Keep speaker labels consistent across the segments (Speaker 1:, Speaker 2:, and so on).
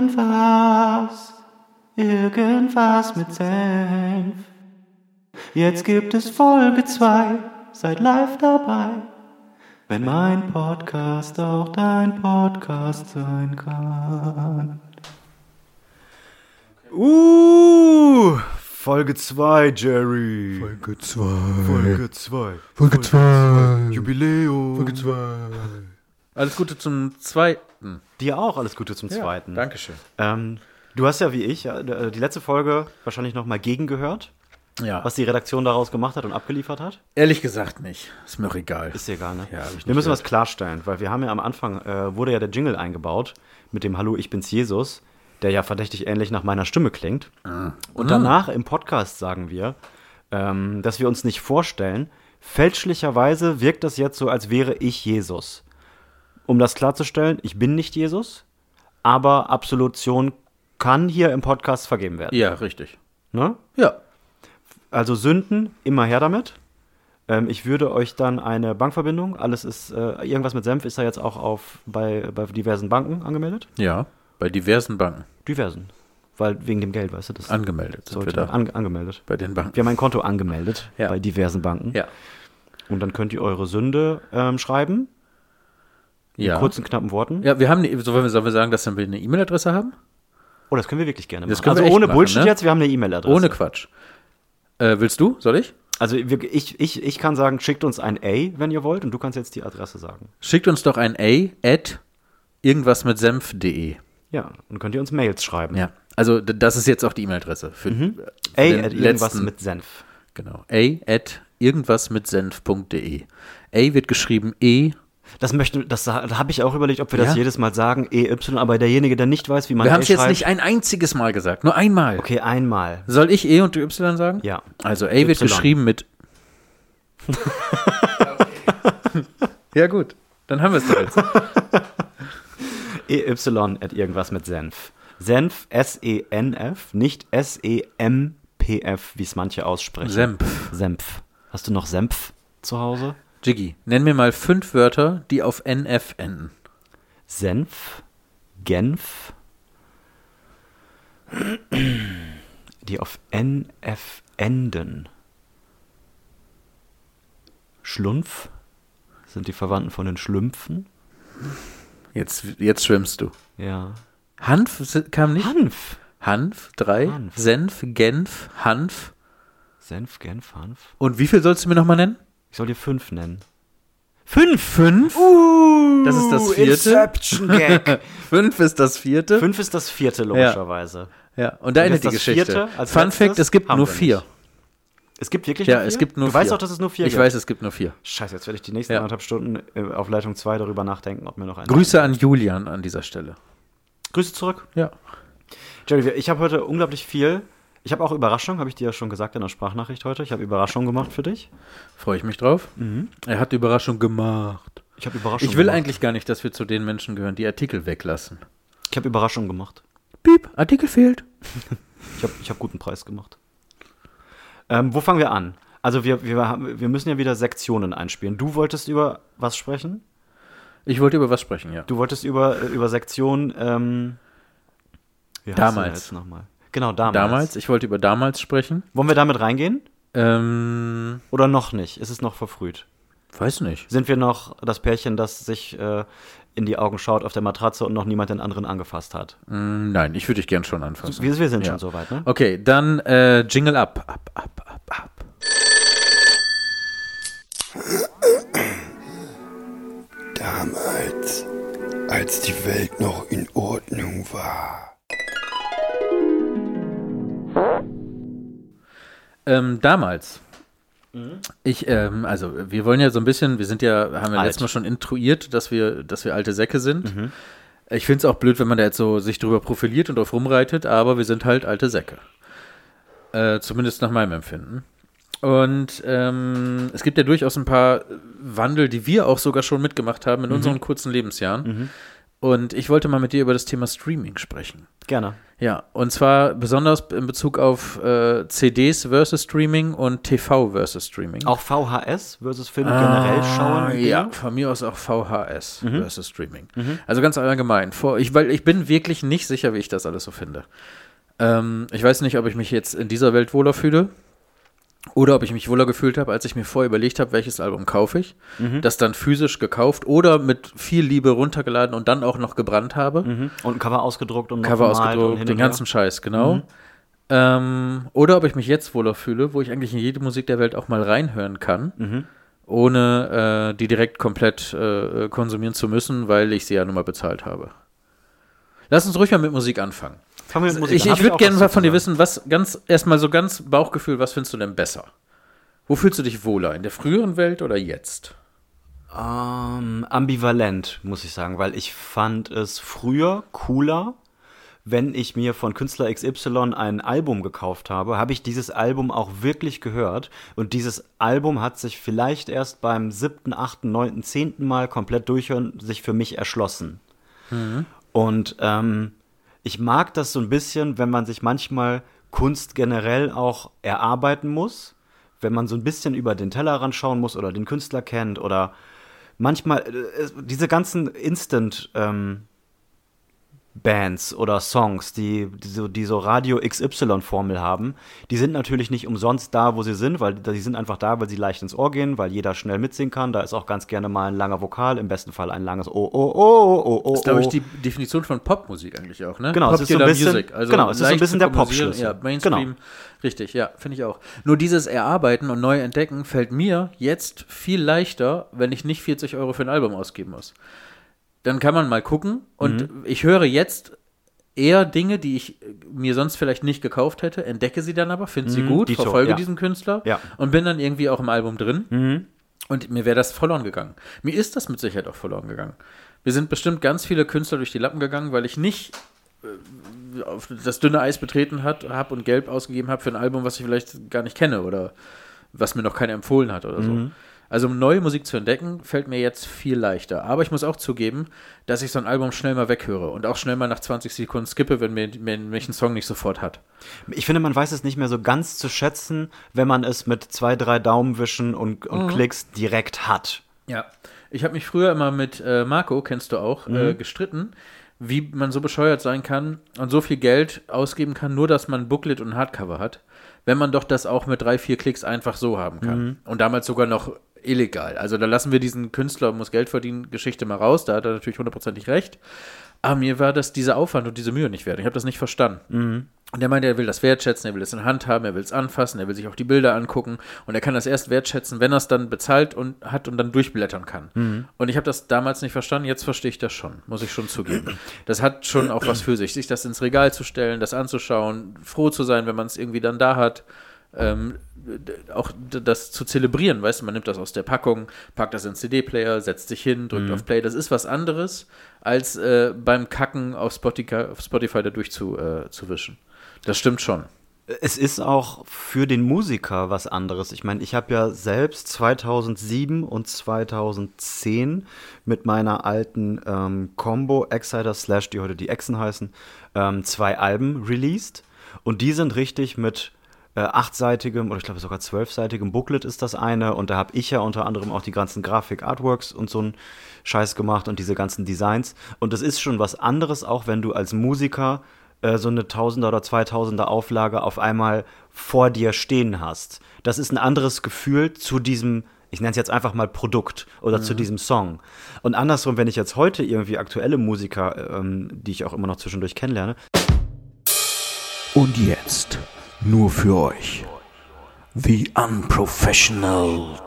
Speaker 1: Irgendwas, irgendwas mit Senf. Jetzt gibt es Folge 2, seid live dabei. Wenn mein Podcast auch dein Podcast sein kann.
Speaker 2: Uh, Folge 2, Jerry.
Speaker 3: Folge 2.
Speaker 2: Folge 2.
Speaker 3: Folge 2.
Speaker 2: Jubiläum.
Speaker 3: Folge 2.
Speaker 4: Alles Gute zum zweiten.
Speaker 2: Dir auch alles Gute zum zweiten.
Speaker 4: Dankeschön.
Speaker 2: Ähm, du hast ja wie ich äh, die letzte Folge wahrscheinlich nochmal gegengehört,
Speaker 4: Ja.
Speaker 2: was die Redaktion daraus gemacht hat und abgeliefert hat.
Speaker 4: Ehrlich gesagt nicht. Ist mir auch egal.
Speaker 2: Ist dir egal, ne?
Speaker 4: Ja, hab ich nicht
Speaker 2: wir müssen was klarstellen, weil wir haben ja am Anfang, äh, wurde ja der Jingle eingebaut mit dem Hallo, ich bin's Jesus, der ja verdächtig ähnlich nach meiner Stimme klingt.
Speaker 4: Ah.
Speaker 2: Und danach im Podcast sagen wir, ähm, dass wir uns nicht vorstellen, fälschlicherweise wirkt das jetzt so, als wäre ich Jesus. Um das klarzustellen, ich bin nicht Jesus, aber Absolution kann hier im Podcast vergeben werden.
Speaker 4: ja, richtig.
Speaker 2: Ne?
Speaker 4: Ja.
Speaker 2: Also Sünden, immer her damit. Ähm, ich würde euch dann eine Bankverbindung, alles ist, äh, irgendwas mit Senf ist da jetzt auch auf, bei, bei diversen Banken angemeldet.
Speaker 4: Ja. Bei diversen Banken
Speaker 2: Diversen. Weil wegen dem Geld, weißt du, das
Speaker 4: angemeldet sind wir
Speaker 2: sollte
Speaker 4: da.
Speaker 2: an, angemeldet.
Speaker 4: Bei den Banken.
Speaker 2: Wir haben ein Konto angemeldet
Speaker 4: Ja.
Speaker 2: bei diversen Banken.
Speaker 4: ja.
Speaker 2: Und dann könnt ihr eure Sünde ähm, schreiben,
Speaker 4: Ja.
Speaker 2: in kurzen, knappen Worten.
Speaker 4: ja, wir haben, eine, sollen wir- sollen wir sagen, dass wir eine E-Mail-Adresse haben?
Speaker 2: Oh, das können wir wirklich gerne machen.
Speaker 4: Das können wir
Speaker 2: also
Speaker 4: echt
Speaker 2: ohne
Speaker 4: machen,
Speaker 2: Bullshit
Speaker 4: ne?
Speaker 2: jetzt, wir haben eine E-Mail-Adresse.
Speaker 4: Ohne Quatsch. Äh, willst du? Soll ich?
Speaker 2: Also wir, ich, ich, ich kann sagen, schickt uns ein A, wenn ihr wollt, und du kannst jetzt die Adresse sagen.
Speaker 4: Schickt uns doch ein A at irgendwas mit senf.de.
Speaker 2: Ja, und könnt ihr uns Mails schreiben.
Speaker 4: Ja. Also d- das ist jetzt auch die E-Mail-Adresse. Für, für
Speaker 2: A,
Speaker 4: den
Speaker 2: at irgendwas
Speaker 4: letzten-
Speaker 2: mit Senf.
Speaker 4: Genau. A at irgendwas mit senf.de. A wird geschrieben E.
Speaker 2: Das möchte, das sa- da habe ich auch überlegt, ob wir das
Speaker 4: Ja?
Speaker 2: jedes Mal sagen, EY, aber derjenige, der nicht weiß, wie man
Speaker 4: Wir
Speaker 2: E
Speaker 4: haben es jetzt
Speaker 2: schreibt-
Speaker 4: nicht ein einziges Mal gesagt, nur einmal.
Speaker 2: Okay, einmal.
Speaker 4: Soll ich E und Y sagen?
Speaker 2: Ja.
Speaker 4: Also A wird
Speaker 2: Y.
Speaker 4: geschrieben mit. ja, gut. Dann haben wir es doch jetzt.
Speaker 2: EY E at irgendwas mit Senf. Senf, S-E-N-F, nicht E S-E-M-P-F, wie es manche aussprechen.
Speaker 4: Senf.
Speaker 2: Senf. Hast du noch Senf zu Hause?
Speaker 4: Jiggy, nenn mir mal fünf Wörter, die auf NF enden.
Speaker 2: Senf, Genf, die auf NF enden. Schlumpf sind die Verwandten von den Schlümpfen.
Speaker 4: Jetzt, jetzt schwimmst du.
Speaker 2: Ja.
Speaker 4: Hanf si- kam nicht?
Speaker 2: Hanf.
Speaker 4: Hanf, drei.
Speaker 2: Hanf.
Speaker 4: Senf, Genf, Hanf.
Speaker 2: Senf, Genf, Hanf.
Speaker 4: Und wie viel sollst du mir nochmal nennen?
Speaker 2: Ich soll dir fünf nennen.
Speaker 4: Fünf. Fünf?
Speaker 2: Uh,
Speaker 4: das ist das vierte.
Speaker 2: Gag.
Speaker 4: Fünf ist das vierte.
Speaker 2: fünf ist das vierte, logischerweise.
Speaker 4: Ja, und da
Speaker 2: Und
Speaker 4: endet
Speaker 2: jetzt
Speaker 4: die
Speaker 2: das
Speaker 4: Geschichte.
Speaker 2: vierte als
Speaker 4: Fun
Speaker 2: letztes
Speaker 4: Fact, es gibt
Speaker 2: haben
Speaker 4: nur
Speaker 2: wir
Speaker 4: vier.
Speaker 2: nicht. Es gibt wirklich
Speaker 4: Ja,
Speaker 2: nur vier?
Speaker 4: es gibt nur
Speaker 2: du
Speaker 4: vier.
Speaker 2: weißt auch, dass es nur vier
Speaker 4: Ich
Speaker 2: gibt.
Speaker 4: weiß, es gibt nur vier.
Speaker 2: Scheiße, jetzt werde ich die nächsten
Speaker 4: Ja.
Speaker 2: anderthalb Stunden äh, auf Leitung 2 darüber nachdenken, ob mir noch ein.
Speaker 4: Grüße an Julian an dieser Stelle.
Speaker 2: Grüße zurück.
Speaker 4: Ja.
Speaker 2: Jerry, wir- ich habe heute unglaublich viel. Ich habe auch Überraschung, habe ich dir ja schon gesagt in der Sprachnachricht heute. Ich habe Überraschung gemacht für dich.
Speaker 4: Freue ich mich drauf.
Speaker 2: Mhm.
Speaker 4: Er hat die Überraschung gemacht.
Speaker 2: Ich habe Überraschung
Speaker 4: Ich will
Speaker 2: gemacht.
Speaker 4: eigentlich gar nicht, dass wir zu den Menschen gehören, die Artikel weglassen.
Speaker 2: Ich habe Überraschung gemacht.
Speaker 4: Piep, Artikel fehlt.
Speaker 2: Ich habe ich hab guten Preis gemacht. Ähm, wo fangen wir an? Also wir, wir, haben, wir müssen ja wieder Sektionen einspielen. Du wolltest über was sprechen?
Speaker 4: Ich wollte über was sprechen, ja.
Speaker 2: Du wolltest über, äh, über Sektion ähm, wie heißt sie denn
Speaker 4: Damals.
Speaker 2: jetzt nochmal? Genau, damals.
Speaker 4: damals, ich wollte über damals sprechen.
Speaker 2: Wollen wir damit reingehen?
Speaker 4: Ähm,
Speaker 2: Oder noch nicht? Ist es noch verfrüht?
Speaker 4: weiß nicht.
Speaker 2: Sind wir noch das Pärchen, das sich äh, in die Augen schaut auf der Matratze und noch niemand den anderen angefasst hat?
Speaker 4: Mm, Nein, ich würde dich gern schon anfassen.
Speaker 2: Wir, wir sind
Speaker 4: Ja.
Speaker 2: schon soweit, ne?
Speaker 4: Okay, dann äh, Jingle ab. Ab, ab, ab, ab.
Speaker 3: Damals, als die Welt noch in Ordnung war.
Speaker 4: Ähm, damals. Ich, ähm, also wir wollen ja so ein bisschen, wir sind ja, haben ja
Speaker 2: Alt.
Speaker 4: letztes Mal schon intruiert, dass wir, dass wir alte Säcke sind. Ich finde es auch blöd, wenn man da jetzt so sich drüber profiliert und drauf rumreitet, aber wir sind halt alte Säcke. Äh, zumindest nach meinem Empfinden. Und ähm, es gibt ja durchaus ein paar Wandel, die wir auch sogar schon mitgemacht haben in unseren kurzen Lebensjahren, Und ich wollte mal mit dir über das Thema Streaming sprechen.
Speaker 2: Gerne.
Speaker 4: Ja, und zwar besonders in Bezug auf äh, CDs versus Streaming und TV versus Streaming.
Speaker 2: Auch VHS versus Film generell schauen.
Speaker 4: Ah,
Speaker 2: Mhm.
Speaker 4: Ja, von mir aus auch VHS versus Streaming. Also ganz allgemein. Vor, ich, weil ich bin wirklich nicht sicher, wie ich das alles so finde. Ähm, ich weiß nicht, ob ich mich jetzt in dieser Welt wohler fühle oder ob ich mich wohler gefühlt habe, als ich mir vorher überlegt habe, welches Album kaufe ich,
Speaker 2: Mhm.
Speaker 4: das dann physisch gekauft oder mit viel Liebe runtergeladen und dann auch noch gebrannt habe.
Speaker 2: Mhm. Und ein Cover ausgedruckt und noch
Speaker 4: Cover
Speaker 2: bemalt und hin
Speaker 4: ausgedruckt,
Speaker 2: und her.
Speaker 4: den
Speaker 2: Mhm.
Speaker 4: ganzen Scheiß, genau. Ähm, oder ob ich mich jetzt wohler fühle, wo ich eigentlich in jede Musik der Welt auch mal reinhören kann,
Speaker 2: Mhm.
Speaker 4: ohne äh, die direkt komplett äh, konsumieren zu müssen, weil ich sie ja nun mal bezahlt habe. Lass uns ruhig mal mit Musik anfangen.
Speaker 2: Fangen wir mit Musik
Speaker 4: Ich,
Speaker 2: an. Hab
Speaker 4: ich würde
Speaker 2: auch
Speaker 4: gerne
Speaker 2: was
Speaker 4: mal
Speaker 2: zu
Speaker 4: von dir
Speaker 2: sagen.
Speaker 4: wissen, was ganz erstmal so ganz Bauchgefühl, was findest du denn besser? Wo fühlst du dich wohler? In der früheren Welt oder jetzt?
Speaker 2: Ähm, ambivalent, muss ich sagen, weil ich fand es früher cooler, wenn ich mir von Künstler XY ein Album gekauft habe, habe ich dieses Album auch wirklich gehört. Und dieses Album hat sich vielleicht erst beim siebten, achten, neunten, zehnten Mal komplett durchhören, sich für mich erschlossen. Und ähm, ich mag das so ein bisschen, wenn man sich manchmal Kunst generell auch erarbeiten muss, wenn man so ein bisschen über den Tellerrand schauen muss oder den Künstler kennt oder manchmal äh, es- diese ganzen Instant ähm, Bands oder Songs, die, die, so, die so Radio XY-Formel haben, die sind natürlich nicht umsonst da, wo sie sind, weil die sind einfach da, weil sie leicht ins Ohr gehen, weil jeder schnell mitsingen kann. Da ist auch ganz gerne mal ein langer Vokal, im besten Fall ein langes Oh, oh, oh, oh, oh, oh.
Speaker 4: ist, glaube ich, die Definition von Popmusik eigentlich auch, ne?
Speaker 2: Genau, es ist so ein
Speaker 4: Popular
Speaker 2: bisschen-
Speaker 4: Music, also
Speaker 2: genau, es ist so ein
Speaker 4: leicht
Speaker 2: bisschen
Speaker 4: zu
Speaker 2: der
Speaker 4: kommerziell-
Speaker 2: Popschlüssel.
Speaker 4: Ja, Mainstream,
Speaker 2: Genau.
Speaker 4: richtig, ja, finde ich auch. Nur dieses Erarbeiten und Neuentdecken fällt mir jetzt viel leichter, wenn ich nicht 40 Euro für ein Album ausgeben muss. Dann kann man mal gucken und
Speaker 2: Mhm.
Speaker 4: ich höre jetzt eher Dinge, die ich äh, mir sonst vielleicht nicht gekauft hätte, entdecke sie dann aber, finde sie gut,
Speaker 2: dito,
Speaker 4: verfolge
Speaker 2: Mhm, ja.
Speaker 4: diesen Künstler
Speaker 2: Ja.
Speaker 4: und bin dann irgendwie auch im Album drin. Und mir wäre das verloren gegangen. Mir ist das mit Sicherheit auch verloren gegangen. Mir sind bestimmt ganz viele Künstler durch die Lappen gegangen, weil ich nicht äh, auf das dünne Eis betreten hat, habe und Geld ausgegeben habe für ein Album, was ich vielleicht gar nicht kenne oder was mir noch keiner empfohlen hat oder so. Also um neue Musik zu entdecken, fällt mir jetzt viel leichter. Aber ich muss auch zugeben, dass ich so ein Album schnell mal weghöre und auch schnell mal nach 20 Sekunden skippe, wenn mir, wenn mich ein Song nicht sofort hat.
Speaker 2: Ich finde, man weiß es nicht mehr so ganz zu schätzen, wenn man es mit zwei, drei Daumenwischen und, und Klicks direkt hat.
Speaker 4: Ja, ich habe mich früher immer mit äh, Marco, kennst du auch, äh, gestritten, wie man so bescheuert sein kann und so viel Geld ausgeben kann, nur dass man ein Booklet und ein Hardcover hat, wenn man doch das auch mit drei, vier Klicks einfach so haben kann. Und damals sogar noch illegal. Also da lassen wir diesen Künstler muss Geld verdienen Geschichte mal raus, da hat er natürlich hundertprozentig recht. Aber mir war das dieser Aufwand und diese Mühe nicht wert. Ich habe das nicht verstanden. Und er meinte, er will das wertschätzen, er will es in Hand haben, er will es anfassen, er will sich auch die Bilder angucken und er kann das erst wertschätzen, wenn er es dann bezahlt und hat und dann durchblättern kann. Und ich habe das damals nicht verstanden, jetzt verstehe ich das schon, muss ich schon zugeben. Das hat schon auch was für sich, sich das ins Regal zu stellen, das anzuschauen, froh zu sein, wenn man es irgendwie dann da hat ähm, d- auch d- das zu zelebrieren, weißt du, man nimmt das aus der Packung, packt das in den CD-Player, setzt sich hin, drückt auf Play, das ist was anderes, als äh, beim Kacken auf Spotify, auf Spotify da durch zu, äh, zu wischen. Das stimmt schon.
Speaker 2: Es ist auch für den Musiker was anderes. Ich meine, ich habe ja selbst 2007 und 2010 mit meiner alten ähm, Combo Exciter Slash, die heute die Echsen heißen, ähm, zwei Alben released. Und die sind richtig mit äh, achtseitigem oder ich glaube sogar zwölfseitigem Booklet ist das eine. Und da habe ich ja unter anderem auch die ganzen Grafik-Artworks und so einen Scheiß gemacht und diese ganzen Designs. Und das ist schon was anderes, auch wenn du als Musiker äh, so eine Tausender oder Zweitausender Auflage auf einmal vor dir stehen hast. Das ist ein anderes Gefühl zu diesem, ich nenne es jetzt einfach mal Produkt oder zu diesem Song. Und andersrum, wenn ich jetzt heute irgendwie aktuelle Musiker, ähm, die ich auch immer noch zwischendurch kennenlerne,
Speaker 5: Und jetzt, nur für euch, The Unprofessionals.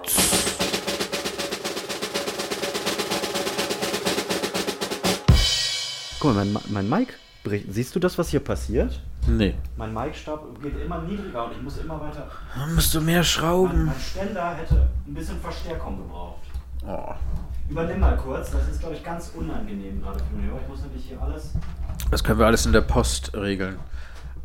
Speaker 2: guck mal, mein, mein Mic bricht. Siehst du das, was hier passiert?
Speaker 4: Nee.
Speaker 2: Mein Mic-Stab geht immer niedriger und ich muss immer weiter.
Speaker 4: musst du mehr
Speaker 2: Mein,
Speaker 4: schrauben.
Speaker 2: mein Ständer hätte ein bisschen Verstärkung gebraucht. Übernimm mal kurz, das ist, glaube ich, ganz unangenehm gerade für mich. Ich muss nämlich hier alles.
Speaker 4: Das können wir alles in der Post regeln.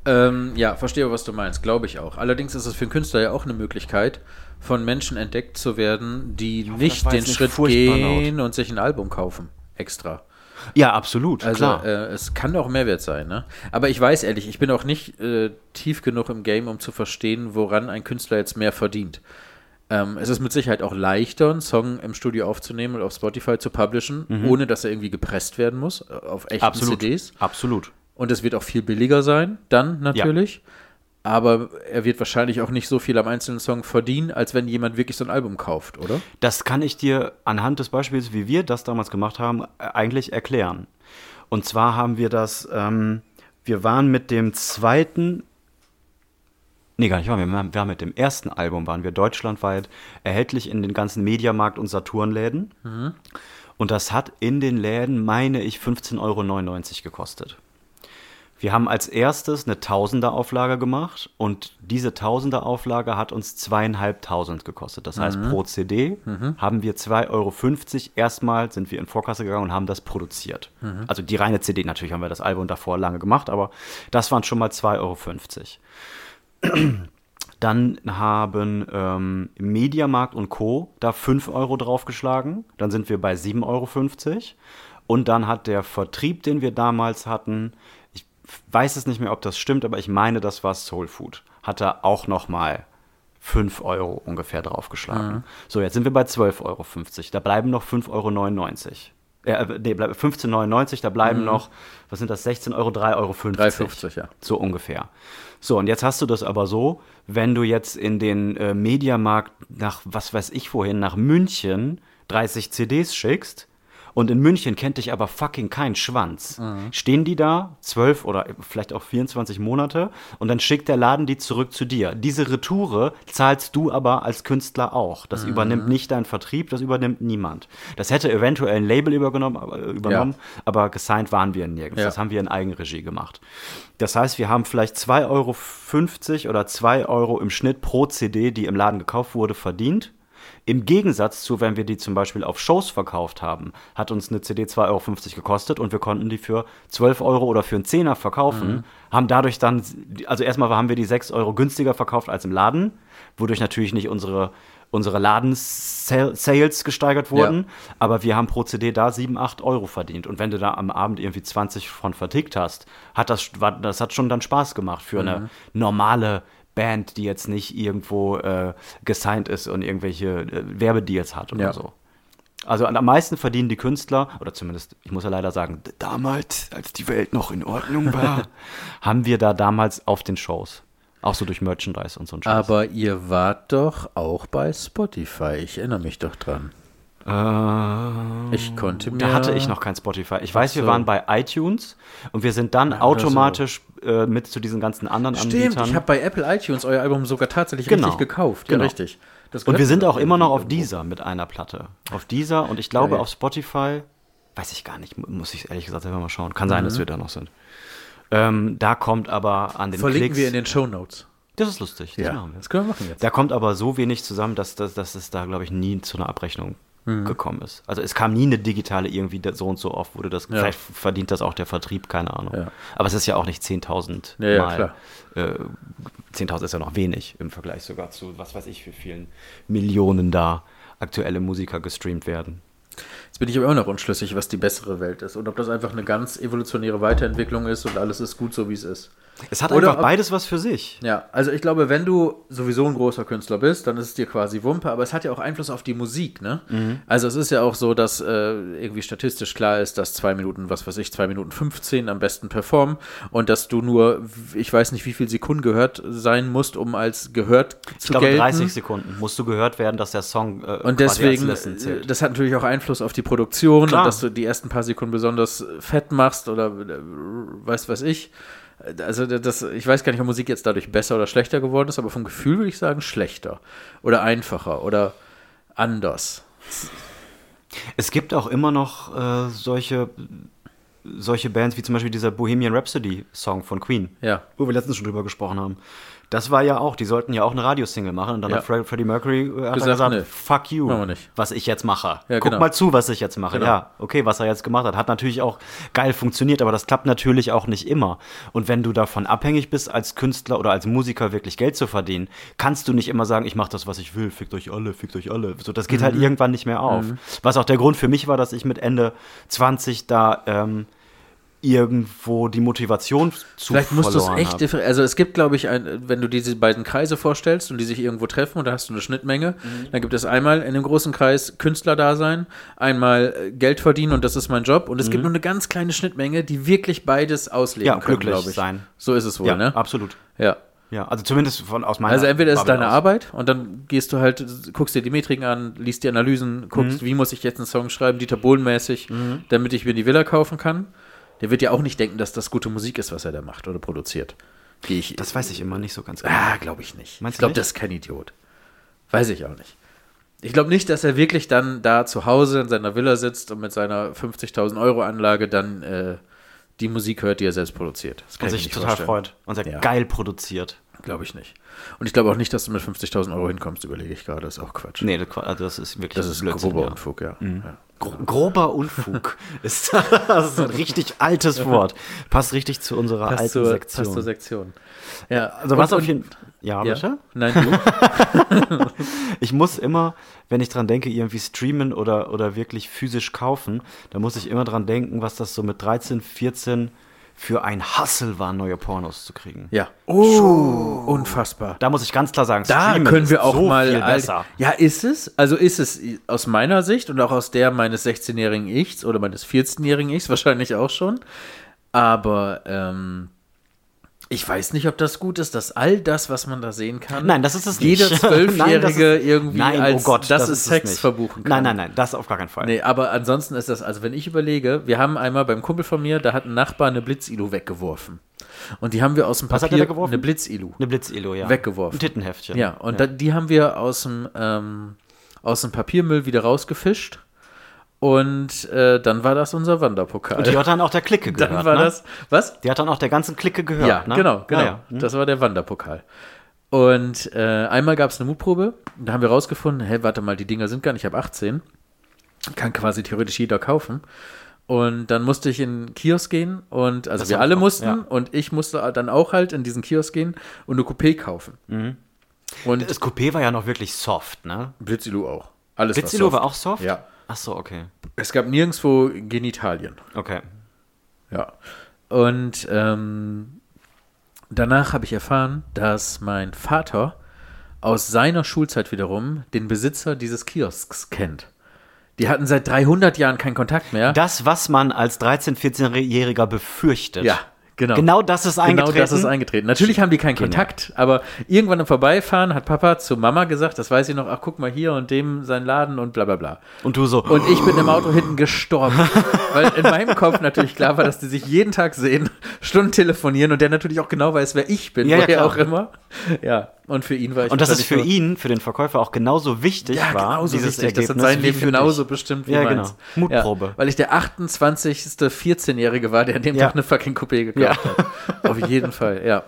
Speaker 4: Ähm, ja, verstehe, was du meinst, glaube ich auch. Allerdings ist es für einen Künstler ja auch eine Möglichkeit, von Menschen entdeckt zu werden, die
Speaker 2: hoffe, das
Speaker 4: nicht
Speaker 2: war
Speaker 4: den
Speaker 2: jetzt nicht
Speaker 4: Schritt
Speaker 2: furchtbar
Speaker 4: gehen und sich ein Album kaufen. Extra.
Speaker 2: Ja, absolut,
Speaker 4: Also
Speaker 2: klar.
Speaker 4: Äh, es kann auch Mehrwert sein, ne? Aber ich weiß ehrlich, ich bin auch nicht äh, tief genug im Game, um zu verstehen, woran ein Künstler jetzt mehr verdient. Ähm, es ist mit Sicherheit auch leichter, einen Song im Studio aufzunehmen und auf Spotify zu publishen, ohne dass er irgendwie gepresst werden muss, äh, auf echten
Speaker 2: Mhm. absolut.
Speaker 4: CDs.
Speaker 2: Absolut.
Speaker 4: Und es wird auch viel billiger sein, dann natürlich. Aber er wird wahrscheinlich auch nicht so viel am einzelnen Song verdienen, als wenn jemand wirklich so ein Album kauft, oder?
Speaker 2: Das kann ich dir anhand des Beispiels, wie wir das damals gemacht haben, äh, eigentlich erklären. Und zwar haben wir das, ähm, wir waren mit dem zweiten, nee, gar nicht, wir waren, wir waren mit dem ersten Album, waren wir deutschlandweit erhältlich in den ganzen Mediamarkt- und Saturnläden. Und das hat in den Läden, meine ich, 15,99 Euro gekostet. Wir haben als erstes eine Tausender-Auflage gemacht und diese Tausender-Auflage hat uns zweieinhalbtausend gekostet. Das heißt, pro CD haben wir 2,50 Euro. Erstmal sind wir in Vorkasse gegangen und haben das produziert. Also die reine CD, natürlich haben wir das Album davor lange gemacht, aber das waren schon mal 2,50 Euro. Dann haben ähm, Mediamarkt und Co. da 5 Euro draufgeschlagen. Dann sind wir bei 7,50 Euro. Und dann hat der Vertrieb, den wir damals hatten, ich weiß es nicht mehr, ob das stimmt, aber ich meine, das war Soul Food, hat da auch nochmal 5 Euro ungefähr draufgeschlagen. So, jetzt sind wir bei 12,50 Euro. Da bleiben noch 5,99 Euro. Äh, nee, bleib- 15,99, da bleiben noch, was sind das, 16 Euro, 3,50 Euro.
Speaker 4: 3,50, ja.
Speaker 2: So ungefähr. So, und jetzt hast du das aber so, wenn du jetzt in den äh, Mediamarkt nach, was weiß ich wohin, nach München 30 CDs schickst und in München kennt dich aber fucking kein Schwanz, stehen die da zwölf oder vielleicht auch 24 Monate und dann schickt der Laden die zurück zu dir. Diese Retoure zahlst du aber als Künstler auch. Das übernimmt nicht dein Vertrieb, das übernimmt niemand. Das hätte eventuell ein Label übergenommen, aber- äh, übernommen aber gesigned waren wir nirgends.
Speaker 4: Ja.
Speaker 2: Das haben wir in Eigenregie gemacht. Das heißt, wir haben vielleicht 2,50 Euro oder 2 Euro im Schnitt pro CD, die im Laden gekauft wurde, verdient. Im Gegensatz zu, wenn wir die zum Beispiel auf Shows verkauft haben, hat uns eine CD 2,50 Euro gekostet und wir konnten die für 12 Euro oder für einen Zehner verkaufen, haben dadurch dann, also erstmal haben wir die 6 Euro günstiger verkauft als im Laden, wodurch natürlich nicht unsere, unsere Laden-Sales gesteigert wurden, aber wir haben pro CD da 7, 8 Euro verdient. Und wenn du da am Abend irgendwie 20 von vertickt hast, hat das, war, das hat schon dann Spaß gemacht für
Speaker 4: Mhm.
Speaker 2: eine normale Band, die jetzt nicht irgendwo äh, gesigned ist und irgendwelche äh, Werbedeals hat oder
Speaker 4: Ja.
Speaker 2: so. Also am meisten verdienen die Künstler, oder zumindest, ich muss ja leider sagen, d-
Speaker 3: Damals, als die Welt noch in Ordnung war.
Speaker 2: haben wir da damals auf den Shows. Auch so durch Merchandise und so ein Scheiß.
Speaker 4: Aber ihr wart doch auch bei Spotify. Ich erinnere mich doch dran.
Speaker 2: Äh,
Speaker 4: ich konnte mir.
Speaker 2: Da hatte ich noch kein Spotify. Ich weiß, wir
Speaker 4: so.
Speaker 2: waren
Speaker 4: also
Speaker 2: bei iTunes und wir sind dann automatisch äh, mit zu diesen ganzen anderen
Speaker 4: Stimmt,
Speaker 2: Anbietern.
Speaker 4: ich habe bei Apple iTunes euer Album sogar tatsächlich
Speaker 2: Genau.
Speaker 4: richtig gekauft.
Speaker 2: Genau.
Speaker 4: Ja, richtig. Das
Speaker 2: und
Speaker 4: gehört
Speaker 2: wir sind
Speaker 4: mir
Speaker 2: auch immer noch auf
Speaker 4: irgendwie irgendwo.
Speaker 2: dieser mit einer Platte. Auf dieser und ich glaube
Speaker 4: Geil.
Speaker 2: auf Spotify, weiß ich gar nicht, mu- muss ich ehrlich gesagt selber mal schauen. Kann sein,
Speaker 4: Mhm.
Speaker 2: dass wir da noch sind. Ähm, da kommt aber an den
Speaker 4: Verlinken
Speaker 2: Klicks.
Speaker 4: wir in den Show Notes.
Speaker 2: das ist lustig, das machen wir.
Speaker 4: das können wir machen jetzt.
Speaker 2: Da kommt aber so wenig zusammen, dass, dass, dass es da, glaube ich, nie zu einer Abrechnung
Speaker 4: Mhm.
Speaker 2: gekommen ist. Also es kam nie eine digitale irgendwie da- so und so oft wurde das, vielleicht verdient das auch der Vertrieb, keine Ahnung.
Speaker 4: Ja.
Speaker 2: Aber es ist ja auch nicht 10.000
Speaker 4: Ja, ja,
Speaker 2: mal.
Speaker 4: klar.
Speaker 2: Äh, 10.000 ist ja noch wenig im Vergleich sogar zu, was weiß ich, wie vielen Millionen da aktuelle Musiker gestreamt werden.
Speaker 4: Jetzt bin ich aber immer noch unschlüssig, was die bessere Welt ist und ob das einfach eine ganz evolutionäre Weiterentwicklung ist und alles ist gut so, wie es ist.
Speaker 2: Es hat
Speaker 4: Oder
Speaker 2: einfach
Speaker 4: ob-
Speaker 2: beides was für sich.
Speaker 4: Ja, also ich glaube, wenn du sowieso ein großer Künstler bist, dann ist es dir quasi Wumpe, aber es hat ja auch Einfluss auf die Musik, ne?
Speaker 2: Mhm.
Speaker 4: Also es ist ja auch so, dass äh, irgendwie statistisch klar ist, dass zwei Minuten, was weiß ich, zwei Minuten 15 am besten performen und dass du nur, ich weiß nicht, wie viel Sekunden gehört sein musst, um als gehört zu
Speaker 2: Ich glaube,
Speaker 4: gelten.
Speaker 2: 30 Sekunden musst du gehört werden, dass der Song äh,
Speaker 4: Und
Speaker 2: quasi als
Speaker 4: deswegen,
Speaker 2: Listen zählt.
Speaker 4: äh, das hat natürlich auch Einfluss auf die Produktion
Speaker 2: Klar.
Speaker 4: und dass du die ersten paar Sekunden besonders äh, fett machst oder äh, weiß was ich. Äh, Also d- das, ich weiß gar nicht, ob Musik jetzt dadurch besser oder schlechter geworden ist, aber vom Gefühl würde ich sagen schlechter oder einfacher oder anders.
Speaker 2: Es gibt auch immer noch äh, solche, solche Bands wie zum Beispiel dieser Bohemian Rhapsody Song von Queen,
Speaker 4: Ja.
Speaker 2: wo wir letztens schon drüber gesprochen haben. Das war ja auch, die sollten ja auch eine Radiosingle machen und dann
Speaker 4: Ja.
Speaker 2: hat Fre- Freddie Mercury äh, hat
Speaker 4: Gesagt,
Speaker 2: gesagt, gesagt
Speaker 4: nee.
Speaker 2: fuck you,
Speaker 4: Machen wir nicht.
Speaker 2: was ich jetzt mache.
Speaker 4: Ja,
Speaker 2: Guck
Speaker 4: genau.
Speaker 2: mal zu, was ich jetzt mache.
Speaker 4: Genau.
Speaker 2: Ja, okay, was er jetzt gemacht hat, hat natürlich auch geil funktioniert, aber das klappt natürlich auch nicht immer. Und wenn du davon abhängig bist, als Künstler oder als Musiker wirklich Geld zu verdienen, kannst du nicht immer sagen, ich mache das, was ich will, fickt euch alle, fickt euch alle. So, das geht halt
Speaker 4: Mhm.
Speaker 2: irgendwann nicht mehr auf. Was auch der Grund für mich war, dass ich mit Ende 20 da ähm, irgendwo die Motivation zu
Speaker 4: Vielleicht musst du es
Speaker 2: verloren
Speaker 4: echt
Speaker 2: hab.
Speaker 4: differenzieren. Also es gibt, glaube ich, ein, wenn du diese beiden Kreise vorstellst und die sich irgendwo treffen und da hast du eine Schnittmenge,
Speaker 2: Mhm.
Speaker 4: dann gibt es einmal in dem großen Kreis Künstlerdasein, einmal äh, Geld verdienen und das ist mein Job. Und es gibt nur eine ganz kleine Schnittmenge, die wirklich beides
Speaker 2: Mhm.
Speaker 4: ausleben
Speaker 2: Ja,
Speaker 4: können,
Speaker 2: glücklich
Speaker 4: glaube ich.
Speaker 2: sein.
Speaker 4: So ist es wohl,
Speaker 2: Ja,
Speaker 4: ne?
Speaker 2: absolut.
Speaker 4: Ja.
Speaker 2: Ja, also zumindest von aus meiner
Speaker 4: Also entweder ist es
Speaker 2: Bubble
Speaker 4: deine
Speaker 2: aus.
Speaker 4: Arbeit und dann gehst du halt, guckst dir die Metriken an, liest die Analysen,
Speaker 2: Mhm.
Speaker 4: guckst, wie muss ich jetzt einen Song schreiben, Dieter Bohlen-mäßig, damit ich mir die Villa kaufen kann. Der wird ja auch nicht denken, dass das gute Musik ist, was er da macht oder produziert. Gehe ich
Speaker 2: Das weiß ich immer nicht so ganz genau.
Speaker 4: Ah, glaube ich nicht.
Speaker 2: Meinst
Speaker 4: ich glaube,
Speaker 2: du nicht?
Speaker 4: das ist kein Idiot. Weiß ich auch nicht. Ich glaube nicht, dass er wirklich dann da zu Hause in seiner Villa sitzt und mit seiner 50.000 Euro Anlage dann äh, die Musik hört, die er selbst produziert. Das kann
Speaker 2: Und
Speaker 4: ich
Speaker 2: sich
Speaker 4: nicht
Speaker 2: total
Speaker 4: vorstellen.
Speaker 2: freut. Und sagt,
Speaker 4: Ja.
Speaker 2: geil produziert.
Speaker 4: Glaube ich nicht. Und ich glaube auch nicht, dass du mit 50.000 Euro hinkommst, überlege ich gerade. Ist auch Quatsch.
Speaker 2: Nee, das, also das ist wirklich
Speaker 4: das ist
Speaker 2: Blödsinn,
Speaker 4: grober
Speaker 2: ja.
Speaker 4: Unfug, ja. ja.
Speaker 2: Gro- Grober Unfug. ist, das ist ein richtig altes Wort. Passt richtig zu unserer alten Sektion.
Speaker 4: passt zur Sektion. Ja,
Speaker 2: also was
Speaker 4: und-
Speaker 2: auf jeden Ja,
Speaker 4: ja.
Speaker 2: bitte?
Speaker 4: Nein, du?
Speaker 2: Ich muss immer, wenn ich dran denke, irgendwie streamen oder, oder wirklich physisch kaufen, da muss ich immer dran denken, was das so mit 13, 14 für ein Hassel war, neue Pornos zu kriegen.
Speaker 4: ja. Oh, unfassbar.
Speaker 2: Da muss ich ganz klar sagen,
Speaker 4: Da
Speaker 2: streamen
Speaker 4: können wir
Speaker 2: ist
Speaker 4: auch
Speaker 2: so
Speaker 4: mal.
Speaker 2: viel
Speaker 4: alt-
Speaker 2: besser.
Speaker 4: Ja, ist es? Also ist es aus meiner Sicht und auch aus der meines 16-jährigen Ichs oder meines 14-jährigen Ichs wahrscheinlich auch schon. Aber ähm, ich weiß nicht, ob das gut ist, dass all das, was man da sehen kann,
Speaker 2: Nein, das ist es
Speaker 4: jeder
Speaker 2: nicht. Nein, das ist-
Speaker 4: Zwölfjährige irgendwie
Speaker 2: Nein,
Speaker 4: als
Speaker 2: oh Gott,
Speaker 4: das,
Speaker 2: es
Speaker 4: ist Sex
Speaker 2: nicht.
Speaker 4: verbuchen kann.
Speaker 2: Nein, nein, nein, das auf gar keinen Fall.
Speaker 4: Nee, aber ansonsten ist das, also wenn ich überlege, wir haben einmal beim Kumpel von mir, da hat ein Nachbar eine Blitzilu weggeworfen. Und die haben wir aus dem
Speaker 2: Was hat
Speaker 4: Papier
Speaker 2: er da geworfen?
Speaker 4: eine Blitzilu.
Speaker 2: Eine Blitzelo, ja.
Speaker 4: Weggeworfen.
Speaker 2: Ein Tittenheftchen.
Speaker 4: Ja, und Da, die haben wir aus dem, ähm, aus dem Papiermüll wieder rausgefischt. Und äh, dann war das unser Wanderpokal.
Speaker 2: Und die hat dann auch der Clique gehört.
Speaker 4: dann war
Speaker 2: ne?
Speaker 4: das. Was?
Speaker 2: Die hat dann auch der ganzen Clique gehört.
Speaker 4: Ja,
Speaker 2: ne?
Speaker 4: genau, genau.
Speaker 2: Naja.
Speaker 4: Das war der Wanderpokal. Und äh, einmal gab es eine Mutprobe. Da haben wir rausgefunden, hey, warte mal, die Dinger sind gar nicht ab 18. Kann quasi theoretisch jeder kaufen. Und dann musste ich in den Kiosk gehen und also wir
Speaker 2: hab ich
Speaker 4: alle
Speaker 2: auch,
Speaker 4: mussten
Speaker 2: ja.
Speaker 4: und ich musste dann auch halt in diesen Kiosk gehen und eine Coupé kaufen.
Speaker 2: Mhm.
Speaker 4: Und
Speaker 2: Das Coupé war ja noch wirklich soft, ne?
Speaker 4: Blitzilu auch. Alles was
Speaker 2: Blitzelo
Speaker 4: soft.
Speaker 2: war auch soft?
Speaker 4: Ja.
Speaker 2: Ach so, okay.
Speaker 4: Es gab nirgendwo Genitalien.
Speaker 2: Okay.
Speaker 4: Ja. Und ähm, danach habe ich erfahren, dass mein Vater aus seiner Schulzeit wiederum den Besitzer dieses Kiosks kennt. Die hatten seit 300 Jahren keinen Kontakt mehr.
Speaker 2: Das, was man als 13-, 14-Jähriger befürchtet.
Speaker 4: ja, genau.
Speaker 2: Genau das ist
Speaker 4: Genau
Speaker 2: eingetreten.
Speaker 4: das ist eingetreten. Natürlich haben die keinen Kontakt, aber irgendwann im Vorbeifahren hat Papa zu Mama gesagt, das weiß ich noch, ach guck mal hier und dem sein Laden und bla bla bla.
Speaker 2: Und du so.
Speaker 4: Und ich bin im Auto hinten gestorben. Weil in meinem Kopf natürlich klar war, dass die sich jeden Tag sehen, Stunden telefonieren und der natürlich auch genau weiß, wer ich bin,
Speaker 2: Ja, ja,
Speaker 4: woher
Speaker 2: klar.
Speaker 4: auch immer. Ja, und für ihn war ich
Speaker 2: und dass es für
Speaker 4: wahrscheinlich
Speaker 2: ihn, für den Verkäufer auch genauso wichtig
Speaker 4: nur- ja,
Speaker 2: war,
Speaker 4: genauso
Speaker 2: dieses
Speaker 4: wichtig, das hat
Speaker 2: Ergebnis,
Speaker 4: sein
Speaker 2: wie
Speaker 4: Leben
Speaker 2: für dich.
Speaker 4: genauso bestimmt wie
Speaker 2: Ja,
Speaker 4: meins.
Speaker 2: genau. Mutprobe.
Speaker 4: Ja, weil ich der 28. 14-Jährige war, der an dem
Speaker 2: Ja.
Speaker 4: Tag eine fucking Coupé gekauft hat. Auf jeden Fall, ja.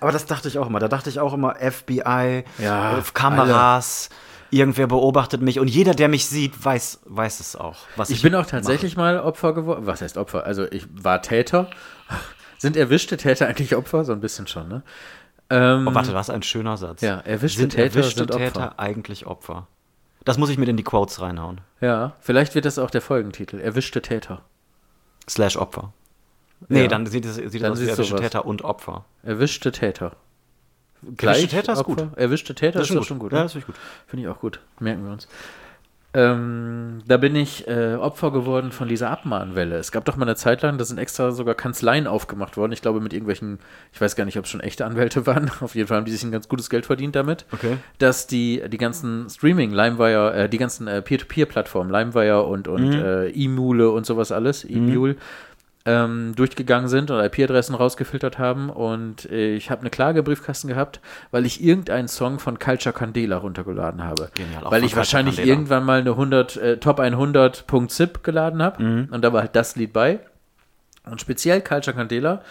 Speaker 2: Aber das dachte ich auch immer. Da dachte ich auch immer, FBI,
Speaker 4: Ja,
Speaker 2: äh, Kameras, irgendwer beobachtet mich und jeder, der mich sieht, weiß, weiß es auch. Was ich,
Speaker 4: Ich bin auch tatsächlich mal Opfer geworden. Was heißt Opfer? Also ich war Täter. Sind erwischte Täter eigentlich Opfer? So ein bisschen schon, ne? Ähm,
Speaker 2: mache. Warte, das ist ein schöner Satz.
Speaker 4: Ja, erwischte
Speaker 2: sind
Speaker 4: Täter
Speaker 2: erwischte
Speaker 4: sind Opfer.
Speaker 2: Täter eigentlich Opfer? Das muss ich mir in die Quotes reinhauen.
Speaker 4: Ja, vielleicht wird das auch der Folgentitel. Erwischte Täter.
Speaker 2: Slash Opfer. Nee,
Speaker 4: Ja.
Speaker 2: dann sieht es, sieht
Speaker 4: Dann
Speaker 2: es aus wie
Speaker 4: siehst du
Speaker 2: erwischte
Speaker 4: was.
Speaker 2: Täter und Opfer.
Speaker 4: Erwischte Täter.
Speaker 2: Täter ist gut.
Speaker 4: Erwischte Täter ist, doch schon gut.
Speaker 2: Ja,
Speaker 4: ne?
Speaker 2: das finde ich gut.
Speaker 4: Finde ich auch gut. Merken wir uns. Ähm, da bin ich äh, Opfer geworden von dieser Abmahnwelle. Es gab doch mal eine Zeit lang, da sind extra sogar Kanzleien aufgemacht worden. Ich glaube, mit irgendwelchen, ich weiß gar nicht, ob es schon echte Anwälte waren. Auf jeden Fall haben die sich ein ganz gutes Geld verdient damit.
Speaker 2: Okay.
Speaker 4: Dass die, die ganzen Streaming, LimeWire, äh, die ganzen äh, Peer-to-Peer-Plattformen, LimeWire und,
Speaker 2: Mhm.
Speaker 4: und äh, E-Mule und sowas alles, E-Mule, ähm, durchgegangen sind und IP-Adressen rausgefiltert haben. Und äh, ich habe eine Klage im Briefkasten gehabt, weil ich irgendeinen Song von Culture Candela runtergeladen habe.
Speaker 2: Genial, auch
Speaker 4: weil
Speaker 2: von
Speaker 4: ich wahrscheinlich
Speaker 2: Culture Candela.
Speaker 4: irgendwann mal eine 100, äh, Top
Speaker 2: Mhm.
Speaker 4: 100.zip geladen habe. Und da war halt das Lied bei. Und speziell Culture Candela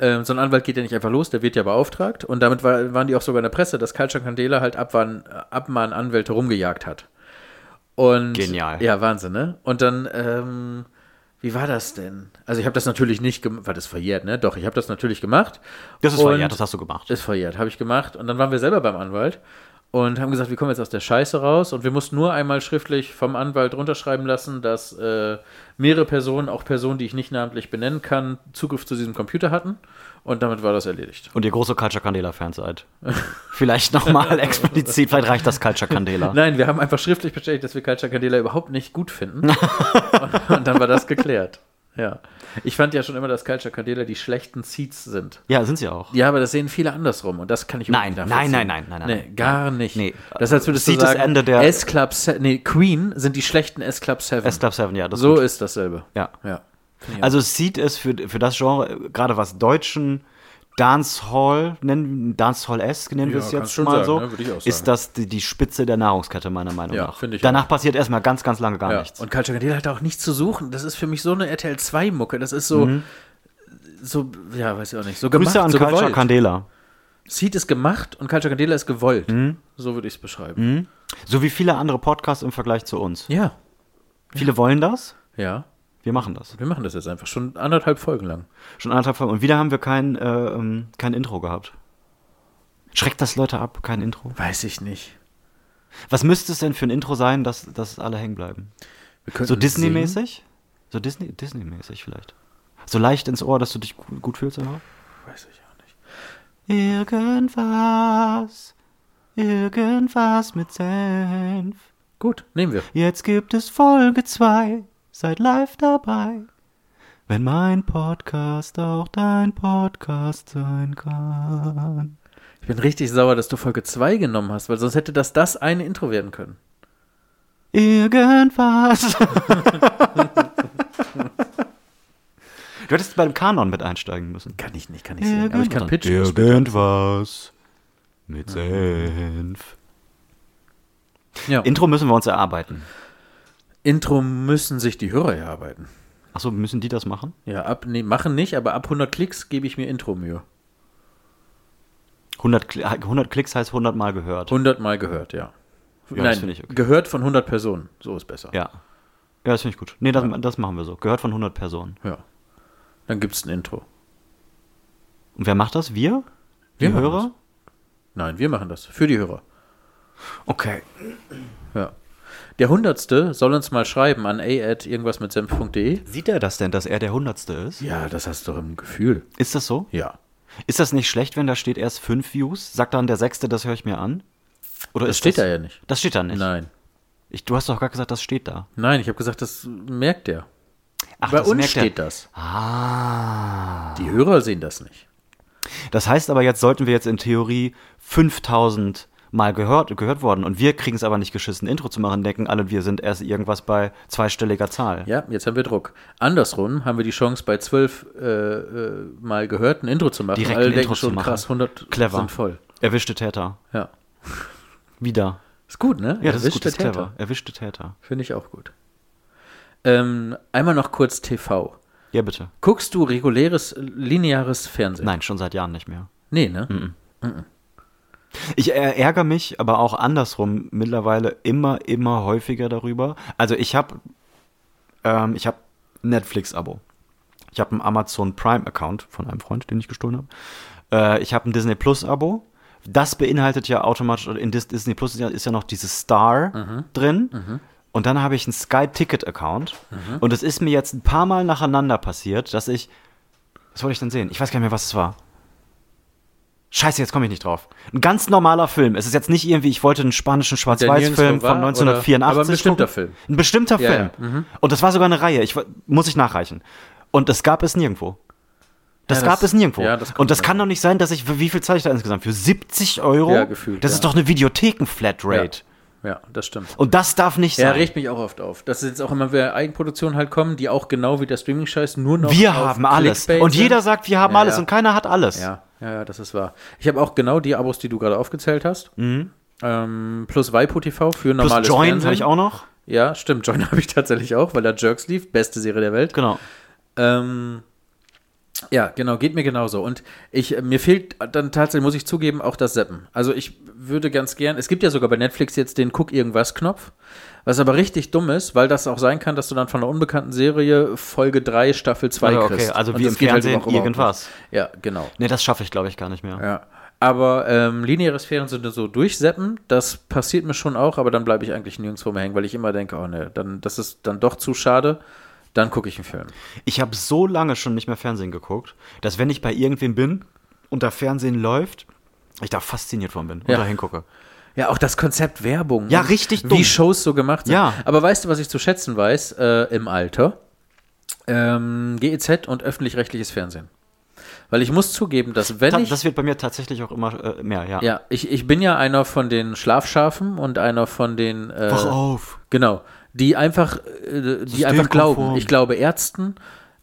Speaker 4: Ähm, so ein Anwalt geht ja nicht einfach los, der wird ja beauftragt. Und damit war, waren die auch sogar in der Presse, dass Kalchan Candela halt Abwahn, Abmahnanwälte rumgejagt hat. Und,
Speaker 2: Genial.
Speaker 4: Ja, Wahnsinn, ne? Und dann, ähm, wie war das denn? Also ich habe das natürlich nicht gemacht, war das verjährt, ne? Doch, ich habe das natürlich gemacht.
Speaker 2: Das ist
Speaker 4: Und-
Speaker 2: verjährt, das hast du gemacht.
Speaker 4: Ist verjährt, habe ich gemacht. Und dann waren wir selber beim Anwalt und haben gesagt, wir kommen jetzt aus der Scheiße raus. Und wir mussten nur einmal schriftlich vom Anwalt runterschreiben lassen, dass äh, mehrere Personen, auch Personen, die ich nicht namentlich benennen kann, Zugriff zu diesem Computer hatten. Und damit war das erledigt.
Speaker 2: Und ihr große Culture Candela-Fans seid. vielleicht nochmal explizit, vielleicht reicht das Culture Candela.
Speaker 4: Nein, wir haben einfach schriftlich bestätigt, dass wir Culture Candela überhaupt nicht gut finden. und, und dann war das geklärt. Ja. Ich fand ja schon immer, dass Culture Candela die schlechten Seeds sind.
Speaker 2: Ja, sind sie auch.
Speaker 4: Ja, aber das sehen viele andersrum und das kann ich überhaupt
Speaker 2: Nein,
Speaker 4: nicht
Speaker 2: nein,
Speaker 4: nachvollziehen.
Speaker 2: nein, nein, nein, nein,
Speaker 4: Nee, gar nicht.
Speaker 2: Nee.
Speaker 4: Das ist, als würdest du
Speaker 2: Sieht das
Speaker 4: sagen,
Speaker 2: Ende der-
Speaker 4: S-Club, Se- nee, Queen sind die schlechten S-Club 7.
Speaker 2: S-Club 7, ja, das ist
Speaker 4: so
Speaker 2: gut.
Speaker 4: ist dasselbe.
Speaker 2: Ja.
Speaker 4: Ja.
Speaker 2: Also Seed ist für, für das Genre, äh, gerade was deutschen Dancehall, nennen, Dancehall-esque nennen wir
Speaker 4: Ja,
Speaker 2: es
Speaker 4: kannst
Speaker 2: jetzt
Speaker 4: schon
Speaker 2: mal
Speaker 4: sagen,
Speaker 2: so,
Speaker 4: ne? Würde ich auch sagen.
Speaker 2: ist das die, die Spitze der Nahrungskette, meiner Meinung
Speaker 4: Ja,
Speaker 2: nach.
Speaker 4: finde ich
Speaker 2: Danach
Speaker 4: auch.
Speaker 2: passiert erstmal ganz, ganz lange gar
Speaker 4: ja.
Speaker 2: nichts.
Speaker 4: Und Culture Candela hat auch nichts zu suchen. Das ist für mich so eine RTL 2 Mucke. Das ist so so ja, weiß ich auch nicht. So gemacht,
Speaker 2: Mhm. Grüße an
Speaker 4: so
Speaker 2: Culture
Speaker 4: gewollt.
Speaker 2: Candela.
Speaker 4: Seed ist gemacht und Culture Candela ist gewollt.
Speaker 2: Mhm.
Speaker 4: So würde ich es beschreiben.
Speaker 2: So wie viele andere Podcasts im Vergleich zu uns.
Speaker 4: Ja.
Speaker 2: Viele wollen das,
Speaker 4: Ja.
Speaker 2: wir machen das.
Speaker 4: Wir machen das jetzt einfach schon anderthalb Folgen lang.
Speaker 2: Schon anderthalb Folgen. Und wieder haben wir kein, äh, ähm, kein Intro gehabt. Schreckt das Leute ab, kein Intro?
Speaker 4: Weiß ich nicht.
Speaker 2: Was müsste es denn für ein Intro sein, dass, dass alle hängen bleiben?
Speaker 4: Wir könnten
Speaker 2: So
Speaker 4: singen.
Speaker 2: Disney-mäßig? So Disney- Disney-mäßig vielleicht. So leicht ins Ohr, dass du dich gu- gut fühlst, oder?
Speaker 4: Weiß ich auch nicht.
Speaker 1: Irgendwas, irgendwas mit Senf.
Speaker 4: Gut, nehmen wir.
Speaker 1: Jetzt gibt es Folge 2. Seid live dabei. Wenn mein Podcast auch dein Podcast sein kann.
Speaker 4: Ich bin richtig sauer, dass du Folge 2 genommen hast, weil sonst hätte das das eine Intro werden können.
Speaker 1: Irgendwas.
Speaker 2: Du hättest beim Kanon mit einsteigen müssen.
Speaker 4: Kann ich nicht, kann ich sehen. Aber ich kann pitchen.
Speaker 2: Irgendwas mit Senf.
Speaker 4: Ja.
Speaker 2: Intro müssen wir uns erarbeiten.
Speaker 4: Intro müssen sich die Hörer erarbeiten.
Speaker 2: Achso, müssen die das machen?
Speaker 4: Ja, ab, nee, machen nicht, aber ab 100 Klicks gebe ich mir Intro-Mühe.
Speaker 2: 100, Kli- 100 Klicks heißt 100 Mal gehört.
Speaker 4: 100 Mal gehört, ja.
Speaker 2: das
Speaker 4: Nein,
Speaker 2: finde ich okay.
Speaker 4: gehört von 100 Personen. So ist besser.
Speaker 2: Ja. Ja, das finde ich gut. Nee, das, das machen wir so. Gehört von 100 Personen.
Speaker 4: Ja. Dann gibt es ein Intro.
Speaker 2: Und wer macht das? Wir? die
Speaker 4: Wir machen
Speaker 2: Hörer?
Speaker 4: Nein, wir machen das. Für die Hörer.
Speaker 2: Okay.
Speaker 4: Ja. Der Hundertste soll uns mal schreiben an a irgendwas mit senf.de.
Speaker 2: Sieht er das denn, dass er der Hundertste ist?
Speaker 4: Ja, das hast du doch im Gefühl.
Speaker 2: Ist das so?
Speaker 4: Ja.
Speaker 2: Ist das nicht schlecht, wenn da steht erst fünf Views? Sagt dann der Sechste, das höre ich mir an? Oder
Speaker 4: Das
Speaker 2: ist
Speaker 4: steht
Speaker 2: das,
Speaker 4: da ja nicht.
Speaker 2: Das steht da nicht.
Speaker 4: Nein.
Speaker 2: Ich, du hast doch gerade gesagt, das steht da.
Speaker 4: Nein, ich habe gesagt, das merkt er.
Speaker 2: Ach,
Speaker 4: Bei
Speaker 2: das
Speaker 4: uns
Speaker 2: merkt er.
Speaker 4: steht das.
Speaker 2: Ah.
Speaker 4: Die Hörer sehen das nicht.
Speaker 2: Das heißt aber, jetzt sollten wir jetzt in Theorie 5000 Mal gehört, gehört worden und wir kriegen es aber nicht geschissen, ein Intro zu machen, denken alle, wir sind erst irgendwas bei zweistelliger Zahl.
Speaker 4: Ja, jetzt haben wir Druck. Andersrum haben wir die Chance, bei zwölf äh, äh, Mal gehört ein Intro zu machen.
Speaker 2: Direkt
Speaker 4: Alle
Speaker 2: ein
Speaker 4: denken
Speaker 2: Intro zu
Speaker 4: schon,
Speaker 2: machen.
Speaker 4: krass, 100
Speaker 2: Clever.
Speaker 4: sind voll.
Speaker 2: Erwischte Täter.
Speaker 4: Ja.
Speaker 2: Wieder.
Speaker 4: Ist gut, ne?
Speaker 2: Ja, das ist
Speaker 4: Erwischte
Speaker 2: gut, das ist
Speaker 4: Täter.
Speaker 2: clever. Erwischte Täter.
Speaker 4: Finde ich auch gut. Ähm, einmal noch kurz TV.
Speaker 2: Ja, bitte.
Speaker 4: Guckst du reguläres, äh, lineares Fernsehen?
Speaker 2: Nein, Mhm. schon seit Jahren nicht mehr.
Speaker 4: Nee, ne?
Speaker 2: Ich äh, ärgere mich aber auch andersrum mittlerweile immer, immer häufiger darüber. Also ich habe ähm, ich habe Netflix-Abo. Ich habe einen Amazon Prime-Account von einem Freund, den ich gestohlen habe. Äh, ich habe ein Disney Plus-Abo. Das beinhaltet ja automatisch, in Dis Disney Plus ist ja, ist ja noch dieses Star
Speaker 4: Mhm.
Speaker 2: drin. Und dann habe ich einen Sky-Ticket-Account.
Speaker 4: Mhm.
Speaker 2: Und es ist mir jetzt ein paar Mal nacheinander passiert, dass ich. Was wollte ich denn sehen? Ich weiß gar nicht mehr, was es war. Scheiße, jetzt komme ich nicht drauf. Ein ganz normaler Film. Es ist jetzt nicht irgendwie, ich wollte einen spanischen Schwarz-Weiß-Film
Speaker 4: nirgendwo war,
Speaker 2: von
Speaker 4: oder-
Speaker 2: 1984.
Speaker 4: aber ein bestimmter
Speaker 2: gucken.
Speaker 4: Film.
Speaker 2: Ein bestimmter
Speaker 4: Ja, Mhm.
Speaker 2: Film. Und das war sogar eine Reihe. Ich, wa- muss ich nachreichen. Und das gab es nirgendwo. Das
Speaker 4: Ja,
Speaker 2: gab
Speaker 4: das-
Speaker 2: es nirgendwo.
Speaker 4: ja, das kommt
Speaker 2: und das
Speaker 4: ja.
Speaker 2: kann doch nicht sein, dass ich, wie viel zahle ich da insgesamt? Für 70 Euro?
Speaker 4: Ja, gefühlt,
Speaker 2: Das
Speaker 4: ja.
Speaker 2: ist doch eine Videotheken-Flatrate.
Speaker 4: Ja, das stimmt.
Speaker 2: Und das darf nicht
Speaker 4: Ja,
Speaker 2: sein.
Speaker 4: regt mich auch oft auf. Dass jetzt auch immer wieder Eigenproduktionen halt kommen, die auch genau wie der Streaming-Scheiß nur noch.
Speaker 2: Wir
Speaker 4: auf
Speaker 2: haben alles.
Speaker 4: Clickbait
Speaker 2: Und
Speaker 4: sind.
Speaker 2: jeder sagt, wir haben
Speaker 4: Ja,
Speaker 2: alles
Speaker 4: ja.
Speaker 2: und keiner hat alles.
Speaker 4: Ja, ja, ja, das ist wahr. Ich habe auch genau die Abos, die du gerade aufgezählt hast. Ähm, plus Waipu TV für
Speaker 2: Mhm. Plus
Speaker 4: normales
Speaker 2: Join
Speaker 4: Fernsehen.
Speaker 2: habe ich auch noch.
Speaker 4: Ja, stimmt. Genau. Join habe ich tatsächlich auch, weil da Jerks lief. Beste Serie der Welt.
Speaker 2: Genau.
Speaker 4: Ähm, Ja, genau, geht mir genauso. Und ich, äh, mir fehlt dann tatsächlich, muss ich zugeben, auch das Seppen. Also ich würde ganz gern, es gibt ja sogar bei Netflix jetzt den Guck irgendwas Knopf, was aber richtig dumm ist, weil das auch sein kann, dass du dann von einer unbekannten Serie Folge 3, Staffel 2
Speaker 2: Ah, okay,
Speaker 4: kriegst.
Speaker 2: also
Speaker 4: Und
Speaker 2: wie
Speaker 4: das
Speaker 2: im
Speaker 4: geht halt
Speaker 2: Fernsehen
Speaker 4: überhaupt nicht.
Speaker 2: irgendwas.
Speaker 4: Ja, genau.
Speaker 2: Nee, das schaffe ich, glaube ich, gar nicht mehr.
Speaker 4: Ja. Aber ähm, lineare Sphären sind so durchseppen, das passiert mir schon auch, aber dann bleibe ich eigentlich nirgendwo mehr hängen, weil ich immer denke, oh ne, dann, das ist dann doch zu schade, dann gucke ich einen Film.
Speaker 2: Ich habe so lange schon nicht mehr Fernsehen geguckt, dass wenn ich bei irgendwem bin und da Fernsehen läuft, ich da fasziniert von bin und
Speaker 4: Ja.
Speaker 2: da hingucke.
Speaker 4: Ja, auch das Konzept Werbung.
Speaker 2: Ja,
Speaker 4: und
Speaker 2: richtig
Speaker 4: Wie
Speaker 2: dumm.
Speaker 4: Shows so gemacht sind.
Speaker 2: Ja.
Speaker 4: Aber weißt du, was ich zu schätzen weiß äh, im Alter? Ähm, GEZ und öffentlich-rechtliches Fernsehen. Weil ich muss zugeben, dass wenn
Speaker 2: Ta
Speaker 4: ich...
Speaker 2: das wird bei mir tatsächlich auch immer äh, mehr, ja.
Speaker 4: ja, ich, ich bin ja einer von den Schlafschafen und einer von den... Äh,
Speaker 2: Wach auf.
Speaker 4: Genau. Die einfach, äh, die einfach glauben. Ich glaube Ärzten,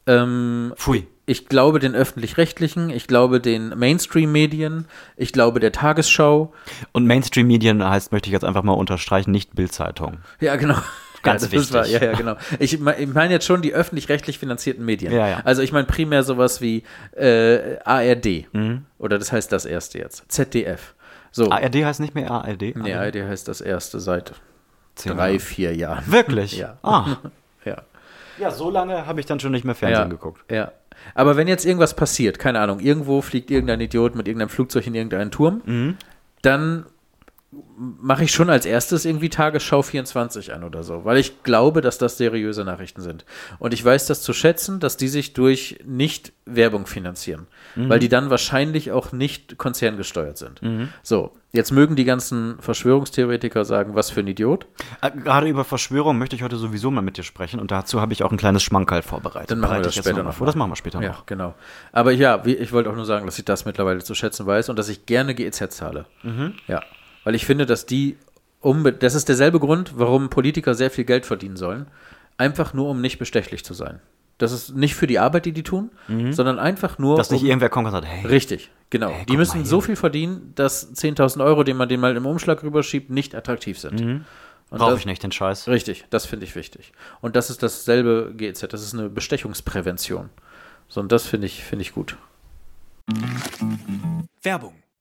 Speaker 4: ähm,
Speaker 2: Pfui.
Speaker 4: ich glaube den öffentlich-rechtlichen, ich glaube den Mainstream-Medien, ich glaube der Tagesschau.
Speaker 2: Und Mainstream-Medien heißt, möchte ich jetzt einfach mal unterstreichen, nicht Bildzeitung.
Speaker 4: Ja, genau.
Speaker 2: Ganz
Speaker 4: ja, das ist wahr.
Speaker 2: wichtig.
Speaker 4: ja, ja, genau. Ich, me- ich meine jetzt schon die öffentlich-rechtlich finanzierten Medien.
Speaker 2: Ja, ja.
Speaker 4: Also ich meine primär sowas wie äh, ARD.
Speaker 2: Mhm.
Speaker 4: Oder das heißt das erste jetzt. ZDF. So.
Speaker 2: ARD heißt nicht mehr ARD.
Speaker 4: nee, ARD heißt das erste seit
Speaker 2: Zehn
Speaker 4: drei,
Speaker 2: Jahre.
Speaker 4: vier Jahren.
Speaker 2: Wirklich?
Speaker 4: Ja.
Speaker 2: Ah.
Speaker 4: Ja.
Speaker 2: ja, so lange habe ich dann schon nicht mehr Fernsehen
Speaker 4: ja.
Speaker 2: geguckt.
Speaker 4: Ja. Aber wenn jetzt irgendwas passiert, keine Ahnung, irgendwo fliegt irgendein Idiot mit irgendeinem Flugzeug in irgendeinen Turm,
Speaker 2: Mhm.
Speaker 4: dann mache ich schon als erstes irgendwie Tagesschau 24 an oder so, weil ich glaube, dass das seriöse Nachrichten sind. Und ich weiß das zu schätzen, dass die sich durch nicht Werbung finanzieren,
Speaker 2: Mhm.
Speaker 4: weil die dann wahrscheinlich auch nicht konzerngesteuert sind.
Speaker 2: Mhm.
Speaker 4: So, jetzt mögen die ganzen Verschwörungstheoretiker sagen, was für ein Idiot.
Speaker 2: Äh, Gerade über Verschwörung möchte ich heute sowieso mal mit dir sprechen und dazu habe ich auch ein kleines Schmankerl vorbereitet.
Speaker 4: Dann machen wir
Speaker 2: Bereite
Speaker 4: das
Speaker 2: ich jetzt
Speaker 4: später
Speaker 2: noch mal
Speaker 4: noch
Speaker 2: vor.
Speaker 4: mal.
Speaker 2: Das machen wir später
Speaker 4: Ja,
Speaker 2: noch.
Speaker 4: genau. Aber ja, wie, ich wollte auch nur sagen, dass ich das mittlerweile zu schätzen weiß und dass ich gerne GEZ zahle.
Speaker 2: Mhm.
Speaker 4: Ja. Weil ich finde, dass die unbe das ist derselbe Grund, warum Politiker sehr viel Geld verdienen sollen. Einfach nur, um nicht bestechlich zu sein. Das ist nicht für die Arbeit, die die tun, sondern einfach nur.
Speaker 2: Mhm. Dass nicht
Speaker 4: um,
Speaker 2: irgendwer kommt und sagt, hey,
Speaker 4: richtig, genau. die
Speaker 2: guck
Speaker 4: müssen
Speaker 2: mal
Speaker 4: so viel verdienen, dass 10.000 Euro, den man den mal im Umschlag rüberschiebt, nicht attraktiv sind. Und
Speaker 2: brauche
Speaker 4: das-
Speaker 2: Mhm. ich nicht den Scheiß.
Speaker 4: Richtig, das finde ich wichtig. Und das ist dasselbe GEZ, das ist eine Bestechungsprävention. So, und das finde ich, finde ich gut.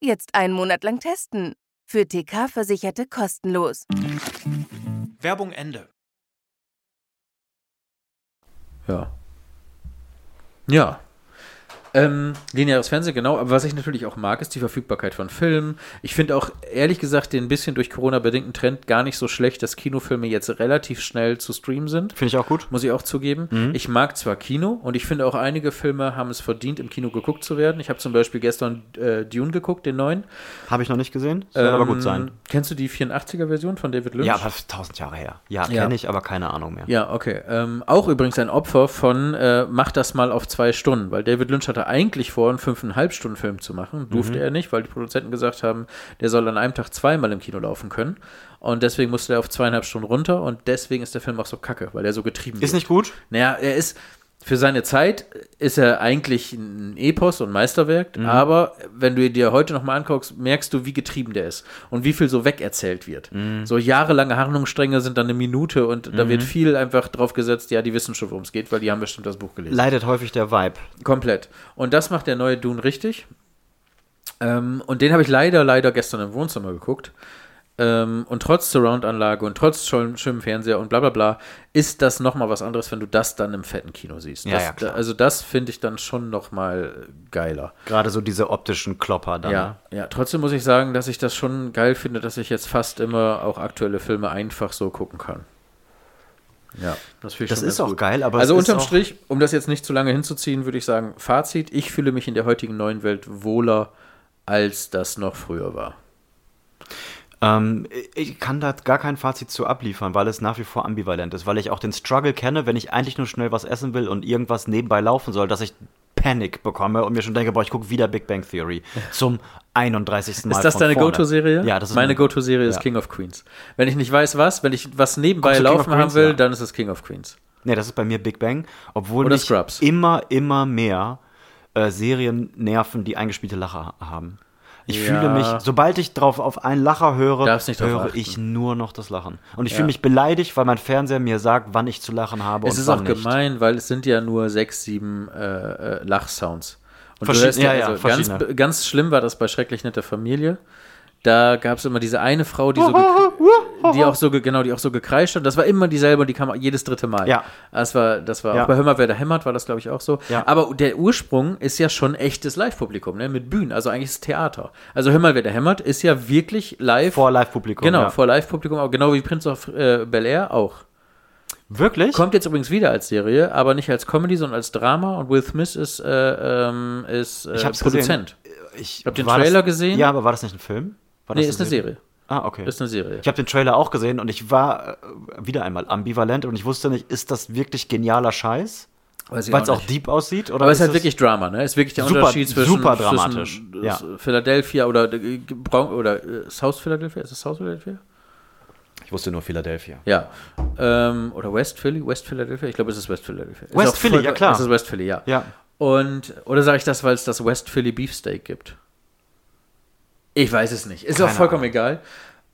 Speaker 6: Jetzt einen Monat lang testen. Für TK-Versicherte kostenlos.
Speaker 7: Werbung Ende.
Speaker 4: Ja. Ja. Ähm, lineares Fernsehen, genau. Aber was ich natürlich auch mag, ist die Verfügbarkeit von Filmen. Ich finde auch, ehrlich gesagt, den bisschen durch Corona bedingten Trend gar nicht so schlecht, dass Kinofilme jetzt relativ schnell zu streamen sind.
Speaker 2: Finde ich auch gut.
Speaker 4: Muss ich auch zugeben. Ich mag zwar Kino und ich finde auch einige Filme haben es verdient, im Kino geguckt zu werden. Ich habe zum Beispiel gestern äh, Dune geguckt, den neuen.
Speaker 2: Habe ich noch nicht gesehen. Soll
Speaker 4: Ähm,
Speaker 2: aber gut sein.
Speaker 4: Kennst du die 84er-Version von David Lynch?
Speaker 2: Ja, aber tausend Jahre her. Ja,
Speaker 4: Ja.
Speaker 2: kenne ich, aber keine Ahnung mehr.
Speaker 4: Ja, okay. Ähm, auch übrigens ein Opfer von äh, Mach das mal auf zwei Stunden, weil David Lynch hatte eigentlich vor, einen fünfeinhalb Stunden Film zu machen. Durfte
Speaker 2: Mhm.
Speaker 4: er nicht, weil die Produzenten gesagt haben, der soll an einem Tag zweimal im Kino laufen können. Und deswegen musste er auf zweieinhalb Stunden runter und deswegen ist der Film auch so kacke, weil er so getrieben
Speaker 2: Ist
Speaker 4: wird.
Speaker 2: nicht gut?
Speaker 4: Naja, er ist für seine Zeit ist er eigentlich ein Epos und Meisterwerk, aber wenn du dir heute nochmal anguckst, merkst du, wie getrieben der ist und wie viel so wegerzählt wird. So jahrelange Handlungsstränge sind dann eine Minute und da wird viel einfach drauf gesetzt, ja, die wissen schon, worum es geht, weil die haben bestimmt das Buch gelesen.
Speaker 2: Leidet häufig der Vibe.
Speaker 4: Komplett. Und das macht der neue Dune richtig. Ähm, und den habe ich leider, leider gestern im Wohnzimmer geguckt. Ähm, und trotz Surround-Anlage und trotz schön- schönem Fernseher und bla bla bla, ist das nochmal was anderes, wenn du das dann im fetten Kino siehst.
Speaker 2: Ja,
Speaker 4: das,
Speaker 2: ja, klar.
Speaker 4: Also das finde ich dann schon nochmal geiler.
Speaker 2: Gerade so diese optischen Klopper dann.
Speaker 4: Ja, ja, trotzdem muss ich sagen, dass ich das schon geil finde, dass ich jetzt fast immer auch aktuelle Filme einfach so gucken kann. Ja, das finde ich
Speaker 2: Das
Speaker 4: schon
Speaker 2: ist
Speaker 4: ganz
Speaker 2: auch geil, aber
Speaker 4: also
Speaker 2: es ist
Speaker 4: unterm
Speaker 2: auch-
Speaker 4: Strich, um das jetzt nicht zu lange hinzuziehen, würde ich sagen, Fazit, ich fühle mich in der heutigen neuen Welt wohler, als das noch früher war.
Speaker 2: Ähm, ich kann da gar kein Fazit zu abliefern, weil es nach wie vor ambivalent ist, weil ich auch den Struggle kenne, wenn ich eigentlich nur schnell was essen will und irgendwas nebenbei laufen soll, dass ich Panic bekomme und mir schon denke, boah, ich gucke wieder Big Bang Theory zum 31. Mal
Speaker 4: Ist das
Speaker 2: von
Speaker 4: deine
Speaker 2: vorne.
Speaker 4: Go-To-Serie?
Speaker 2: Ja, das ist
Speaker 4: meine Go-To-Serie ist
Speaker 2: ja.
Speaker 4: King of Queens. Wenn ich nicht weiß was, wenn ich was nebenbei
Speaker 2: Guckst du King
Speaker 4: laufen
Speaker 2: of
Speaker 4: haben
Speaker 2: Queens?
Speaker 4: will,
Speaker 2: Ja.
Speaker 4: dann ist es King of Queens.
Speaker 2: Nee, das ist bei mir Big Bang, obwohl
Speaker 4: Oder
Speaker 2: mich
Speaker 4: Scrubs.
Speaker 2: immer, immer mehr äh, Serien nerven, die eingespielte Lacher haben. Ich
Speaker 4: Ja.
Speaker 2: fühle mich, sobald ich drauf auf einen Lacher höre,
Speaker 4: Darfst nicht drauf
Speaker 2: höre
Speaker 4: achten.
Speaker 2: ich nur noch das Lachen. Und ich
Speaker 4: Ja.
Speaker 2: fühle mich beleidigt, weil mein Fernseher mir sagt, wann ich zu lachen habe
Speaker 4: Es
Speaker 2: und
Speaker 4: ist
Speaker 2: wann
Speaker 4: auch
Speaker 2: nicht.
Speaker 4: gemein, weil es sind ja nur sechs, sieben äh, äh, Lachsounds. Und
Speaker 2: Verschied-
Speaker 4: hörst also
Speaker 2: ja, ja,
Speaker 4: ganz,
Speaker 2: verschiedene.
Speaker 4: ganz schlimm war das bei Schrecklich netter Familie. Da gab es immer diese eine Frau, die so, ge- die auch so ge- genau, die auch so gekreischt hat. Das war immer dieselbe und die kam jedes dritte Mal.
Speaker 2: Ja.
Speaker 4: Das war, das war
Speaker 2: Ja.
Speaker 4: auch bei Hör mal, wer da hämmert, war das glaube ich auch so.
Speaker 2: Ja.
Speaker 4: Aber der Ursprung ist ja schon echtes Live-Publikum, ne? Mit Bühnen, also eigentlich ist es Theater. Also Hör mal, wer da hämmert, ist ja wirklich live.
Speaker 2: Vor Live-Publikum.
Speaker 4: genau,
Speaker 2: ja.
Speaker 4: vor Live-Publikum, auch genau wie Prince of äh, Bel Air auch.
Speaker 2: Wirklich?
Speaker 4: Kommt jetzt übrigens wieder als Serie, aber nicht als Comedy, sondern als Drama. Und Will Smith ist, äh, ähm, ist äh,
Speaker 2: Ich hab's
Speaker 4: Produzent.
Speaker 2: ich
Speaker 4: hab den
Speaker 2: war
Speaker 4: Trailer
Speaker 2: das,
Speaker 4: gesehen.
Speaker 2: Ja, aber war das nicht ein Film? War das
Speaker 4: Nee, ist eine Serie.
Speaker 2: Ah, okay.
Speaker 4: Ist eine Serie.
Speaker 2: Ich habe den Trailer auch gesehen und ich war äh, wieder einmal ambivalent und ich wusste nicht, ist das wirklich genialer Scheiß?
Speaker 4: Weiß ich
Speaker 2: Weil es
Speaker 4: auch
Speaker 2: auch
Speaker 4: nicht.
Speaker 2: deep aussieht? Oder
Speaker 4: aber es ist halt
Speaker 2: wirklich
Speaker 4: wirklich Drama, ne? Ist wirklich der
Speaker 2: Super-
Speaker 4: Unterschied zwischen,
Speaker 2: super dramatisch,
Speaker 4: zwischen äh,
Speaker 2: ja.
Speaker 4: Philadelphia oder, äh, Brown- oder äh, South Philadelphia. Ist es South Philadelphia?
Speaker 2: Ich wusste nur Philadelphia.
Speaker 4: Ja. Ähm, oder West Philly? West Philadelphia? Ich glaube, es ist West Philadelphia. Ist
Speaker 2: West
Speaker 4: auch
Speaker 2: Philly,
Speaker 4: voll-
Speaker 2: ja, klar.
Speaker 4: Es ist West Philly, ja.
Speaker 2: Ja.
Speaker 4: Und, oder sage ich das, weil es das West Philly Beefsteak gibt? Ich weiß es nicht. Ist auch
Speaker 2: Keine
Speaker 4: vollkommen egal.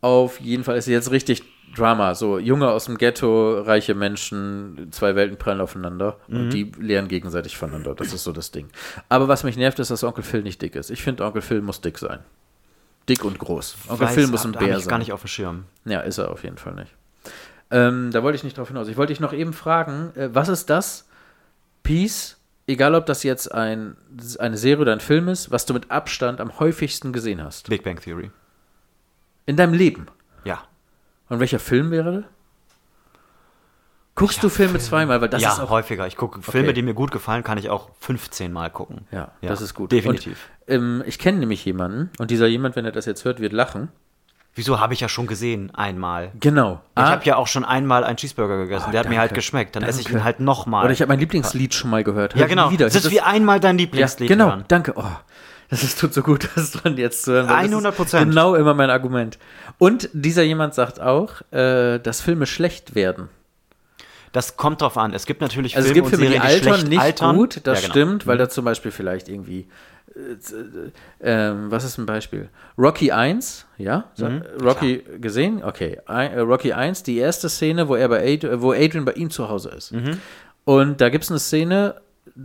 Speaker 4: Auf jeden Fall ist es jetzt richtig Drama. So Junge aus dem Ghetto, reiche Menschen, zwei Welten prallen aufeinander
Speaker 2: Mhm.
Speaker 4: und die lernen gegenseitig voneinander. Das ist so das Ding. Aber was mich nervt, ist, dass Onkel Phil nicht dick ist. Ich finde, Onkel Phil muss dick sein. Dick und groß. Onkel Phil muss ein Bär
Speaker 2: ich
Speaker 4: sein.
Speaker 2: gar nicht auf dem Schirm.
Speaker 4: Ja, ist er auf jeden Fall nicht. Ähm, da wollte ich nicht drauf hinaus. Ich wollte dich noch eben fragen, äh, was ist das Piece, egal ob das jetzt ein, eine Serie oder ein Film ist, was du mit Abstand am häufigsten gesehen hast?
Speaker 2: Big Bang Theory.
Speaker 4: In deinem Leben.
Speaker 2: Ja.
Speaker 4: Und welcher Film wäre das? Guckst du Filme zweimal, weil das
Speaker 2: ja,
Speaker 4: ist auch
Speaker 2: häufiger. Ich gucke Filme,
Speaker 4: Okay.
Speaker 2: die mir gut gefallen, kann ich auch 15 Mal gucken.
Speaker 4: Ja, das ist gut.
Speaker 2: Definitiv.
Speaker 4: Und, ähm, ich kenne nämlich jemanden und dieser jemand, wenn er das jetzt hört, wird lachen.
Speaker 2: Wieso habe ich ja schon gesehen einmal?
Speaker 4: Genau.
Speaker 2: Ich habe ja auch schon einmal einen Cheeseburger gegessen. Der hat mir halt geschmeckt. Dann esse ich ihn halt nochmal.
Speaker 4: Oh, Oder ich habe mein Lieblingslied schon mal gehört. Hör
Speaker 2: ja,
Speaker 4: ich
Speaker 2: genau.
Speaker 4: nie Wieder.
Speaker 2: Das ist
Speaker 4: Das-
Speaker 2: wie einmal dein
Speaker 4: Ja,
Speaker 2: Lieblingslied.
Speaker 4: genau,
Speaker 2: hören.
Speaker 4: danke. Oh, das ist, tut so gut, das dran jetzt zu hören. weil das ist
Speaker 2: 100%.
Speaker 4: Genau immer mein Argument. Und dieser jemand sagt auch, äh, dass Filme schlecht werden.
Speaker 2: Das kommt drauf an. Es gibt natürlich
Speaker 4: Also
Speaker 2: Filme
Speaker 4: es gibt Filme, die
Speaker 2: und Serien, die
Speaker 4: altern
Speaker 2: schlecht
Speaker 4: nicht
Speaker 2: altern.
Speaker 4: gut, das
Speaker 2: Ja, genau.
Speaker 4: stimmt, weil da zum Beispiel vielleicht irgendwie äh, äh, ähm, was ist ein Beispiel? Rocky 1, ja? So,
Speaker 2: Mhm.
Speaker 4: Rocky gesehen? Okay. Ein, äh, Rocky 1, die erste Szene, wo er bei Ad, äh, wo Adrian bei ihm zu Hause ist.
Speaker 2: Mhm.
Speaker 4: Und da gibt es eine Szene,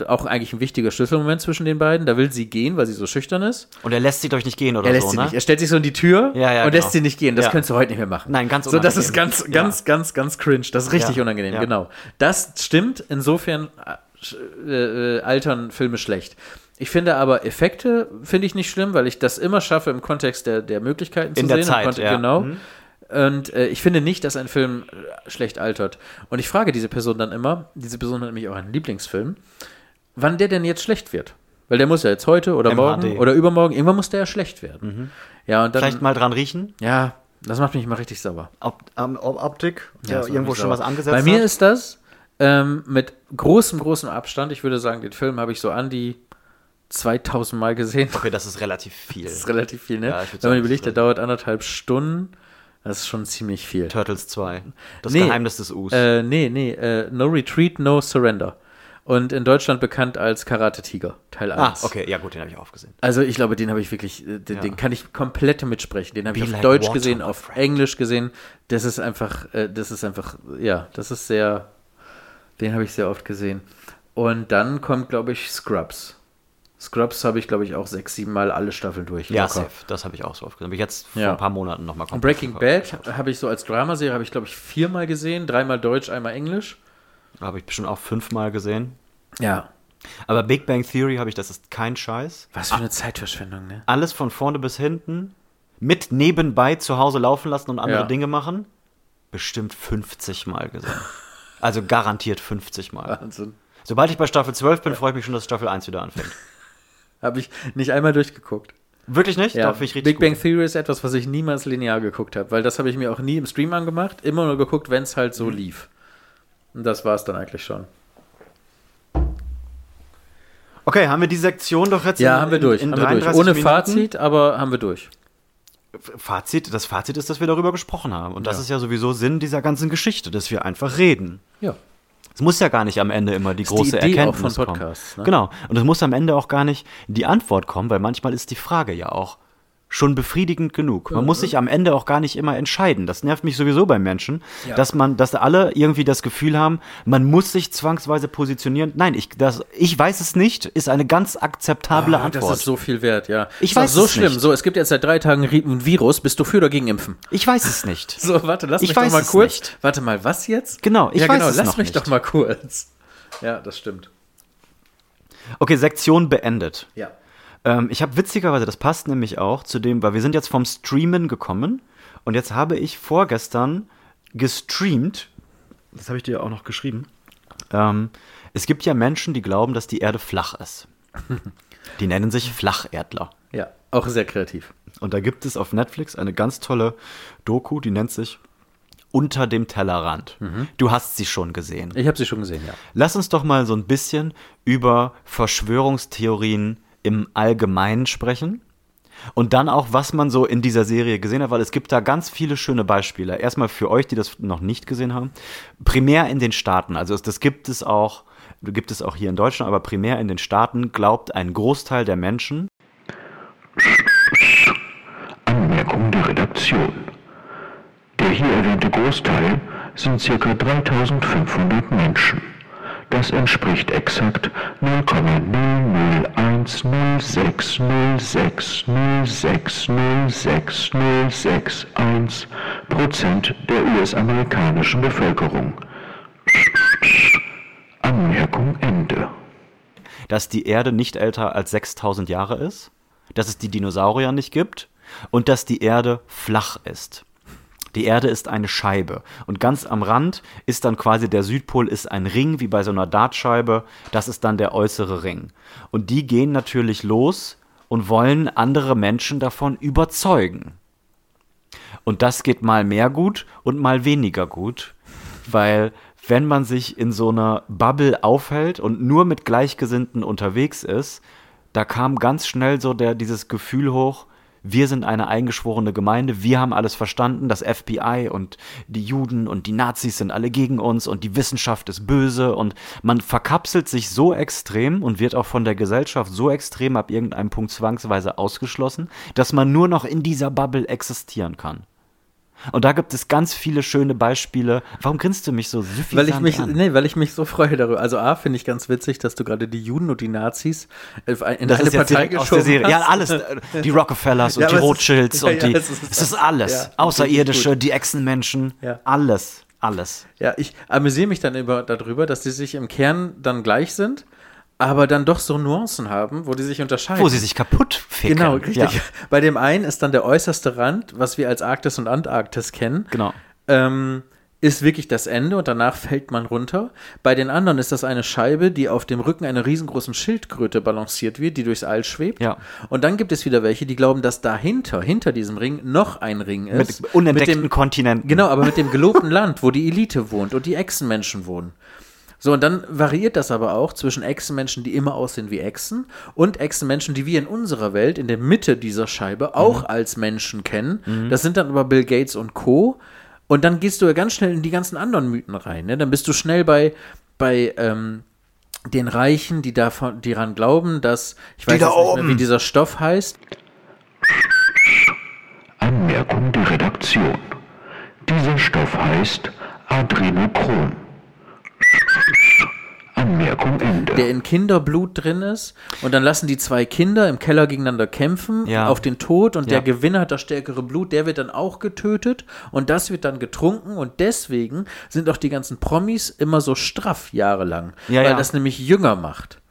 Speaker 4: auch eigentlich ein wichtiger Schlüsselmoment zwischen den beiden. Da will sie gehen, weil sie so schüchtern ist.
Speaker 2: Und er lässt sich, glaube ich, nicht gehen oder
Speaker 4: Er lässt
Speaker 2: so,
Speaker 4: sie
Speaker 2: ne?
Speaker 4: nicht. ähm, Er stellt sich so in die Tür
Speaker 2: Ja, ja,
Speaker 4: und
Speaker 2: genau.
Speaker 4: lässt sie nicht gehen. Das
Speaker 2: Ja.
Speaker 4: könntest du heute nicht mehr machen.
Speaker 2: Nein, ganz
Speaker 4: So, das
Speaker 2: unangenehm.
Speaker 4: ist ganz,
Speaker 2: Ja.
Speaker 4: ganz, ganz, ganz cringe. Das ist richtig
Speaker 2: Ja.
Speaker 4: unangenehm,
Speaker 2: Ja.
Speaker 4: genau. Das stimmt. Insofern äh, sch- äh, äh, altern Filme schlecht. Ich finde aber Effekte finde ich nicht schlimm, weil ich das immer schaffe im Kontext der, der Möglichkeiten zu
Speaker 2: In
Speaker 4: sehen.
Speaker 2: der
Speaker 4: im
Speaker 2: Zeit,
Speaker 4: Kontext-
Speaker 2: ja.
Speaker 4: Genau.
Speaker 2: Mhm.
Speaker 4: Und äh, ich finde nicht, dass ein Film äh, schlecht altert. Und ich frage diese Person dann immer, diese Person hat nämlich auch einen Lieblingsfilm, wann der denn jetzt schlecht wird. Weil der muss ja jetzt heute oder morgen
Speaker 2: MHD.
Speaker 4: oder übermorgen, irgendwann muss der ja schlecht werden. Ja, und dann,
Speaker 2: Mhm. Vielleicht mal dran riechen.
Speaker 4: ja, das macht mich mal richtig sauer.
Speaker 2: Op ähm, Op- Optik. Ja,
Speaker 4: das macht
Speaker 2: irgendwo
Speaker 4: mich
Speaker 2: schon
Speaker 4: sauer.
Speaker 2: was angesetzt.
Speaker 4: Bei mir
Speaker 2: hat.
Speaker 4: ist das ähm, mit großem, großem Abstand, ich würde sagen, den Film habe ich so an die 2000 Mal gesehen.
Speaker 2: Okay, das ist relativ viel.
Speaker 4: Das ist relativ viel, ne?
Speaker 2: Ja, ich würd
Speaker 4: Wenn man
Speaker 2: sagen,
Speaker 4: überlegt,
Speaker 2: das
Speaker 4: der
Speaker 2: ist
Speaker 4: dauert anderthalb Stunden, das ist schon ziemlich viel.
Speaker 2: Turtles 2. Das
Speaker 4: Nee.
Speaker 2: Geheimnis des Us.
Speaker 4: Äh, nee, nee, äh, No Retreat, No Surrender. Und in Deutschland bekannt als Karate Tiger, Teil 1.
Speaker 2: ah, okay. Ja, gut, den habe ich aufgesehen.
Speaker 4: Also ich glaube, den habe ich wirklich, äh, den, den kann ich komplett mitsprechen. Den habe ich
Speaker 2: Be
Speaker 4: auf
Speaker 2: like
Speaker 4: Deutsch
Speaker 2: water,
Speaker 4: gesehen,
Speaker 2: my
Speaker 4: auf
Speaker 2: friend.
Speaker 4: Englisch gesehen. Das ist einfach, äh, das ist einfach, ja, das ist sehr, den habe ich sehr oft gesehen. Und dann kommt, glaube ich, Scrubs. Scrubs habe ich, glaube ich, auch sechs, sieben Mal alle Staffeln durch.
Speaker 2: Ja,
Speaker 4: locker.
Speaker 2: safe. Das habe ich auch so aufgesehen. Habe ich jetzt vor
Speaker 4: Ja.
Speaker 2: ein paar Monaten nochmal
Speaker 4: Und Breaking Bad habe ich so als Dramaserie, habe ich, glaube ich, viermal gesehen. Dreimal Deutsch, einmal Englisch.
Speaker 2: Habe ich bestimmt auch fünfmal gesehen.
Speaker 4: Ja.
Speaker 2: Aber Big Bang Theory habe ich, das ist kein Scheiß.
Speaker 4: Was für eine Zeitverschwendung, ne?
Speaker 2: Alles von vorne bis hinten mit nebenbei zu Hause laufen lassen und andere
Speaker 4: Ja.
Speaker 2: Dinge machen. Bestimmt 50 Mal gesehen. Also garantiert 50 Mal.
Speaker 4: Wahnsinn.
Speaker 2: Sobald ich bei Staffel 12 bin, freue ich mich schon, dass Staffel 1 wieder anfängt.
Speaker 4: Habe ich nicht einmal durchgeguckt.
Speaker 2: Wirklich nicht?
Speaker 4: Ja,
Speaker 2: Darf ich richtig
Speaker 4: Big Bang
Speaker 2: gut.
Speaker 4: Theory ist etwas, was ich niemals linear geguckt habe, weil das habe ich mir auch nie im Stream angemacht, immer nur geguckt, wenn es halt so
Speaker 2: Mhm.
Speaker 4: lief. Und das war es dann eigentlich schon.
Speaker 2: Okay, haben wir die Sektion doch jetzt
Speaker 4: Ja,
Speaker 2: in,
Speaker 4: haben wir durch.
Speaker 2: in, in
Speaker 4: haben wir
Speaker 2: 33
Speaker 4: durch. Ohne
Speaker 2: Minuten?
Speaker 4: Fazit, aber haben wir durch.
Speaker 2: Fazit, das Fazit ist, dass wir darüber gesprochen haben. Und das ist ja sowieso Sinn dieser ganzen Geschichte, dass wir einfach reden.
Speaker 4: Ja.
Speaker 2: Es muss ja gar nicht am Ende immer die
Speaker 4: die
Speaker 2: große
Speaker 4: Idee auch
Speaker 2: Erkenntnis
Speaker 4: von
Speaker 2: kommen.
Speaker 4: Podcasts, ne?
Speaker 2: Genau. Und es muss am Ende auch gar nicht die Antwort kommen, weil manchmal ist die Frage ja auch schon befriedigend genug. Man muss sich am Ende auch gar nicht immer entscheiden. Das nervt mich sowieso bei Menschen, dass man, dass alle irgendwie das Gefühl haben, man muss sich zwangsweise positionieren. Nein, ich, das, ich weiß es nicht, ist eine ganz akzeptable
Speaker 4: Ah,
Speaker 2: Antwort.
Speaker 4: Das ist so viel wert, ja.
Speaker 2: Ich
Speaker 4: Ist auch
Speaker 2: weiß
Speaker 4: so
Speaker 2: es
Speaker 4: schlimm.
Speaker 2: nicht.
Speaker 4: So, es gibt jetzt seit drei Tagen Ri- ein Virus. Bist du für oder gegen Impfen?
Speaker 2: ich weiß es nicht.
Speaker 4: So, warte, lass
Speaker 2: Ich
Speaker 4: mich doch
Speaker 2: weiß
Speaker 4: mal
Speaker 2: es
Speaker 4: kurz.
Speaker 2: nicht.
Speaker 4: Warte mal, was jetzt?
Speaker 2: Genau, ich
Speaker 4: ja,
Speaker 2: weiß
Speaker 4: genau,
Speaker 2: es
Speaker 4: lass
Speaker 2: noch
Speaker 4: mich
Speaker 2: nicht.
Speaker 4: doch mal kurz. Ja, das stimmt.
Speaker 2: Okay, Sektion beendet.
Speaker 4: Ja.
Speaker 2: Ähm, ich habe witzigerweise, das passt nämlich auch zu dem, weil wir sind jetzt vom Streamen gekommen und jetzt habe ich vorgestern gestreamt, das habe ich dir auch noch geschrieben, ähm, es gibt ja Menschen, die glauben, dass die Erde flach ist. Die nennen sich Flacherdler.
Speaker 4: Ja, auch sehr kreativ.
Speaker 2: Und da gibt es auf Netflix eine ganz tolle Doku, die nennt sich Unter dem Tellerrand. Du hast sie schon gesehen.
Speaker 4: Ich habe sie schon gesehen, ja.
Speaker 2: Lass uns doch mal so ein bisschen über Verschwörungstheorien im Allgemeinen sprechen. Und dann auch, was man so in dieser Serie gesehen hat, weil es gibt da ganz viele schöne Beispiele. Erstmal für euch, die das noch nicht gesehen haben. Primär in den Staaten, also es- das gibt es auch, gibt es auch hier in Deutschland, aber primär in den Staaten glaubt ein Großteil der Menschen,
Speaker 8: Anmerkung der Redaktion. Der hier erwähnte Großteil sind ca. 3500 Menschen. Das entspricht exakt 0,001060606060661 Prozent der US-amerikanischen Bevölkerung. Anmerkung Ende.
Speaker 2: dass die Erde nicht älter als 6000 Jahre ist, dass es die Dinosaurier nicht gibt und dass die Erde flach ist. Die Erde ist eine Scheibe und ganz am Rand ist dann quasi der Südpol ist ein Ring wie bei so einer Dartscheibe, das ist dann der äußere Ring. Und die gehen natürlich los und wollen andere Menschen davon überzeugen. Und das geht mal mehr gut und mal weniger gut, weil wenn man sich in so einer Bubble aufhält und nur mit Gleichgesinnten unterwegs ist, da kam ganz schnell so der, dieses Gefühl hoch, wir sind eine eingeschworene Gemeinde, wir haben alles verstanden, das FBI und die Juden und die Nazis sind alle gegen uns und die Wissenschaft ist böse und man verkapselt sich so extrem und wird auch von der Gesellschaft so extrem ab irgendeinem Punkt zwangsweise ausgeschlossen, dass man nur noch in dieser Bubble existieren kann. Und da gibt es ganz viele schöne Beispiele. Warum grinst du mich so süffig
Speaker 4: Weil ich, mich,
Speaker 2: an?
Speaker 4: nee, weil ich mich so freue darüber. Also A, finde ich ganz witzig, dass du gerade die Juden und die Nazis äh, in
Speaker 2: das
Speaker 4: eine
Speaker 2: ist jetzt
Speaker 4: Partei
Speaker 2: direkt aus der
Speaker 4: geschoben
Speaker 2: Serie.
Speaker 4: hast.
Speaker 2: Ja, alles. äh, Die Rockefellers und
Speaker 4: Ja,
Speaker 2: die
Speaker 4: aber es ist-
Speaker 2: Rothschilds
Speaker 4: ja,
Speaker 2: und
Speaker 4: ja,
Speaker 2: die.
Speaker 4: es
Speaker 2: Es
Speaker 4: ist-
Speaker 2: ist, alles.
Speaker 4: ja, richtig
Speaker 2: Außerirdische,
Speaker 4: gut.
Speaker 2: die Echsenmenschen.
Speaker 4: Ja.
Speaker 2: Alles. Alles.
Speaker 4: Ja, ich amüsiere mich dann über, darüber, dass die sich im Kern dann gleich sind, aber dann doch so Nuancen haben, wo die sich unterscheiden.
Speaker 2: Wo sie sich kaputt ficken.
Speaker 4: Genau, richtig.
Speaker 2: Ja.
Speaker 4: Bei dem einen ist dann der äußerste Rand, was wir als Arktis und Antarktis kennen.
Speaker 2: Genau.
Speaker 4: Ähm, ist wirklich das Ende und danach fällt man runter. Bei den anderen ist das eine Scheibe, die auf dem Rücken einer riesengroßen Schildkröte balanciert wird, die durchs All schwebt.
Speaker 2: Ja.
Speaker 4: Und dann gibt es wieder welche, die glauben, dass dahinter, hinter diesem Ring, noch ein Ring ist.
Speaker 2: Mit unentdeckten
Speaker 4: dem-
Speaker 2: Kontinenten.
Speaker 4: Genau, aber mit dem gelobten Land, wo die Elite wohnt und die Echsenmenschen wohnen. So, und dann variiert das aber auch zwischen Echsenmenschen, die immer aussehen wie Echsen, und Echsenmenschen, die wir in unserer Welt, in der Mitte dieser Scheibe,
Speaker 3: Mhm.
Speaker 4: auch als Menschen kennen. Das sind dann aber Bill Gates und Co. Und dann gehst du ja ganz schnell in die ganzen anderen Mythen rein. Ne? Dann bist du schnell bei, bei ähm, den Reichen, die davon, die daran glauben, dass, ich weiß
Speaker 3: da
Speaker 4: jetzt nicht mehr,
Speaker 3: oben.
Speaker 4: wie dieser Stoff heißt,
Speaker 8: Anmerkung der Redaktion. Dieser Stoff heißt Adrenochrom. Anmerkung Ende.
Speaker 4: der in Kinderblut drin ist. Und dann lassen die zwei Kinder im Keller gegeneinander kämpfen
Speaker 2: Ja.
Speaker 4: auf den Tod und
Speaker 2: Ja.
Speaker 4: der Gewinner hat das stärkere Blut, der wird dann auch getötet und das wird dann getrunken und deswegen sind auch die ganzen Promis immer so straff jahrelang,
Speaker 2: Ja,
Speaker 4: weil
Speaker 2: ja.
Speaker 4: das nämlich jünger macht.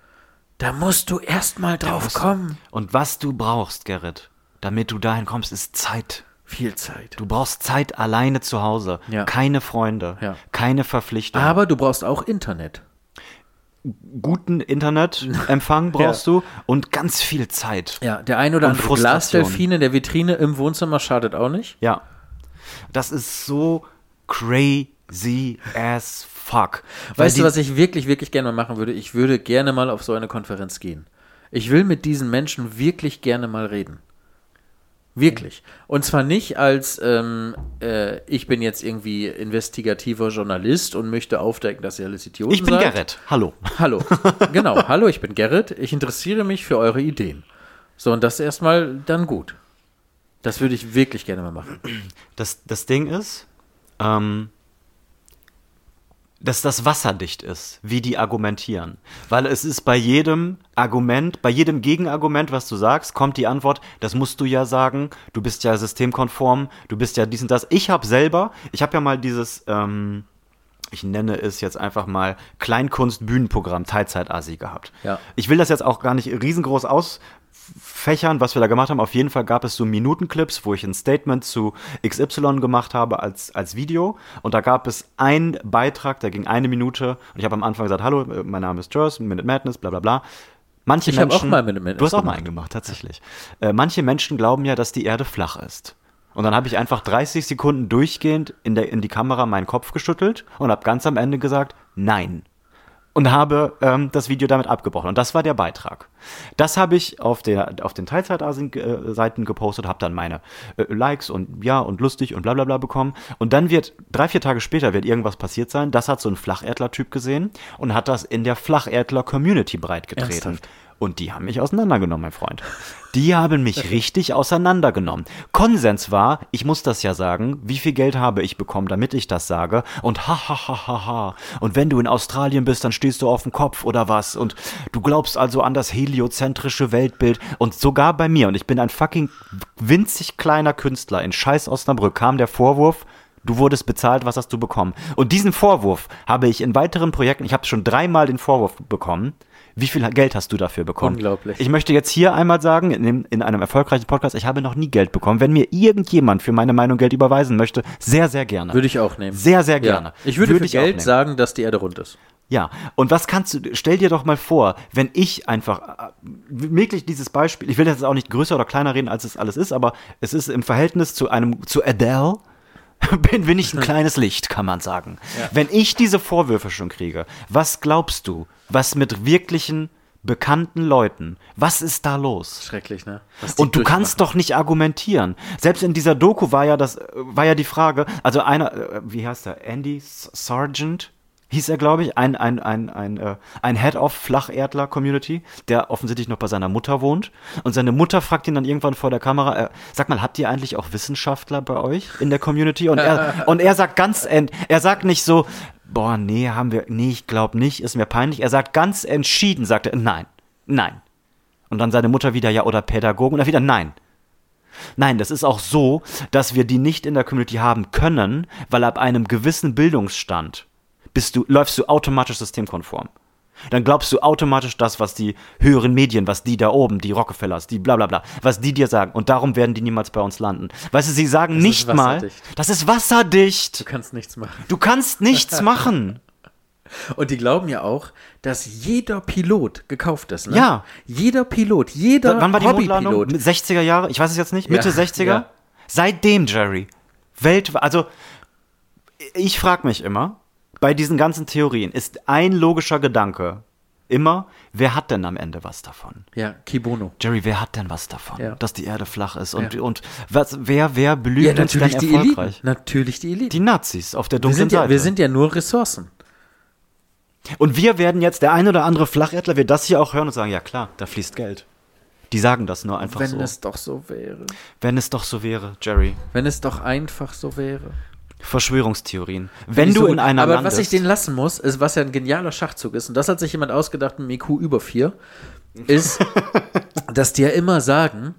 Speaker 4: Da musst du erstmal drauf kommen.
Speaker 2: Und was du brauchst, Gerrit, damit du dahin kommst, ist Zeit.
Speaker 4: Viel Zeit.
Speaker 2: Du brauchst Zeit alleine zu Hause.
Speaker 4: Ja.
Speaker 2: Keine Freunde.
Speaker 4: Ja. Ah.
Speaker 2: Keine Verpflichtung.
Speaker 4: Aber du brauchst auch Internet.
Speaker 2: Guten Internetempfang brauchst du und ganz viel Zeit.
Speaker 4: Ja, der ein oder
Speaker 2: Und
Speaker 4: andere
Speaker 2: Frustration.
Speaker 4: Glasdelfin in der Vitrine im Wohnzimmer schadet auch nicht.
Speaker 2: Ja. Das ist so crazy as fuck. Weil
Speaker 4: Weißt du,
Speaker 2: die-
Speaker 4: was ich wirklich, wirklich gerne mal machen würde? Ich würde gerne mal auf so eine Konferenz gehen. Ich will mit diesen Menschen wirklich gerne mal reden. Wirklich. Und zwar nicht als, ähm, äh, ich bin jetzt irgendwie investigativer Journalist und möchte aufdecken, dass ihr alles Idioten
Speaker 2: Ich bin
Speaker 4: seid.
Speaker 2: Gerrit. Hallo.
Speaker 4: Hallo. Genau, hallo, ich bin Gerrit. Ich interessiere mich für eure Ideen. So, und das erstmal dann gut. Das würde ich wirklich gerne mal machen.
Speaker 2: Das, das Ding ist, ähm, dass das wasserdicht ist, wie die argumentieren. Weil es ist bei jedem Argument, bei jedem Gegenargument, was du sagst, kommt die Antwort, das musst du ja sagen, du bist ja systemkonform, du bist ja dies und das. Ich habe selber, ich habe ja mal dieses, ähm, ich nenne es jetzt einfach mal Kleinkunst-Bühnenprogramm Teilzeit-Asi gehabt.
Speaker 4: Ja.
Speaker 2: Ich will das jetzt auch gar nicht riesengroß ausfächern, was wir da gemacht haben. Auf jeden Fall gab es so Minutenclips, wo ich ein Statement zu XY gemacht habe als, als Video. Und da gab es einen Beitrag, der ging eine Minute. Und ich habe am Anfang gesagt, hallo, äh, mein Name ist Joyce, Minute Madness, bla bla bla. Manche
Speaker 4: Ich habe
Speaker 2: Menschen,
Speaker 4: auch mal Minute Madness
Speaker 2: Du hast auch mal
Speaker 4: gemacht.
Speaker 2: einen gemacht, tatsächlich. Äh, manche Menschen glauben ja, dass die Erde flach ist. Und dann habe ich einfach 30 Sekunden durchgehend in, der, in die Kamera meinen Kopf geschüttelt und habe ganz am Ende gesagt, nein und habe ähm, das Video damit abgebrochen. Und das war der Beitrag. Das habe ich auf, der, auf den Teilzeit-Seiten gepostet, habe dann meine äh, Likes und ja und lustig und bla bla bla bekommen. Und dann wird, drei, vier Tage später wird irgendwas passiert sein. Das hat so ein Flacherdler-Typ gesehen und hat das in der Flacherdler-Community breitgetreten.
Speaker 4: Ernsthaft?
Speaker 2: Und die haben mich auseinandergenommen, mein Freund. Die haben mich richtig auseinandergenommen. Konsens war, ich muss das ja sagen, wie viel Geld habe ich bekommen, damit ich das sage. Und ha ha ha ha ha. Und wenn du in Australien bist, dann stehst du auf dem Kopf oder was. Und du glaubst also an das heliozentrische Weltbild. Und sogar bei mir, und ich bin ein fucking winzig kleiner Künstler in scheiß Osnabrück, kam der Vorwurf, Du wurdest bezahlt, was hast du bekommen? Und diesen Vorwurf habe ich in weiteren Projekten, ich habe schon dreimal den Vorwurf bekommen, wie viel Geld hast du dafür bekommen?
Speaker 4: Unglaublich.
Speaker 2: Ich möchte jetzt hier einmal sagen, in, dem, in einem erfolgreichen Podcast, ich habe noch nie Geld bekommen. Wenn mir irgendjemand für meine Meinung Geld überweisen möchte, sehr, sehr gerne.
Speaker 4: Würde ich auch nehmen.
Speaker 2: Sehr, sehr gerne.
Speaker 4: Ja. Ich würde, für
Speaker 2: auch
Speaker 4: Geld
Speaker 2: nehmen.
Speaker 4: sagen, dass die Erde rund ist.
Speaker 2: Ja, und was kannst du, stell dir doch mal vor, wenn ich einfach, äh, wirklich dieses Beispiel, ich will jetzt auch nicht größer oder kleiner reden, als es alles ist, aber es ist im Verhältnis zu einem, zu Adele, bin, bin ich ein kleines Licht, kann man sagen. Wenn ich diese Vorwürfe schon kriege, was glaubst du, was mit wirklichen, bekannten Leuten, was ist da los?
Speaker 4: Schrecklich, ne? Was die
Speaker 2: Und du kannst doch nicht argumentieren. Selbst in dieser Doku war ja das, äh, war ja die Frage, also einer, äh, wie heißt er, Andy S- Sargent? Hieß er, glaube ich, ein, ein, ein, ein, äh, ein Head of Flacherdler-Community, der offensichtlich noch bei seiner Mutter wohnt. Und seine Mutter fragt ihn dann irgendwann vor der Kamera, äh, sag mal, habt ihr eigentlich auch Wissenschaftler bei euch in der Community? Und er, und er sagt ganz, ent, er sagt nicht so, boah, nee, haben wir, nee, ich glaube nicht, ist mir peinlich. Er sagt ganz entschieden, sagt er, nein, nein. Und dann seine Mutter wieder, ja, oder Pädagogen, und dann wieder, nein. Nein, das ist auch so, dass wir die nicht in der Community haben können, weil ab einem gewissen Bildungsstand bist du, läufst du automatisch systemkonform. Dann glaubst du automatisch das, was die höheren Medien, was die da oben, die Rockefellers, die bla bla bla, was die dir sagen. Und darum werden die niemals bei uns landen. Weißt du, sie sagen nicht mal,
Speaker 4: wasserdicht.
Speaker 2: das ist wasserdicht.
Speaker 4: Du kannst nichts machen.
Speaker 2: Du kannst nichts machen.
Speaker 4: Und die glauben ja auch, dass jeder Pilot gekauft ist, ne?
Speaker 2: Ja.
Speaker 4: Jeder Pilot, jeder
Speaker 2: Wann war die Mondlandung?
Speaker 4: Hobbypilot.
Speaker 2: 60er Jahre? Ich weiß es jetzt nicht.
Speaker 4: Ja,
Speaker 2: Mitte 60er?
Speaker 4: ja.
Speaker 2: Seitdem, Jerry. Welt, also ich frage mich immer, bei diesen ganzen Theorien ist ein logischer Gedanke immer, wer hat denn am Ende was davon?
Speaker 4: Ja, Kibono.
Speaker 2: Jerry, wer hat denn was davon,
Speaker 4: Ja.
Speaker 2: dass die Erde flach ist? Und,
Speaker 4: Ja.
Speaker 2: und was, wer, wer belügt
Speaker 4: Ja,
Speaker 2: uns
Speaker 4: natürlich
Speaker 2: denn
Speaker 4: die Eliten.
Speaker 2: erfolgreich?
Speaker 4: Natürlich die Eliten.
Speaker 2: Die Nazis auf der
Speaker 4: wir,
Speaker 2: dunklen
Speaker 4: sind ja,
Speaker 2: Seite.
Speaker 4: wir sind ja nur Ressourcen.
Speaker 2: und wir werden jetzt, der ein oder andere Flacherdler wird das hier auch hören und sagen, ja klar, da fließt Geld. Die sagen das nur einfach
Speaker 4: Wenn
Speaker 2: so.
Speaker 4: es doch so wäre.
Speaker 2: Wenn es doch so wäre, Jerry.
Speaker 4: Wenn es doch einfach so wäre.
Speaker 2: Verschwörungstheorien. Wenn
Speaker 4: Nicht
Speaker 2: du
Speaker 4: so
Speaker 2: in
Speaker 4: gut.
Speaker 2: einer
Speaker 4: Aber
Speaker 2: landest,
Speaker 4: was ich denen lassen muss, ist, was ja ein genialer Schachzug ist, und das hat sich jemand ausgedacht mit einem IQ über 4, ist, dass die ja immer sagen,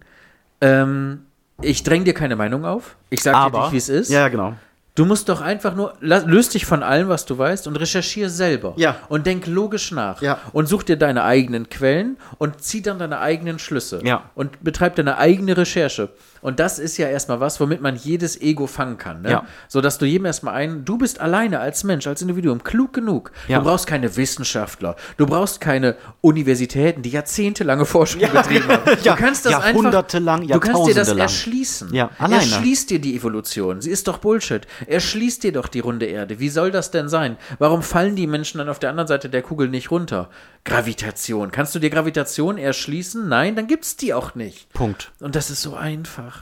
Speaker 4: ähm, ich dränge dir keine Meinung auf, ich sage dir
Speaker 2: aber
Speaker 4: nicht, wie es ist.
Speaker 2: Ja, ja, genau.
Speaker 4: Du musst doch einfach nur, la- löst dich von allem, was du weißt und recherchiere selber.
Speaker 2: Ja.
Speaker 4: Und denk logisch nach.
Speaker 2: Ja.
Speaker 4: Und such dir deine eigenen Quellen und zieh dann deine eigenen Schlüsse.
Speaker 2: Ja.
Speaker 4: Und betreib deine eigene Recherche. Und das ist ja erstmal was, womit man jedes Ego fangen kann. Ne?
Speaker 2: Ja.
Speaker 4: So dass du jedem erstmal einen, du bist alleine als Mensch, als Individuum klug genug.
Speaker 2: Ja.
Speaker 4: Du brauchst keine Wissenschaftler. Du brauchst keine Universitäten, die jahrzehntelange Forschung betrieben haben. Du
Speaker 2: Ja.
Speaker 4: kannst das einfach,
Speaker 2: Jahrhundertelang,
Speaker 4: du kannst dir das
Speaker 2: jahrtausendelang.
Speaker 4: erschließen.
Speaker 2: Ja, alleine.
Speaker 4: Erschließ dir die Evolution. Sie ist doch Bullshit. Erschließt dir doch die runde Erde. Wie soll das denn sein? Warum fallen die Menschen dann auf der anderen Seite der Kugel nicht runter? Gravitation. Kannst du dir Gravitation erschließen? Nein, dann gibt's die auch nicht.
Speaker 2: Punkt.
Speaker 4: Und das ist so einfach.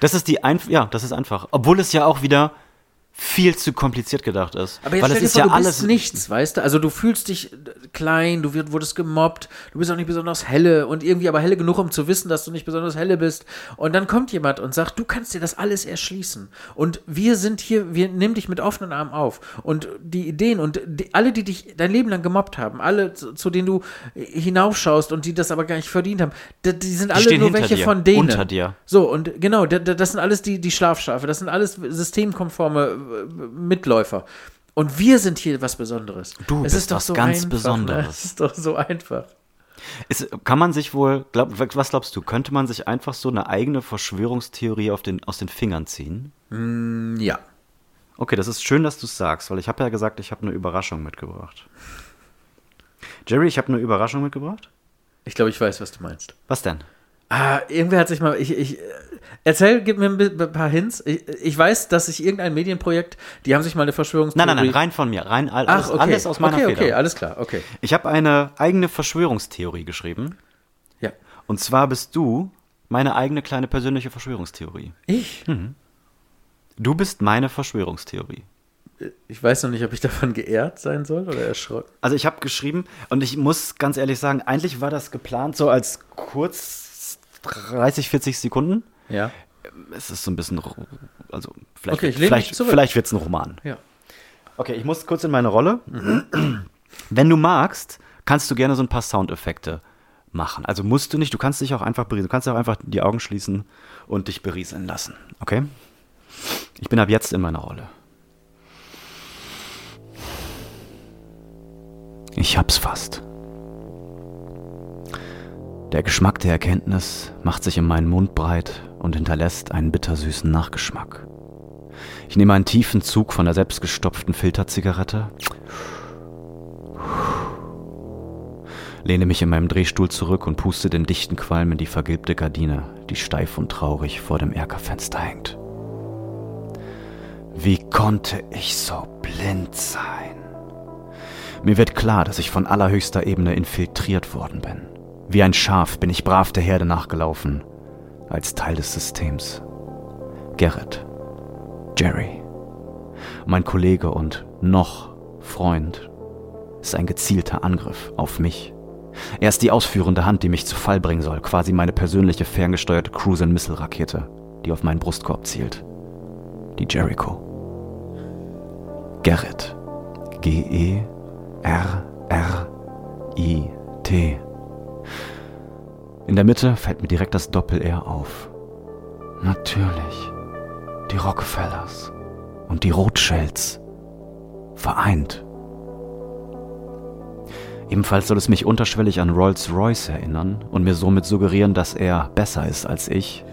Speaker 2: Das ist die Einf ja, das ist einfach. Obwohl es ja auch wieder viel zu kompliziert gedacht ist.
Speaker 4: Aber jetzt
Speaker 2: Weil
Speaker 4: stell
Speaker 2: es
Speaker 4: dir
Speaker 2: ist
Speaker 4: vor,
Speaker 2: ja
Speaker 4: du
Speaker 2: alles
Speaker 4: bist nichts, weißt du? Also du fühlst dich äh, klein, du wird- wurdest gemobbt, du bist auch nicht besonders helle und irgendwie aber helle genug, um zu wissen, dass du nicht besonders helle bist. Und dann kommt jemand und sagt, du kannst dir das alles erschließen. Und wir sind hier, wir nehmen dich mit offenen Armen auf. Und die Ideen und die, alle, die dich dein Leben lang gemobbt haben, alle, zu, zu denen du äh, hinaufschaust und die das aber gar nicht verdient haben, die, die sind alle
Speaker 2: stehen
Speaker 4: nur
Speaker 2: hinter
Speaker 4: welche
Speaker 2: dir,
Speaker 4: von denen.
Speaker 2: unter dir.
Speaker 4: So, und genau, da- da- das sind alles die, die Schlafschafe, das sind alles systemkonforme äh, Mitläufer. Und wir sind hier was Besonderes.
Speaker 2: Du
Speaker 4: es
Speaker 2: bist
Speaker 4: ist doch
Speaker 2: was
Speaker 4: so
Speaker 2: ganz
Speaker 4: einfach, Ne?
Speaker 2: Besonderes.
Speaker 4: Es ist doch so einfach.
Speaker 2: Ist, kann man sich wohl, glaub, was glaubst du, könnte man sich einfach so eine eigene Verschwörungstheorie auf den, aus den Fingern ziehen?
Speaker 4: Ja.
Speaker 2: Okay, das ist schön, dass du es sagst, weil ich habe ja gesagt, ich habe eine Überraschung mitgebracht. Jerry, ich habe eine Überraschung mitgebracht.
Speaker 4: Ich glaube, ich weiß, was du meinst.
Speaker 2: Was denn?
Speaker 4: Ah, irgendwer hat sich mal. Ich, ich, äh, erzähl, gib mir ein bi- ein paar Hints. Ich, ich weiß, dass ich irgendein Medienprojekt, die haben sich mal eine Verschwörungstheorie.
Speaker 2: Nein, nein, nein, rein von mir, rein all- alles,
Speaker 4: Ach, okay.
Speaker 2: alles aus meiner
Speaker 4: okay,
Speaker 2: Feder.
Speaker 4: okay, alles klar, okay.
Speaker 2: Ich habe eine eigene Verschwörungstheorie geschrieben.
Speaker 4: Ja.
Speaker 2: Und zwar bist du meine eigene kleine persönliche Verschwörungstheorie.
Speaker 4: Ich?
Speaker 2: Hm. Du bist meine Verschwörungstheorie.
Speaker 4: Ich weiß noch nicht, ob ich davon geehrt sein soll oder erschrocken.
Speaker 2: Also ich habe geschrieben und ich muss ganz ehrlich sagen, eigentlich war das geplant so als kurz 30, 40 Sekunden.
Speaker 4: Ja.
Speaker 2: Es ist so ein bisschen, ro- also vielleicht,
Speaker 4: Okay, ich lehne mich
Speaker 2: vielleicht,
Speaker 4: zurück.
Speaker 2: vielleicht wird es ein Roman.
Speaker 4: Ja. Mhm.
Speaker 2: Okay, ich muss kurz in meine Rolle. Wenn du magst, kannst du gerne so ein paar Soundeffekte machen. Also musst du nicht, du kannst dich auch einfach berieseln. Du kannst auch einfach die Augen schließen und dich berieseln lassen. Okay? Ich bin ab jetzt in meiner Rolle. Ich hab's fast. Der Geschmack der Erkenntnis macht sich in meinen Mund breit und hinterlässt einen bittersüßen Nachgeschmack. Ich nehme einen tiefen Zug von der selbstgestopften Filterzigarette, lehne mich in meinem Drehstuhl zurück und puste den dichten Qualm in die vergilbte Gardine, die steif und traurig vor dem Erkerfenster hängt. Wie konnte ich so blind sein? Mir wird klar, dass ich von allerhöchster Ebene infiltriert worden bin. Wie ein Schaf bin ich brav der Herde nachgelaufen, als Teil des Systems. Gerrit. Jerry. Mein Kollege und noch Freund ist ein gezielter Angriff auf mich. Er ist die ausführende Hand, die mich zu Fall bringen soll, quasi meine persönliche ferngesteuerte Cruise and Missile Rakete, die auf meinen Brustkorb zielt. Die Jericho. Gerrit. G E R R I T. In der Mitte fällt mir direkt das Doppel R auf. Natürlich die Rockefellers und die Rothschilds vereint. Ebenfalls soll es mich unterschwellig an Rolls-Royce erinnern und mir somit suggerieren, dass er besser ist als ich.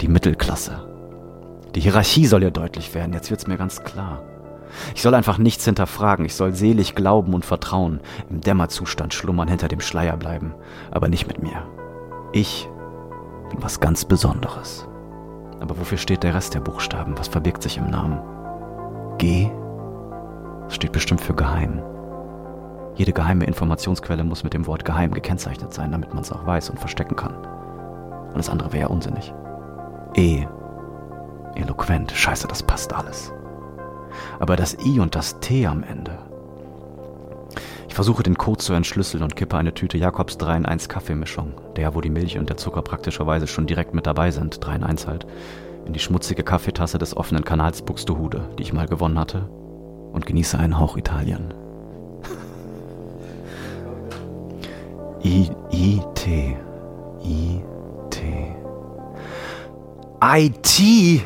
Speaker 2: Die Mittelklasse. Die Hierarchie soll ja deutlich werden, jetzt wird's mir ganz klar. Ich soll einfach nichts hinterfragen, ich soll selig glauben und vertrauen, im Dämmerzustand schlummern, hinter dem Schleier bleiben, aber nicht mit mir. Ich bin was ganz Besonderes. Aber wofür steht der Rest der Buchstaben? Was verbirgt sich im Namen? G steht bestimmt für geheim. Jede geheime Informationsquelle muss mit dem Wort geheim gekennzeichnet sein, damit man es auch weiß und verstecken kann. Alles andere wäre ja unsinnig. E. Eloquent. Scheiße, das passt alles. Aber das I und das T am Ende. Ich versuche den Code zu entschlüsseln und kippe eine Tüte Jakobs 3 in 1 Kaffeemischung, der, wo die Milch und der Zucker praktischerweise schon direkt mit dabei sind, 3 in 1 halt, in die schmutzige Kaffeetasse des offenen Kanals Buxtehude, die ich mal gewonnen hatte, und genieße einen Hauch Italien. I, I, T. I, T. IT!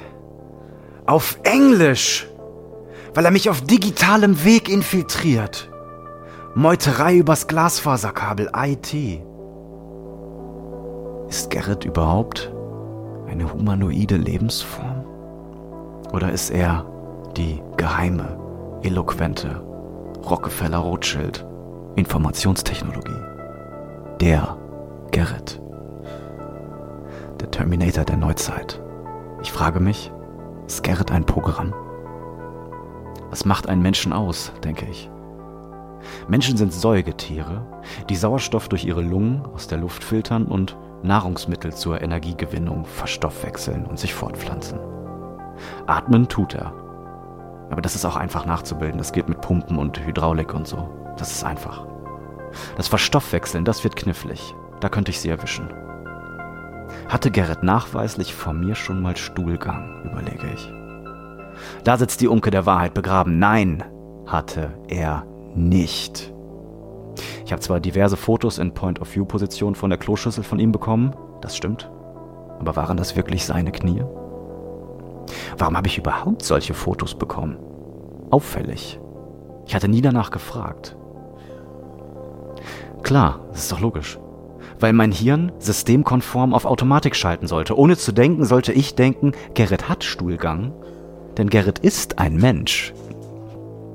Speaker 2: Auf Englisch! Weil er mich auf digitalem Weg infiltriert. Meuterei übers Glasfaserkabel, IT. Ist Gerrit überhaupt eine humanoide Lebensform? Oder ist er die geheime, eloquente Rockefeller Rothschild Informationstechnologie? Der Gerrit. Der Terminator der Neuzeit. Ich frage mich, ist Gerrit ein Programm? Was macht einen Menschen aus, denke ich. Menschen sind Säugetiere, die Sauerstoff durch ihre Lungen aus der Luft filtern und Nahrungsmittel zur Energiegewinnung verstoffwechseln und sich fortpflanzen. Atmen tut er. Aber das ist auch einfach nachzubilden. Das geht mit Pumpen und Hydraulik und so. Das ist einfach. Das Verstoffwechseln, das wird knifflig. Da könnte ich sie erwischen. Hatte Gerrit nachweislich vor mir schon mal Stuhlgang, überlege ich. Da sitzt die Unke der Wahrheit begraben. Nein, hatte er nicht. Ich habe zwar diverse Fotos in Point-of-View-Position von der Kloschüssel von ihm bekommen, das stimmt. Aber waren das wirklich seine Knie? Warum habe ich überhaupt solche Fotos bekommen? Auffällig. Ich hatte nie danach gefragt. Klar, das ist doch logisch. Weil mein Hirn systemkonform auf Automatik schalten sollte. Ohne zu denken, sollte ich denken, Gerrit hat Stuhlgang, denn Gerrit ist ein Mensch.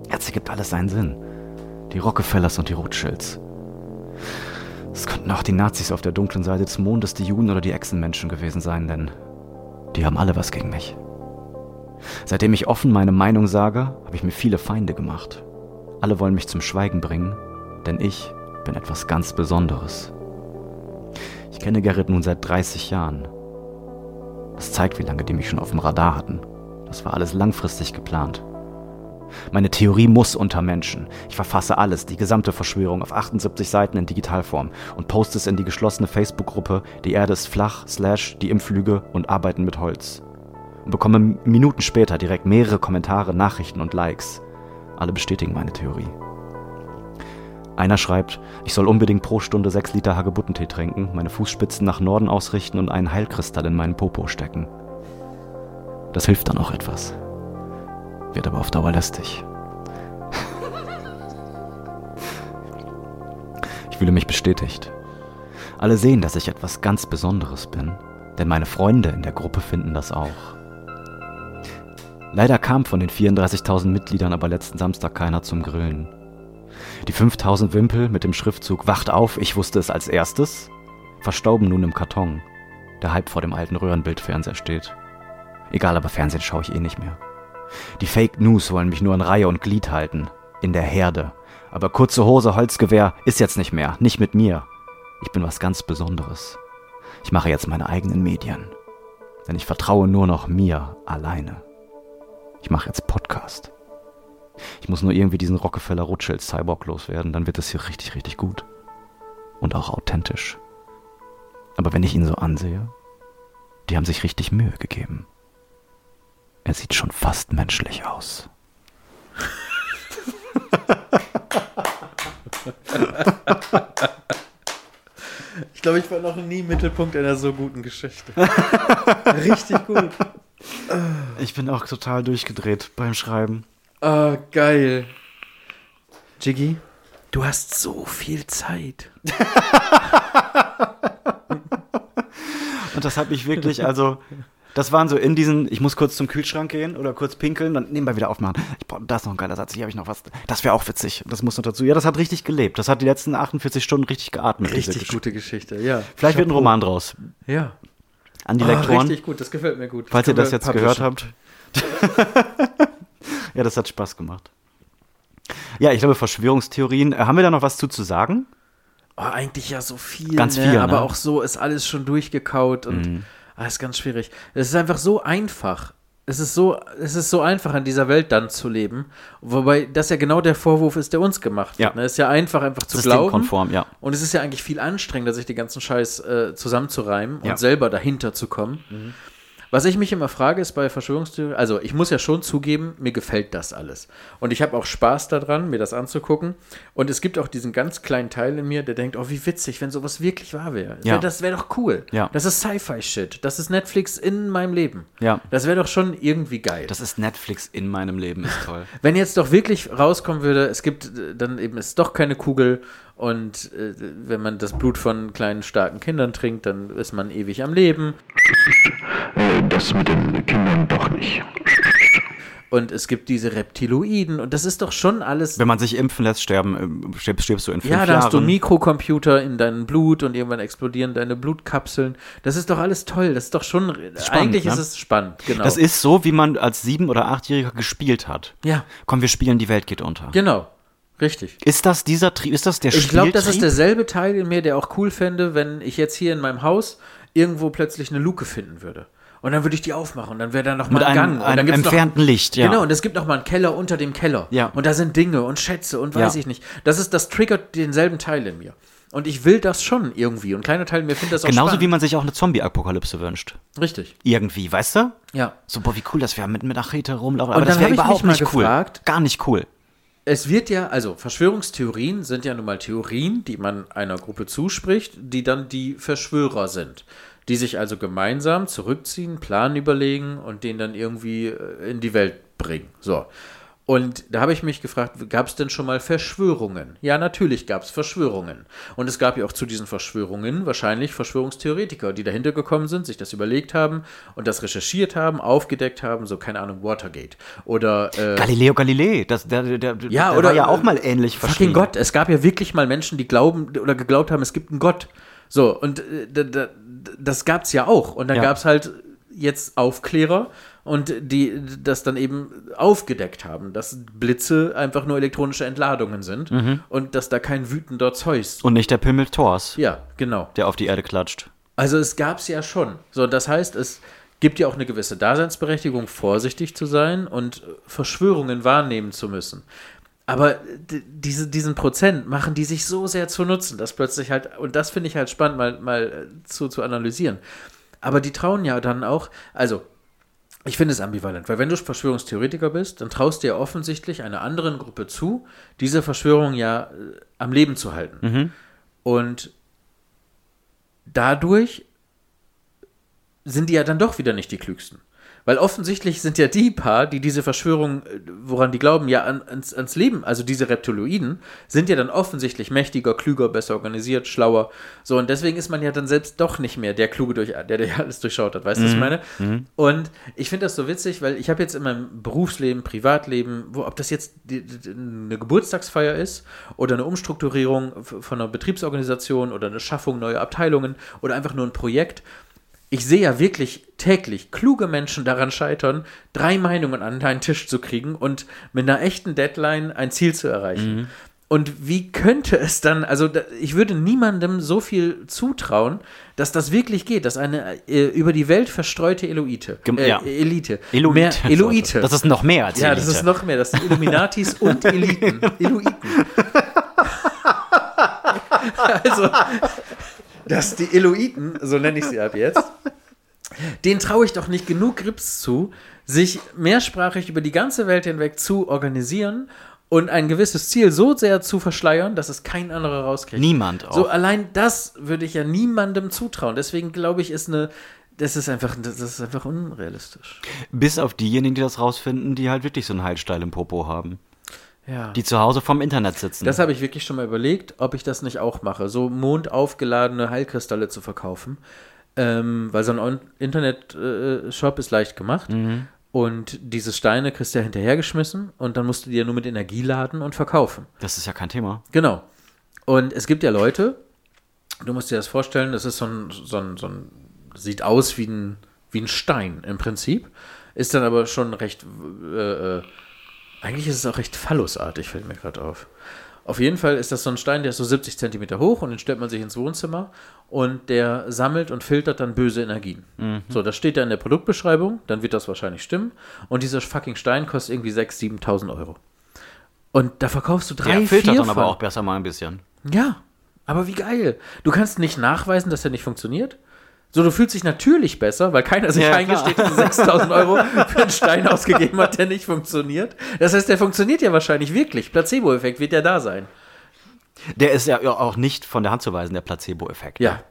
Speaker 2: Jetzt ergibt alles seinen Sinn. Die Rockefellers und die Rothschilds. Es könnten auch die Nazis auf der dunklen Seite des Mondes, die Juden oder die Echsenmenschen gewesen sein, denn die haben alle was gegen mich. Seitdem ich offen meine Meinung sage, habe ich mir viele Feinde gemacht. Alle wollen mich zum Schweigen bringen, denn ich bin etwas ganz Besonderes. Ich kenne Gerrit nun seit 30 Jahren. Das zeigt, wie lange die mich schon auf dem Radar hatten. Das war alles langfristig geplant. Meine Theorie muss unter Menschen. Ich verfasse alles, die gesamte Verschwörung auf 78 Seiten in Digitalform und poste es in die geschlossene Facebook-Gruppe Die Erde ist flach, slash, die Impflüge und arbeiten mit Holz. Und bekomme Minuten später direkt mehrere Kommentare, Nachrichten und Likes. Alle bestätigen meine Theorie. Einer schreibt, ich soll unbedingt pro Stunde 6 Liter Hagebuttentee trinken, meine Fußspitzen nach Norden ausrichten und einen Heilkristall in meinen Popo stecken. Das hilft dann auch etwas wird aber auf Dauer lästig. Ich fühle mich bestätigt. Alle sehen, dass ich etwas ganz Besonderes bin, denn meine Freunde in der Gruppe finden das auch. Leider kam von den 34.000 Mitgliedern aber letzten Samstag keiner zum Grillen. Die 5000 Wimpel mit dem Schriftzug Wacht auf, ich wusste es als erstes, verstauben nun im Karton, der halb vor dem alten Röhrenbildfernseher steht. Egal, aber Fernsehen schaue ich eh nicht mehr. Die Fake News wollen mich nur in Reihe und Glied halten. In der Herde. Aber kurze Hose, Holzgewehr ist jetzt nicht mehr. Nicht mit mir. Ich bin was ganz Besonderes. Ich mache jetzt meine eigenen Medien. Denn ich vertraue nur noch mir alleine. Ich mache jetzt Podcast. Ich muss nur irgendwie diesen Rockefeller Rothschild Cyborg loswerden, dann wird es hier richtig, richtig gut. Und auch authentisch. Aber wenn ich ihn so ansehe, die haben sich richtig Mühe gegeben. Er sieht schon fast menschlich aus.
Speaker 4: Ich glaube, ich war noch nie Mittelpunkt einer so guten Geschichte. Richtig gut.
Speaker 2: Ich bin auch total durchgedreht beim Schreiben.
Speaker 4: Ah, geil. Jiggy, du hast so viel Zeit.
Speaker 2: Und das hat mich wirklich, also, das waren so in diesen, ich muss kurz zum Kühlschrank gehen oder kurz pinkeln, dann nebenbei wieder aufmachen. Ich, boah, das ist noch ein geiler Satz, hier habe ich noch was. Das wäre auch witzig. Das muss noch dazu. Ja, das hat richtig gelebt. Das hat die letzten 48 Stunden richtig geatmet. diese
Speaker 4: Richtig
Speaker 2: Gesch-
Speaker 4: gute Geschichte, ja.
Speaker 2: Vielleicht wird ein Roman draus.
Speaker 4: Ja.
Speaker 2: An die
Speaker 4: Ah,
Speaker 2: Lektoren,
Speaker 4: richtig gut, das gefällt mir gut.
Speaker 2: falls ihr
Speaker 4: können
Speaker 2: das
Speaker 4: wir
Speaker 2: jetzt gehört
Speaker 4: publishen.
Speaker 2: habt. ja, das hat Spaß gemacht. Ja, ich glaube, Verschwörungstheorien. Äh, Haben wir da noch was zu, zu sagen?
Speaker 4: Oh, eigentlich ja so viel.
Speaker 2: Ganz
Speaker 4: ne?
Speaker 2: viel, ne? Mhm.
Speaker 4: Aber auch so ist alles schon durchgekaut und ah, ist ganz schwierig. Es ist einfach so einfach. Es ist so, es ist so einfach, in dieser Welt dann zu leben. Wobei das ja genau der Vorwurf ist, der uns gemacht wird.
Speaker 2: Ja.
Speaker 4: Ne? Es ist ja einfach, einfach zu glauben.
Speaker 2: Systemkonform, ja.
Speaker 4: Und es ist ja eigentlich viel anstrengender, sich den ganzen Scheiß äh, zusammenzureimen
Speaker 2: Ja.
Speaker 4: und selber dahinter zu kommen. Was ich mich immer frage, ist bei Verschwörungstheorien, also ich muss ja schon zugeben, mir gefällt das alles. Und ich habe auch Spaß daran, mir das anzugucken. Und es gibt auch diesen ganz kleinen Teil in mir, der denkt, oh, wie witzig, wenn sowas wirklich wahr wäre.
Speaker 2: Ja.
Speaker 4: Das wäre doch cool.
Speaker 2: Ja.
Speaker 4: Das ist Sci-Fi-Shit. Das ist Netflix in meinem Leben.
Speaker 2: Ja.
Speaker 4: Das wäre doch schon irgendwie geil.
Speaker 2: Das ist Netflix in meinem Leben, ist toll.
Speaker 4: Wenn jetzt doch wirklich rauskommen würde, es gibt äh, dann eben ist doch keine Kugel und äh, wenn man das Blut von kleinen starken Kindern trinkt, dann ist man ewig am Leben
Speaker 8: Äh, das mit den Kindern doch nicht.
Speaker 4: und es gibt diese Reptiloiden und das ist doch schon alles.
Speaker 2: Wenn man sich impfen lässt, sterben, äh, stirbst, stirbst du in fünf
Speaker 4: Ja,
Speaker 2: Jahren.
Speaker 4: da hast du Mikrocomputer in deinem Blut und irgendwann explodieren deine Blutkapseln. Das ist doch alles toll. Das ist doch schon. eigentlich
Speaker 2: ne?
Speaker 4: ist es spannend, genau.
Speaker 2: Das ist so, wie man als sieben- oder achtjähriger gespielt hat.
Speaker 4: Ja.
Speaker 2: Komm, wir spielen, die Welt geht unter.
Speaker 4: genau. Richtig.
Speaker 2: Ist das dieser Trieb? Ist das der
Speaker 4: Ich glaube, das ist
Speaker 2: Spieltrieb?
Speaker 4: derselbe Teil in mir, der auch cool fände, wenn ich jetzt hier in meinem Haus irgendwo plötzlich eine Luke finden würde. Und dann würde ich die aufmachen und dann wäre da nochmal
Speaker 2: Mit einem-
Speaker 4: ein Gang. und dann
Speaker 2: einem
Speaker 4: gibt's
Speaker 2: entfernten
Speaker 4: noch,
Speaker 2: Licht, ja.
Speaker 4: Genau, und es gibt nochmal einen Keller unter dem Keller.
Speaker 2: Ja.
Speaker 4: Und da sind Dinge und Schätze und weiß
Speaker 2: Ja.
Speaker 4: ich nicht. Das ist, das triggert denselben Teil in mir. Und ich will das schon irgendwie. Und kleiner Teil in mir findet das auch
Speaker 2: Genauso wie
Speaker 4: spannend.
Speaker 2: man sich auch eine Zombie-Apokalypse wünscht.
Speaker 4: Richtig.
Speaker 2: Irgendwie, weißt du?
Speaker 4: Ja.
Speaker 2: So, boah, wie cool, dass wir mit, mit Achete rumlaufen. Aber
Speaker 4: Und
Speaker 2: das
Speaker 4: dann
Speaker 2: wäre
Speaker 4: hab ich mich
Speaker 2: überhaupt
Speaker 4: mal
Speaker 2: nicht cool.
Speaker 4: gefragt-
Speaker 2: Gar nicht cool.
Speaker 4: Es wird ja, also Verschwörungstheorien sind ja nun mal Theorien, die man einer Gruppe zuspricht, die dann die Verschwörer sind. Die sich also gemeinsam zurückziehen, Plan überlegen und den dann irgendwie äh, in die Welt bringen. So. Und da habe ich mich gefragt, gab es denn schon mal Verschwörungen? Ja, natürlich gab es Verschwörungen. Und es gab ja auch zu diesen Verschwörungen wahrscheinlich Verschwörungstheoretiker, die dahinter gekommen sind, sich das überlegt haben und das recherchiert haben, aufgedeckt haben, so keine Ahnung, Watergate. Oder äh,
Speaker 2: Galileo Galilei, das, der, der, der,
Speaker 4: ja,
Speaker 2: der
Speaker 4: oder
Speaker 2: war ja auch
Speaker 4: äh,
Speaker 2: mal ähnlich
Speaker 4: Fucking
Speaker 2: verschrieben.
Speaker 4: Gott, es gab ja wirklich mal Menschen, die glauben oder geglaubt haben, es gibt einen Gott. So, und äh, da, da, das gab's ja auch. Und dann
Speaker 2: Ja.
Speaker 4: gab's halt jetzt Aufklärer und die das dann eben aufgedeckt haben, dass Blitze einfach nur elektronische Entladungen sind und dass da kein wütender Zeus.
Speaker 2: Mhm. Und nicht der Pimmel Thors,
Speaker 4: Ja, genau.
Speaker 2: der auf die Erde klatscht.
Speaker 4: Also es gab es ja schon. So, das heißt, es gibt ja auch eine gewisse Daseinsberechtigung, vorsichtig zu sein und äh, Verschwörungen wahrnehmen zu müssen. Aber d- diese, diesen Prozent machen die sich so sehr zu nutzen, dass plötzlich halt, und das finde ich halt spannend, mal, mal äh, zu, zu analysieren. Aber die trauen ja dann auch, also ich finde es ambivalent, weil wenn du Verschwörungstheoretiker bist, dann traust du ja offensichtlich einer anderen Gruppe zu, diese Verschwörung ja äh, am Leben zu halten. Und dadurch sind die ja dann doch wieder nicht die Klügsten. Weil offensichtlich sind ja die paar, die diese Verschwörung, äh, woran die glauben, ja an, ans, ans Leben, also diese Reptiloiden, sind ja dann offensichtlich mächtiger, klüger, besser organisiert, schlauer. So, und deswegen ist man ja dann selbst doch nicht mehr der Kluge, durch, der, der alles durchschaut hat. Weißt du, was ich meine? Und ich finde das so witzig, weil ich habe jetzt in meinem Berufsleben, Privatleben, wo, ob das jetzt die, die, eine Geburtstagsfeier ist oder eine Umstrukturierung f- von einer Betriebsorganisation oder eine Schaffung neuer Abteilungen oder einfach nur ein Projekt, ich sehe ja wirklich täglich kluge Menschen daran scheitern, drei Meinungen an einen Tisch zu kriegen und mit einer echten Deadline ein Ziel zu erreichen.
Speaker 2: Mhm.
Speaker 4: Und wie könnte es dann, also da, ich würde niemandem so viel zutrauen, dass das wirklich geht, dass eine äh, über die Welt verstreute Eloite,
Speaker 2: Gem-
Speaker 4: äh,
Speaker 2: ja.
Speaker 4: Elite,
Speaker 2: Eloite.
Speaker 4: mehr Eloite,
Speaker 2: Leute. Das ist noch mehr als
Speaker 4: ja,
Speaker 2: Elite.
Speaker 4: das ist noch mehr, das sind Illuminatis und Eliten, Eloiten. also, dass die Eloiten, so nenne ich sie ab jetzt, den traue ich doch nicht genug Grips zu, sich mehrsprachig über die ganze Welt hinweg zu organisieren und ein gewisses Ziel so sehr zu verschleiern, dass es kein anderer rauskriegt.
Speaker 2: Niemand
Speaker 4: So
Speaker 2: auch.
Speaker 4: allein das würde ich ja niemandem zutrauen. Deswegen glaube ich, ist eine, das ist einfach, das ist einfach unrealistisch.
Speaker 2: Bis auf diejenigen, die das rausfinden, die halt wirklich so einen Halssteil im Popo haben.
Speaker 4: Ja.
Speaker 2: Die zu Hause vorm Internet sitzen.
Speaker 4: Das habe ich wirklich schon mal überlegt, ob ich das nicht auch mache, so mondaufgeladene Heilkristalle zu verkaufen. Ähm, weil so ein Internet-Shop ist leicht gemacht. Und diese Steine kriegst du ja hinterhergeschmissen und dann musst du die ja nur mit Energie laden und verkaufen.
Speaker 2: das ist ja kein Thema.
Speaker 4: Genau. Und es gibt ja Leute, du musst dir das vorstellen, das ist so ein, so ein, so ein sieht aus wie ein, wie ein Stein im Prinzip, ist dann aber schon recht, äh, äh, eigentlich ist es auch recht phallusartig, fällt mir gerade auf. Auf jeden Fall ist das so ein Stein, der ist so 70 Zentimeter hoch und den stellt man sich ins Wohnzimmer und der sammelt und filtert dann böse Energien.
Speaker 2: Mhm.
Speaker 4: So, das steht da in der Produktbeschreibung, dann wird das wahrscheinlich stimmen und dieser fucking Stein kostet irgendwie 6.000, 7.000 Euro. Und da verkaufst du drei,
Speaker 2: Der
Speaker 4: vier
Speaker 2: filtert dann
Speaker 4: von.
Speaker 2: aber auch besser mal ein bisschen.
Speaker 4: Ja, aber wie geil. Du kannst nicht nachweisen, dass der nicht funktioniert. So, du fühlst dich natürlich besser, weil keiner sich
Speaker 2: Ja, klar.
Speaker 4: eingesteht, dass er 6000 Euro für einen Stein ausgegeben hat, der nicht funktioniert. Das heißt, der funktioniert ja wahrscheinlich wirklich. Placebo-Effekt wird ja da sein.
Speaker 2: Der ist ja auch nicht von der Hand zu weisen, der Placebo-Effekt.
Speaker 4: Ja,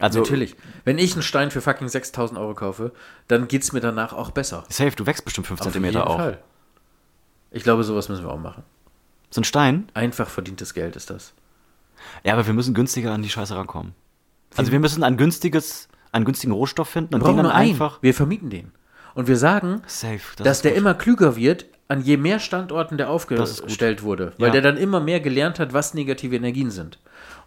Speaker 2: also
Speaker 4: natürlich. Wenn ich einen Stein für fucking 6000 Euro kaufe, dann geht's mir danach auch besser.
Speaker 2: Safe, du wächst bestimmt 5 cm
Speaker 4: jeden
Speaker 2: auch.
Speaker 4: Fall. Ich glaube, sowas müssen wir auch machen.
Speaker 2: So ein Stein?
Speaker 4: Einfach verdientes Geld ist das.
Speaker 2: Ja, aber wir müssen günstiger an die Scheiße rankommen. Also wir müssen ein günstiges, einen günstigen Rohstoff finden und den dann
Speaker 4: einen.
Speaker 2: einfach.
Speaker 4: Wir vermieten den. Und wir sagen,
Speaker 2: Safe. Das
Speaker 4: dass
Speaker 2: ist
Speaker 4: der
Speaker 2: gut.
Speaker 4: immer klüger wird, an je mehr Standorten der
Speaker 2: Das ist gut.
Speaker 4: aufgestellt wurde. Weil
Speaker 2: Ja.
Speaker 4: der dann immer mehr gelernt hat, was negative Energien sind.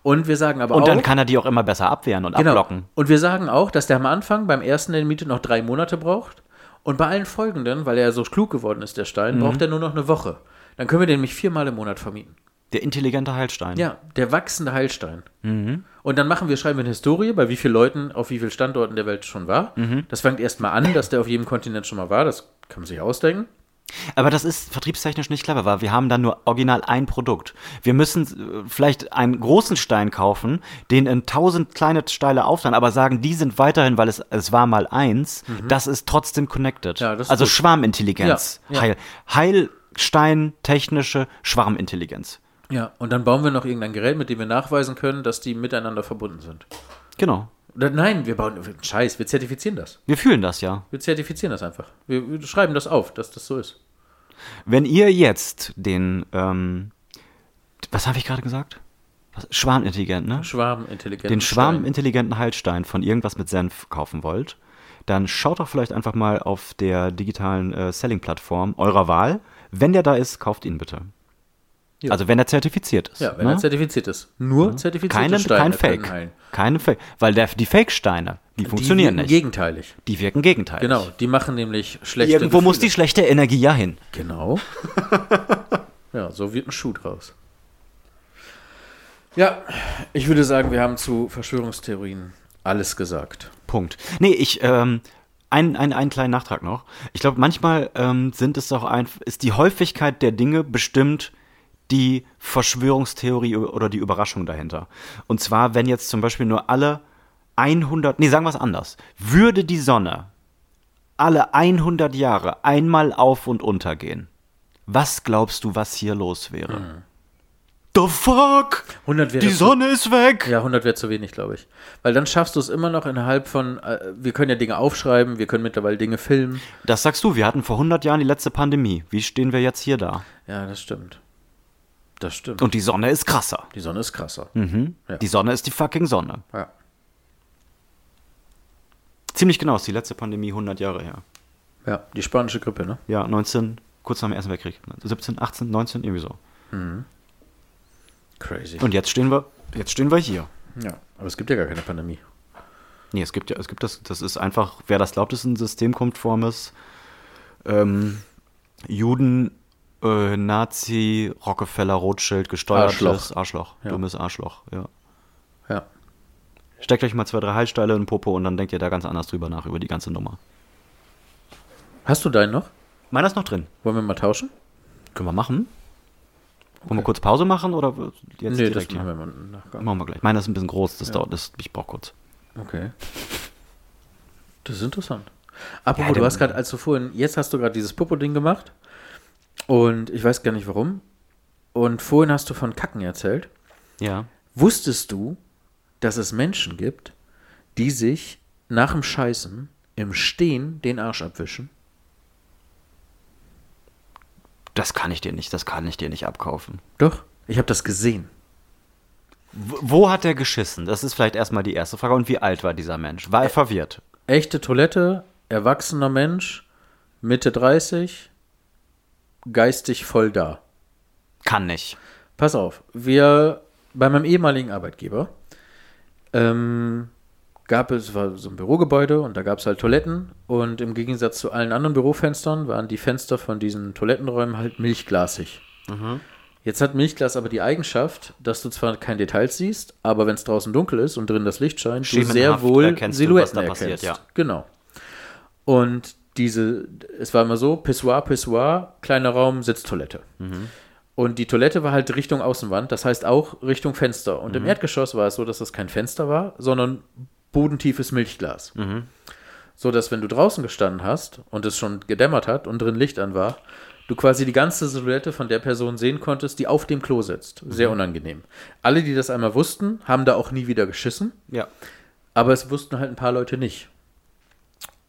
Speaker 4: Und wir sagen aber auch.
Speaker 2: Und dann kann er die auch immer besser abwehren und
Speaker 4: Genau.
Speaker 2: ablocken.
Speaker 4: Und wir sagen auch, dass der am Anfang beim ersten in der Miete noch drei Monate braucht und bei allen folgenden, weil er so klug geworden ist, der Stein,
Speaker 2: Mhm.
Speaker 4: braucht er nur noch eine Woche. Dann können wir den nämlich viermal im Monat vermieten.
Speaker 2: Der intelligente Heilstein.
Speaker 4: Ja, der wachsende Heilstein.
Speaker 2: Mhm.
Speaker 4: Und dann machen wir, schreiben wir eine Historie, bei wie vielen Leuten auf wie vielen Standorten der Welt schon war.
Speaker 2: Mhm.
Speaker 4: Das fängt erstmal an, dass der auf jedem Kontinent schon mal war. Das kann man sich ausdenken.
Speaker 2: Aber das ist vertriebstechnisch nicht clever, weil wir haben dann nur original ein Produkt. Wir müssen äh, vielleicht einen großen Stein kaufen, den in tausend kleine Steine aufteilen, aber sagen, die sind weiterhin, weil es, es war mal eins, das ist trotzdem connected.
Speaker 4: Mhm. Ja, das ist
Speaker 2: also
Speaker 4: gut.
Speaker 2: Schwarmintelligenz.
Speaker 4: Ja, ja.
Speaker 2: Heil, Heilsteintechnische Schwarmintelligenz.
Speaker 4: Ja, und dann bauen wir noch irgendein Gerät, mit dem wir nachweisen können, dass die miteinander verbunden sind.
Speaker 2: Genau.
Speaker 4: Oder nein, wir bauen. Scheiß, wir zertifizieren das.
Speaker 2: Wir fühlen das ja.
Speaker 4: Wir zertifizieren das einfach. Wir, wir schreiben das auf, dass das so ist.
Speaker 2: Wenn ihr jetzt den, ähm, was habe ich gerade gesagt? Was- Schwarmintelligent, ne?
Speaker 4: Schwarmintelligenz.
Speaker 2: den schwarmintelligenten Heilstein von irgendwas mit Senf kaufen wollt, dann schaut doch vielleicht einfach mal auf der digitalen äh, Selling-Plattform eurer Wahl. Wenn der da ist, kauft ihn bitte.
Speaker 4: Ja.
Speaker 2: Also wenn er zertifiziert ist.
Speaker 4: Ja, wenn
Speaker 2: ne?
Speaker 4: er zertifiziert ist. Nur zertifizierte
Speaker 2: Keinen-
Speaker 4: Steine
Speaker 2: Mhm. kein
Speaker 4: können
Speaker 2: Fake.
Speaker 4: heilen.
Speaker 2: Keine Fake. Weil der, die Fake-Steine, die, funktionieren
Speaker 4: die wirken
Speaker 2: nicht.
Speaker 4: Gegenteilig.
Speaker 2: die wirken gegenteilig.
Speaker 4: Genau, die machen nämlich schlechte
Speaker 2: Irgendwo muss die
Speaker 4: Gefühle.
Speaker 2: schlechte Energie ja hin.
Speaker 4: Genau. ja, so wird ein Schuh draus. Ja, ich würde sagen, wir haben zu Verschwörungstheorien alles gesagt.
Speaker 2: Punkt. Nee, ich, ähm, ein, ein, einen kleinen Nachtrag noch. Ich glaube, manchmal ähm, sind es doch ein, ist die Häufigkeit der Dinge bestimmt die Verschwörungstheorie oder die Überraschung dahinter. Und zwar, wenn jetzt zum Beispiel nur alle 100, nee, sagen wir es anders. Würde die Sonne alle 100 Jahre einmal auf und untergehen, was glaubst du, was hier los wäre? The fuck?
Speaker 4: 100 wäre
Speaker 2: Die
Speaker 4: zu-
Speaker 2: Sonne ist weg!
Speaker 4: Ja, 100 wäre zu wenig, glaube ich. Weil dann schaffst du es immer noch innerhalb von, äh, wir können ja Dinge aufschreiben, wir können mittlerweile Dinge filmen.
Speaker 2: Das sagst du, wir hatten vor 100 Jahren die letzte Pandemie. Wie stehen wir jetzt hier da?
Speaker 4: Ja, das stimmt. Das stimmt.
Speaker 2: Und Mhm. die Sonne ist krasser.
Speaker 4: die Sonne ist krasser. Ja.
Speaker 2: Die Sonne ist die fucking Sonne.
Speaker 4: Ja.
Speaker 2: Ziemlich genau, ist die letzte Pandemie 100 Jahre her.
Speaker 4: ja, die spanische Grippe, ne?
Speaker 2: Ja, 19, kurz nach dem Ersten Weltkrieg. 17, 18, 19, irgendwie so.
Speaker 4: Crazy.
Speaker 2: Und jetzt stehen wir, jetzt stehen wir hier.
Speaker 4: ja, aber es gibt ja gar keine Pandemie.
Speaker 2: Nee, es gibt ja, es gibt das, das ist einfach, wer das glaubt, ist ein systemkonformes ähm, Juden, äh, Nazi, Rockefeller, Rothschild gesteuertes
Speaker 4: Arschloch.
Speaker 2: Arschloch.
Speaker 4: Ja.
Speaker 2: Dummes Arschloch, ja.
Speaker 4: Ja.
Speaker 2: Steckt euch mal zwei, drei Heilsteile in den Popo und dann denkt ihr da ganz anders drüber nach, über die ganze Nummer.
Speaker 4: Hast du deinen noch?
Speaker 2: Meiner ist noch drin.
Speaker 4: Wollen wir mal tauschen?
Speaker 2: Können wir machen. Wollen wir kurz Pause machen oder jetzt
Speaker 4: nee, das
Speaker 2: direkt
Speaker 4: machen
Speaker 2: hier?
Speaker 4: wir mal nachher.
Speaker 2: Machen wir gleich. Meiner ist ein bisschen groß, das dauert, das, ich brauche kurz.
Speaker 4: Okay. Das ist interessant. Apropos,
Speaker 2: Ja,
Speaker 4: du
Speaker 2: der-
Speaker 4: hast gerade, als du vorhin, jetzt hast du gerade dieses Popo-Ding gemacht. Und ich weiß gar nicht warum. Und vorhin hast du von Kacken erzählt.
Speaker 2: Ja.
Speaker 4: Wusstest du, dass es Menschen gibt, die sich nach dem Scheißen im Stehen den Arsch abwischen?
Speaker 2: Das kann ich dir nicht, das kann ich dir nicht abkaufen.
Speaker 4: Doch, ich habe das gesehen.
Speaker 2: Wo- Wo hat er geschissen? Das ist vielleicht erstmal die erste Frage. Und wie alt war dieser Mensch? War er verwirrt?
Speaker 4: Echte Toilette, erwachsener Mensch, Mitte 30, geistig voll da.
Speaker 2: Kann nicht.
Speaker 4: Pass auf, wir bei meinem ehemaligen Arbeitgeber ähm, gab es war so ein Bürogebäude und da gab es halt Toiletten und im Gegensatz zu allen anderen Bürofenstern waren die Fenster von diesen Toilettenräumen halt milchglasig.
Speaker 2: Mhm.
Speaker 4: Jetzt hat Milchglas aber die Eigenschaft, dass du zwar keine Details siehst, aber wenn es draußen dunkel ist und drin das Licht scheint, du
Speaker 2: Schemenhaft
Speaker 4: sehr wohl
Speaker 2: erkennst du,
Speaker 4: Silhouetten
Speaker 2: was da
Speaker 4: erkennst.
Speaker 2: passiert, ja.
Speaker 4: Genau. Und diese, es war immer so, Pissoir, Pissoir, kleiner Raum, Sitztoilette. Und die Toilette war halt Richtung Außenwand, das heißt auch Richtung Fenster. Und im
Speaker 2: Mhm.
Speaker 4: Erdgeschoss war es so, dass das kein Fenster war, sondern bodentiefes Milchglas.
Speaker 2: Mhm.
Speaker 4: So dass, wenn du draußen gestanden hast und es schon gedämmert hat und drin Licht an war, du quasi die ganze Silhouette von der Person sehen konntest, die auf dem Klo sitzt.
Speaker 2: Mhm.
Speaker 4: Sehr unangenehm. Alle, die das einmal wussten, haben da auch nie wieder geschissen,
Speaker 2: Ja.
Speaker 4: aber es wussten halt ein paar Leute nicht.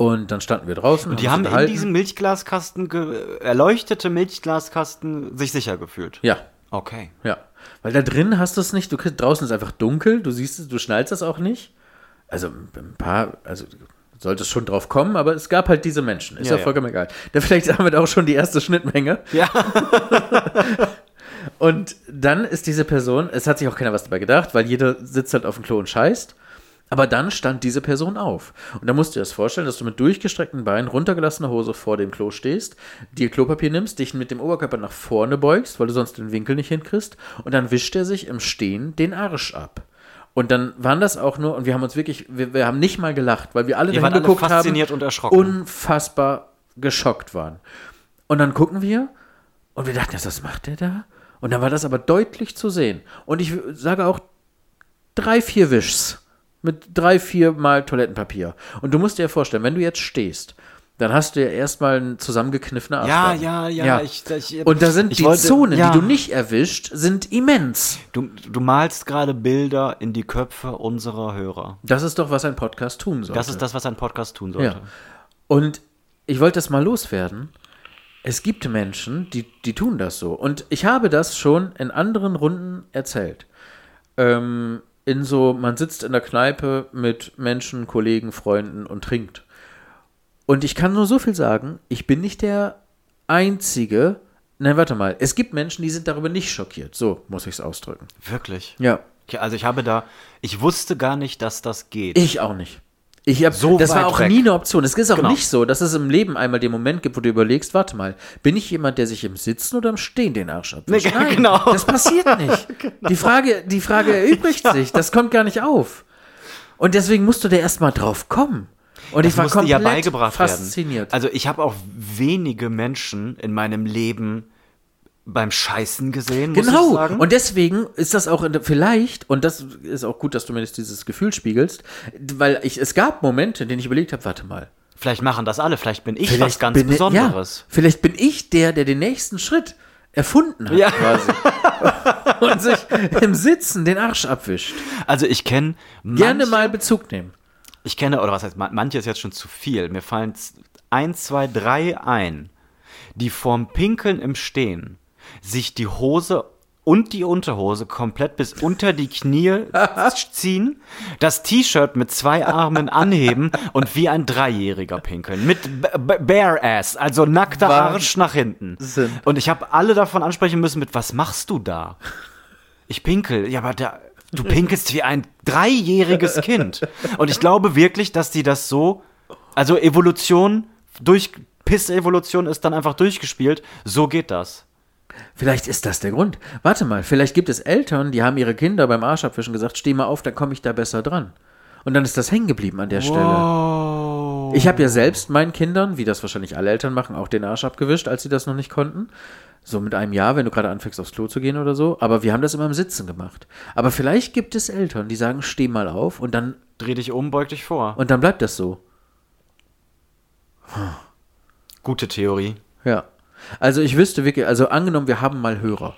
Speaker 4: Und dann standen wir draußen.
Speaker 2: Die haben
Speaker 4: uns
Speaker 2: in
Speaker 4: unterhalten.
Speaker 2: diesem Milchglaskasten, ge- erleuchtete Milchglaskasten, sich sicher gefühlt.
Speaker 4: Ja,
Speaker 2: Okay.
Speaker 4: Ja, weil da drin hast du es nicht. Du kriegst, draußen ist einfach dunkel. Du siehst es, du schnallst das auch nicht. Also ein paar, also sollte es schon drauf kommen, aber es gab halt diese Menschen. Ist
Speaker 2: Ja,
Speaker 4: ja,
Speaker 2: ja.
Speaker 4: vollkommen egal. Da vielleicht damit auch schon die erste Schnittmenge.
Speaker 2: Ja.
Speaker 4: Und dann ist diese Person, es hat sich auch keiner was dabei gedacht, weil jeder sitzt halt auf dem Klo und scheißt. Aber dann stand diese Person auf. Und da musst du dir das vorstellen, dass du mit durchgestreckten Beinen, runtergelassener Hose vor dem Klo stehst, dir Klopapier nimmst, dich mit dem Oberkörper nach vorne beugst, weil du sonst den Winkel nicht hinkriegst. Und dann wischt er sich im Stehen den Arsch ab. Und dann waren das auch nur, und wir haben uns wirklich, wir, wir haben nicht mal gelacht, weil wir alle
Speaker 2: Wir
Speaker 4: dahin
Speaker 2: waren alle
Speaker 4: geguckt
Speaker 2: fasziniert
Speaker 4: haben,
Speaker 2: und erschrocken.
Speaker 4: unfassbar geschockt waren. Und dann gucken wir und wir dachten, was macht der da? Und dann war das aber deutlich zu sehen. Und ich sage auch drei, vier Wischs mit drei, vier Mal Toilettenpapier. Und du musst dir ja vorstellen, wenn du jetzt stehst, dann hast du ja erstmal einen zusammengekniffene
Speaker 2: Ja,
Speaker 4: Arschbacken.
Speaker 2: ja, ja, ich- ich-
Speaker 4: und da sind
Speaker 2: ich
Speaker 4: die
Speaker 2: wollte-
Speaker 4: Zonen,
Speaker 2: ja.
Speaker 4: die du nicht erwischt, sind immens.
Speaker 2: Du, du malst gerade Bilder in die Köpfe unserer Hörer.
Speaker 4: Das ist doch, was ein Podcast tun sollte.
Speaker 2: Das ist das, was ein Podcast tun sollte.
Speaker 4: Ja. Und ich wollte das mal loswerden. Es gibt Menschen, die, die tun das so. Und ich habe das schon in anderen Runden erzählt. Ähm, in so, man sitzt in der Kneipe mit Menschen, Kollegen, Freunden und trinkt. Und ich kann nur so viel sagen, ich bin nicht der Einzige. Nein, warte mal. Es gibt Menschen, die sind darüber nicht schockiert. So muss ich es ausdrücken.
Speaker 2: Wirklich.
Speaker 4: Ja.
Speaker 2: Ja, Also ich habe da, ich wusste gar nicht, dass das geht.
Speaker 4: Ich auch nicht. Ich hab,
Speaker 2: So
Speaker 4: das
Speaker 2: weit
Speaker 4: war auch
Speaker 2: weg.
Speaker 4: nie eine Option. Es ist auch
Speaker 2: Genau.
Speaker 4: nicht so, dass es im Leben einmal den Moment gibt, wo du überlegst, warte mal, bin ich jemand, der sich im Sitzen oder im Stehen den Arsch abwischt?
Speaker 2: Nee,
Speaker 4: Nein,
Speaker 2: genau.
Speaker 4: das passiert nicht. Die, Frage, die Frage erübrigt sich, das kommt gar nicht auf. Und deswegen musst du da erstmal drauf kommen. Und ich
Speaker 2: das
Speaker 4: war
Speaker 2: musste ja
Speaker 4: komplett
Speaker 2: beigebracht
Speaker 4: fasziniert.
Speaker 2: werden. Also ich habe auch wenige Menschen in meinem Leben beim Scheißen gesehen, muss ich
Speaker 4: Genau.
Speaker 2: sagen.
Speaker 4: Und deswegen ist das auch in der- vielleicht, und das ist auch gut, dass du mir jetzt dieses Gefühl spiegelst, weil ich, es gab Momente, in denen ich überlegt habe, warte mal,
Speaker 2: vielleicht machen das alle, vielleicht bin ich was
Speaker 4: Vielleicht
Speaker 2: ganz
Speaker 4: bin-
Speaker 2: Besonderes.
Speaker 4: Ja, vielleicht bin ich der, der den nächsten Schritt erfunden hat
Speaker 2: Ja.
Speaker 4: quasi. Und sich im Sitzen den Arsch abwischt.
Speaker 2: Also ich kenne
Speaker 4: Gerne mal Bezug nehmen.
Speaker 2: Ich kenne, oder was heißt, man- manche ist jetzt schon zu viel. Mir fallen z- ein, zwei, drei ein, die vorm Pinkeln im Stehen sich die Hose und die Unterhose komplett bis unter die Knie ziehen, das T-Shirt mit zwei Armen anheben und wie ein Dreijähriger pinkeln. Mit B- B- Bare Ass, also nackter Arsch nach hinten.
Speaker 4: Wahnsinn.
Speaker 2: Und ich habe alle davon ansprechen müssen mit, was machst du da? Ich pinkel. Ja, aber da, du pinkelst wie ein dreijähriges Kind. Und ich glaube wirklich, dass die das so, also Evolution durch Piss-Evolution ist dann einfach durchgespielt. So geht das.
Speaker 4: Vielleicht ist das der Grund. Warte mal, vielleicht gibt es Eltern, die haben ihre Kinder beim Arsch abwischen gesagt, steh mal auf, dann komme ich da besser dran. Und dann ist das hängen geblieben an der Stelle. Ich habe ja selbst meinen Kindern, wie das wahrscheinlich alle Eltern machen, auch den Arsch abgewischt, als sie das noch nicht konnten. So mit einem Jahr, wenn du gerade anfängst, aufs Klo zu gehen oder so. Aber wir haben das immer im Sitzen gemacht. Aber vielleicht gibt es Eltern, die sagen, steh mal auf und dann,
Speaker 2: Dreh dich um, beug dich vor.
Speaker 4: und dann bleibt das so.
Speaker 2: Gute Theorie.
Speaker 4: Ja. Also ich wüsste wirklich, also angenommen, wir haben mal Hörer.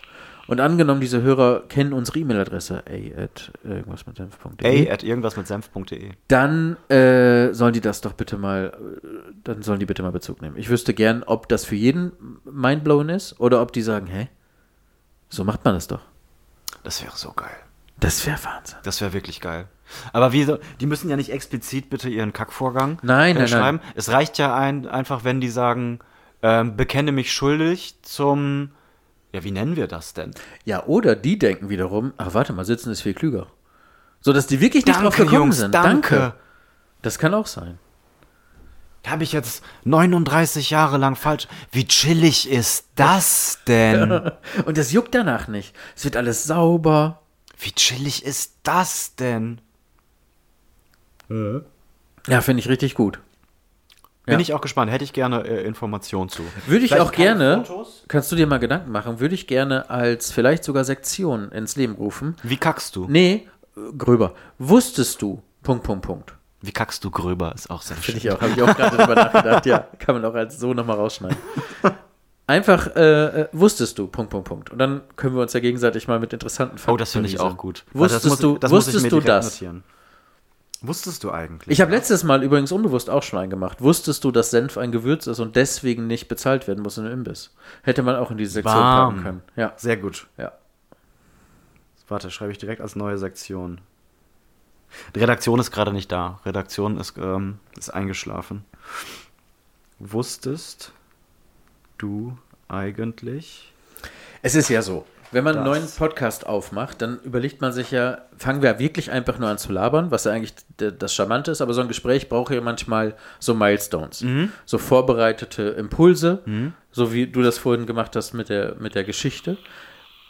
Speaker 4: Und angenommen, diese Hörer kennen unsere E-Mail-Adresse, a at irgendwas mit
Speaker 2: Ey,
Speaker 4: senf.de.
Speaker 2: at irgendwas mit senf.de.
Speaker 4: Dann äh, sollen die das doch bitte mal, äh, dann sollen die bitte mal Bezug nehmen. Ich wüsste gern, ob das für jeden mindblown ist oder ob die sagen, hä, so macht man das doch.
Speaker 2: Das wäre so geil.
Speaker 4: Das wäre Wahnsinn.
Speaker 2: Das wäre wirklich geil. Aber wie so, die müssen ja nicht explizit bitte ihren Kackvorgang äh,
Speaker 4: Nein, nein,
Speaker 2: schreiben. Es reicht ja ein, einfach, wenn die sagen, ähm, bekenne mich schuldig zum, ja, wie nennen wir das denn?
Speaker 4: Ja, oder die denken wiederum, ach warte mal, sitzen ist viel klüger. So, dass die wirklich nicht
Speaker 2: Danke,
Speaker 4: drauf gekommen
Speaker 2: Jungs,
Speaker 4: sind.
Speaker 2: danke.
Speaker 4: Das kann auch sein.
Speaker 2: Habe ich jetzt 39 Jahre lang falsch. Wie chillig ist das denn?
Speaker 4: Und das juckt danach nicht. Es wird alles sauber.
Speaker 2: Wie chillig ist das denn?
Speaker 4: Ja, finde ich richtig gut.
Speaker 2: Bin
Speaker 4: Ja.
Speaker 2: ich auch gespannt. Hätte ich gerne äh, Informationen zu.
Speaker 4: Würde ich
Speaker 2: Vielleicht
Speaker 4: auch
Speaker 2: keine
Speaker 4: gerne,
Speaker 2: Fotos?
Speaker 4: kannst du dir mal Gedanken machen, würde ich gerne als vielleicht sogar Sektion ins Leben rufen.
Speaker 2: Wie kackst du?
Speaker 4: Nee, äh, gröber. Wusstest du, Punkt, Punkt, Punkt.
Speaker 2: Wie kackst du gröber? Ist auch sehr schön.
Speaker 4: Finde ich auch, habe ich auch gerade drüber nachgedacht. Ja, kann man auch als so nochmal rausschneiden. Einfach, äh, äh, wusstest du, Punkt, Punkt, Punkt. Und dann können wir uns ja gegenseitig mal mit interessanten Fakten
Speaker 2: Oh, das finde ich
Speaker 4: berieseln.
Speaker 2: auch gut. Also
Speaker 4: Wusstest du,
Speaker 2: das muss ich
Speaker 4: wusstest
Speaker 2: mir
Speaker 4: du
Speaker 2: direkt
Speaker 4: das?
Speaker 2: notieren. Wusstest du eigentlich?
Speaker 4: Ich habe letztes Mal übrigens unbewusst auch schon einen gemacht. Wusstest du, dass Senf ein Gewürz ist und deswegen nicht bezahlt werden muss in einem Imbiss? Hätte man auch in diese Sektion
Speaker 2: Bam.
Speaker 4: packen können. Ja.
Speaker 2: Sehr gut.
Speaker 4: ja.
Speaker 2: Warte, schreibe ich direkt als neue Sektion. Die Redaktion ist gerade nicht da. Redaktion ist, ähm, ist eingeschlafen. Wusstest du eigentlich?
Speaker 4: Es ist ja so. Wenn man einen
Speaker 2: Das-
Speaker 4: neuen Podcast aufmacht, dann überlegt man sich ja, fangen wir wirklich einfach nur an zu labern, was ja eigentlich d- das Charmante ist, aber so ein Gespräch braucht ja manchmal so Milestones, so vorbereitete Impulse, so wie du das vorhin gemacht hast mit der, mit der Geschichte,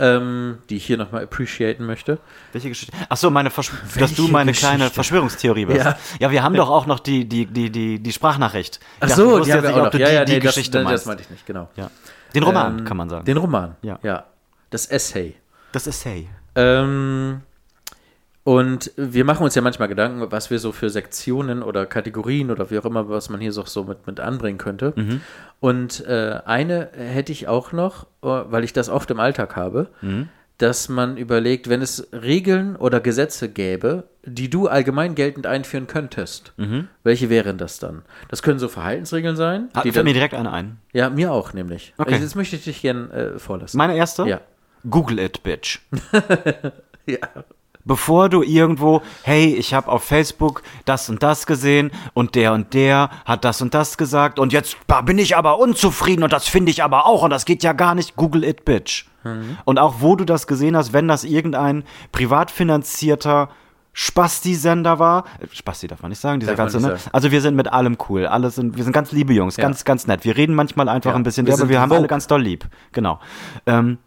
Speaker 4: ähm, die ich hier nochmal appreciaten möchte.
Speaker 2: Welche Geschichte? Achso, meine Versch dass du meine
Speaker 4: Geschichte?
Speaker 2: kleine Verschwörungstheorie bist.
Speaker 4: Ja.
Speaker 2: Ja. wir haben doch auch noch die, die, die, die, die Sprachnachricht.
Speaker 4: Ach
Speaker 2: Ich
Speaker 4: so,
Speaker 2: dachte, ich
Speaker 4: die
Speaker 2: wusste
Speaker 4: haben wir
Speaker 2: jetzt
Speaker 4: auch
Speaker 2: nicht,
Speaker 4: noch.
Speaker 2: ob du
Speaker 4: Ja,
Speaker 2: die,
Speaker 4: ja,
Speaker 2: die
Speaker 4: nee, das,
Speaker 2: Geschichte
Speaker 4: das,
Speaker 2: meinst.
Speaker 4: das meinte ich nicht, genau.
Speaker 2: ja. Den Roman,
Speaker 4: Ähm,
Speaker 2: kann man sagen.
Speaker 4: Den Roman,
Speaker 2: Ja.
Speaker 4: ja. Das Essay.
Speaker 2: das Essay.
Speaker 4: Ähm, und wir machen uns ja manchmal Gedanken, was wir so für Sektionen oder Kategorien oder wie auch immer, was man hier so, so mit, mit anbringen könnte.
Speaker 2: Mhm.
Speaker 4: Und äh, eine hätte ich auch noch, äh, weil ich das oft im Alltag habe,
Speaker 2: Mhm.
Speaker 4: dass man überlegt, wenn es Regeln oder Gesetze gäbe, die du allgemein geltend einführen könntest,
Speaker 2: Mhm.
Speaker 4: welche wären das dann? Das können so Verhaltensregeln sein.
Speaker 2: Ah,
Speaker 4: die
Speaker 2: fällt mir
Speaker 4: dann,
Speaker 2: direkt eine ein.
Speaker 4: ja, mir auch nämlich.
Speaker 2: Okay.
Speaker 4: Also jetzt möchte ich dich gerne äh, vorlassen.
Speaker 2: Meine erste?
Speaker 4: ja.
Speaker 2: Google it, bitch.
Speaker 4: ja.
Speaker 2: Bevor du irgendwo, hey, ich habe auf Facebook das und das gesehen und der und der hat das und das gesagt und jetzt bah, bin ich aber unzufrieden und das finde ich aber auch und das geht ja gar nicht. Google it, bitch.
Speaker 4: Mhm.
Speaker 2: Und auch wo du das gesehen hast, wenn das irgendein privat finanzierter Spasti-Sender war, äh, Spasti darf man nicht sagen, dieser
Speaker 4: Darf man
Speaker 2: ganze,
Speaker 4: nicht
Speaker 2: ne?
Speaker 4: sagen.
Speaker 2: Also wir sind mit allem cool, alle sind, wir sind ganz liebe Jungs, ganz, ganz nett. Wir reden manchmal einfach
Speaker 4: Ja,
Speaker 2: ein bisschen,
Speaker 4: wir
Speaker 2: wir aber
Speaker 4: sind
Speaker 2: wir haben alle
Speaker 4: woke.
Speaker 2: ganz doll lieb. Genau. Ähm,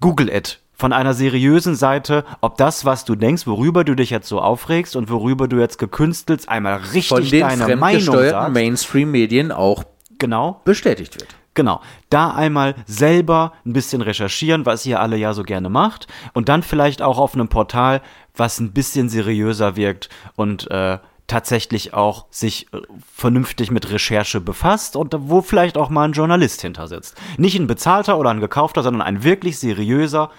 Speaker 2: Google it. Von einer seriösen Seite, ob das, was du denkst, worüber du dich jetzt so aufregst und worüber du jetzt gekünstelst, einmal richtig
Speaker 4: von den
Speaker 2: deine Meinung
Speaker 4: fremdgesteuerten
Speaker 2: sagst.
Speaker 4: Mainstream-Medien auch
Speaker 2: Genau.
Speaker 4: bestätigt wird.
Speaker 2: Genau. Da einmal selber ein bisschen recherchieren, was ihr alle ja so gerne macht. Und dann vielleicht auch auf einem Portal, was ein bisschen seriöser wirkt und äh, tatsächlich auch sich äh, vernünftig mit Recherche befasst und wo vielleicht auch mal ein Journalist hinter sitzt. Nicht ein bezahlter oder ein gekaufter, sondern ein wirklich seriöser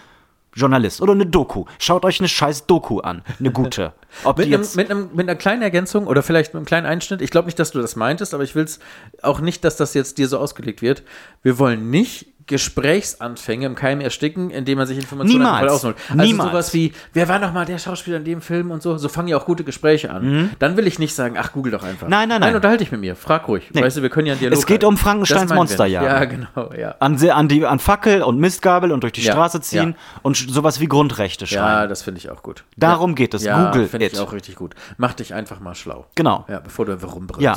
Speaker 2: Journalist oder eine Doku. Schaut euch eine scheiß Doku an. Eine gute. Ob
Speaker 4: Mit,
Speaker 2: die
Speaker 4: einem,
Speaker 2: jetzt.
Speaker 4: mit, einem, mit einer kleinen Ergänzung oder vielleicht mit einem kleinen Einschnitt. Ich glaube nicht, dass du das meintest, aber ich will es auch nicht, dass das jetzt dir so ausgelegt wird. Wir wollen nicht Gesprächsanfänge im Keim ersticken, indem man sich Informationen
Speaker 2: Niemals.
Speaker 4: einfach voll ausholt. Also
Speaker 2: Niemals.
Speaker 4: sowas wie, wer war noch mal der Schauspieler in dem Film und so. So fangen ja auch gute Gespräche an. Dann will ich nicht sagen, ach, google doch einfach.
Speaker 2: Mhm. Nein, nein,
Speaker 4: Nein,
Speaker 2: nein.
Speaker 4: unterhalte ich mit mir. Frag ruhig.
Speaker 2: Nee.
Speaker 4: Weißt du, wir können ja einen Dialog
Speaker 2: Es geht
Speaker 4: halten.
Speaker 2: um Frankensteins
Speaker 4: Das meinen wir
Speaker 2: Monsterjagd.
Speaker 4: nicht. Ja, genau, ja.
Speaker 2: An, an, die, an Fackel und Mistgabel und durch die
Speaker 4: Ja,
Speaker 2: Straße ziehen und sch- sowas wie Grundrechte schreiben.
Speaker 4: Ja, das finde ich auch gut.
Speaker 2: Darum geht es.
Speaker 4: Ja,
Speaker 2: Google
Speaker 4: finde
Speaker 2: it.
Speaker 4: ich auch richtig gut. Mach dich einfach mal schlau.
Speaker 2: Genau.
Speaker 4: Ja, bevor du einfach rumbrüllst.
Speaker 2: Ja.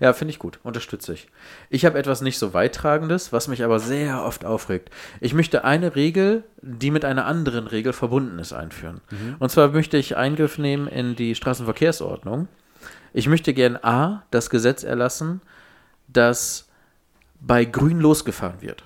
Speaker 4: Ja, finde ich gut. Unterstütze ich. Ich habe etwas nicht so Weittragendes, was mich aber sehr oft aufregt. Ich möchte eine Regel, die mit einer anderen Regel verbunden ist, einführen.
Speaker 2: Mhm.
Speaker 4: Und zwar möchte ich Eingriff nehmen in die Straßenverkehrsordnung. Ich möchte gern A, das Gesetz erlassen, dass bei grün losgefahren wird.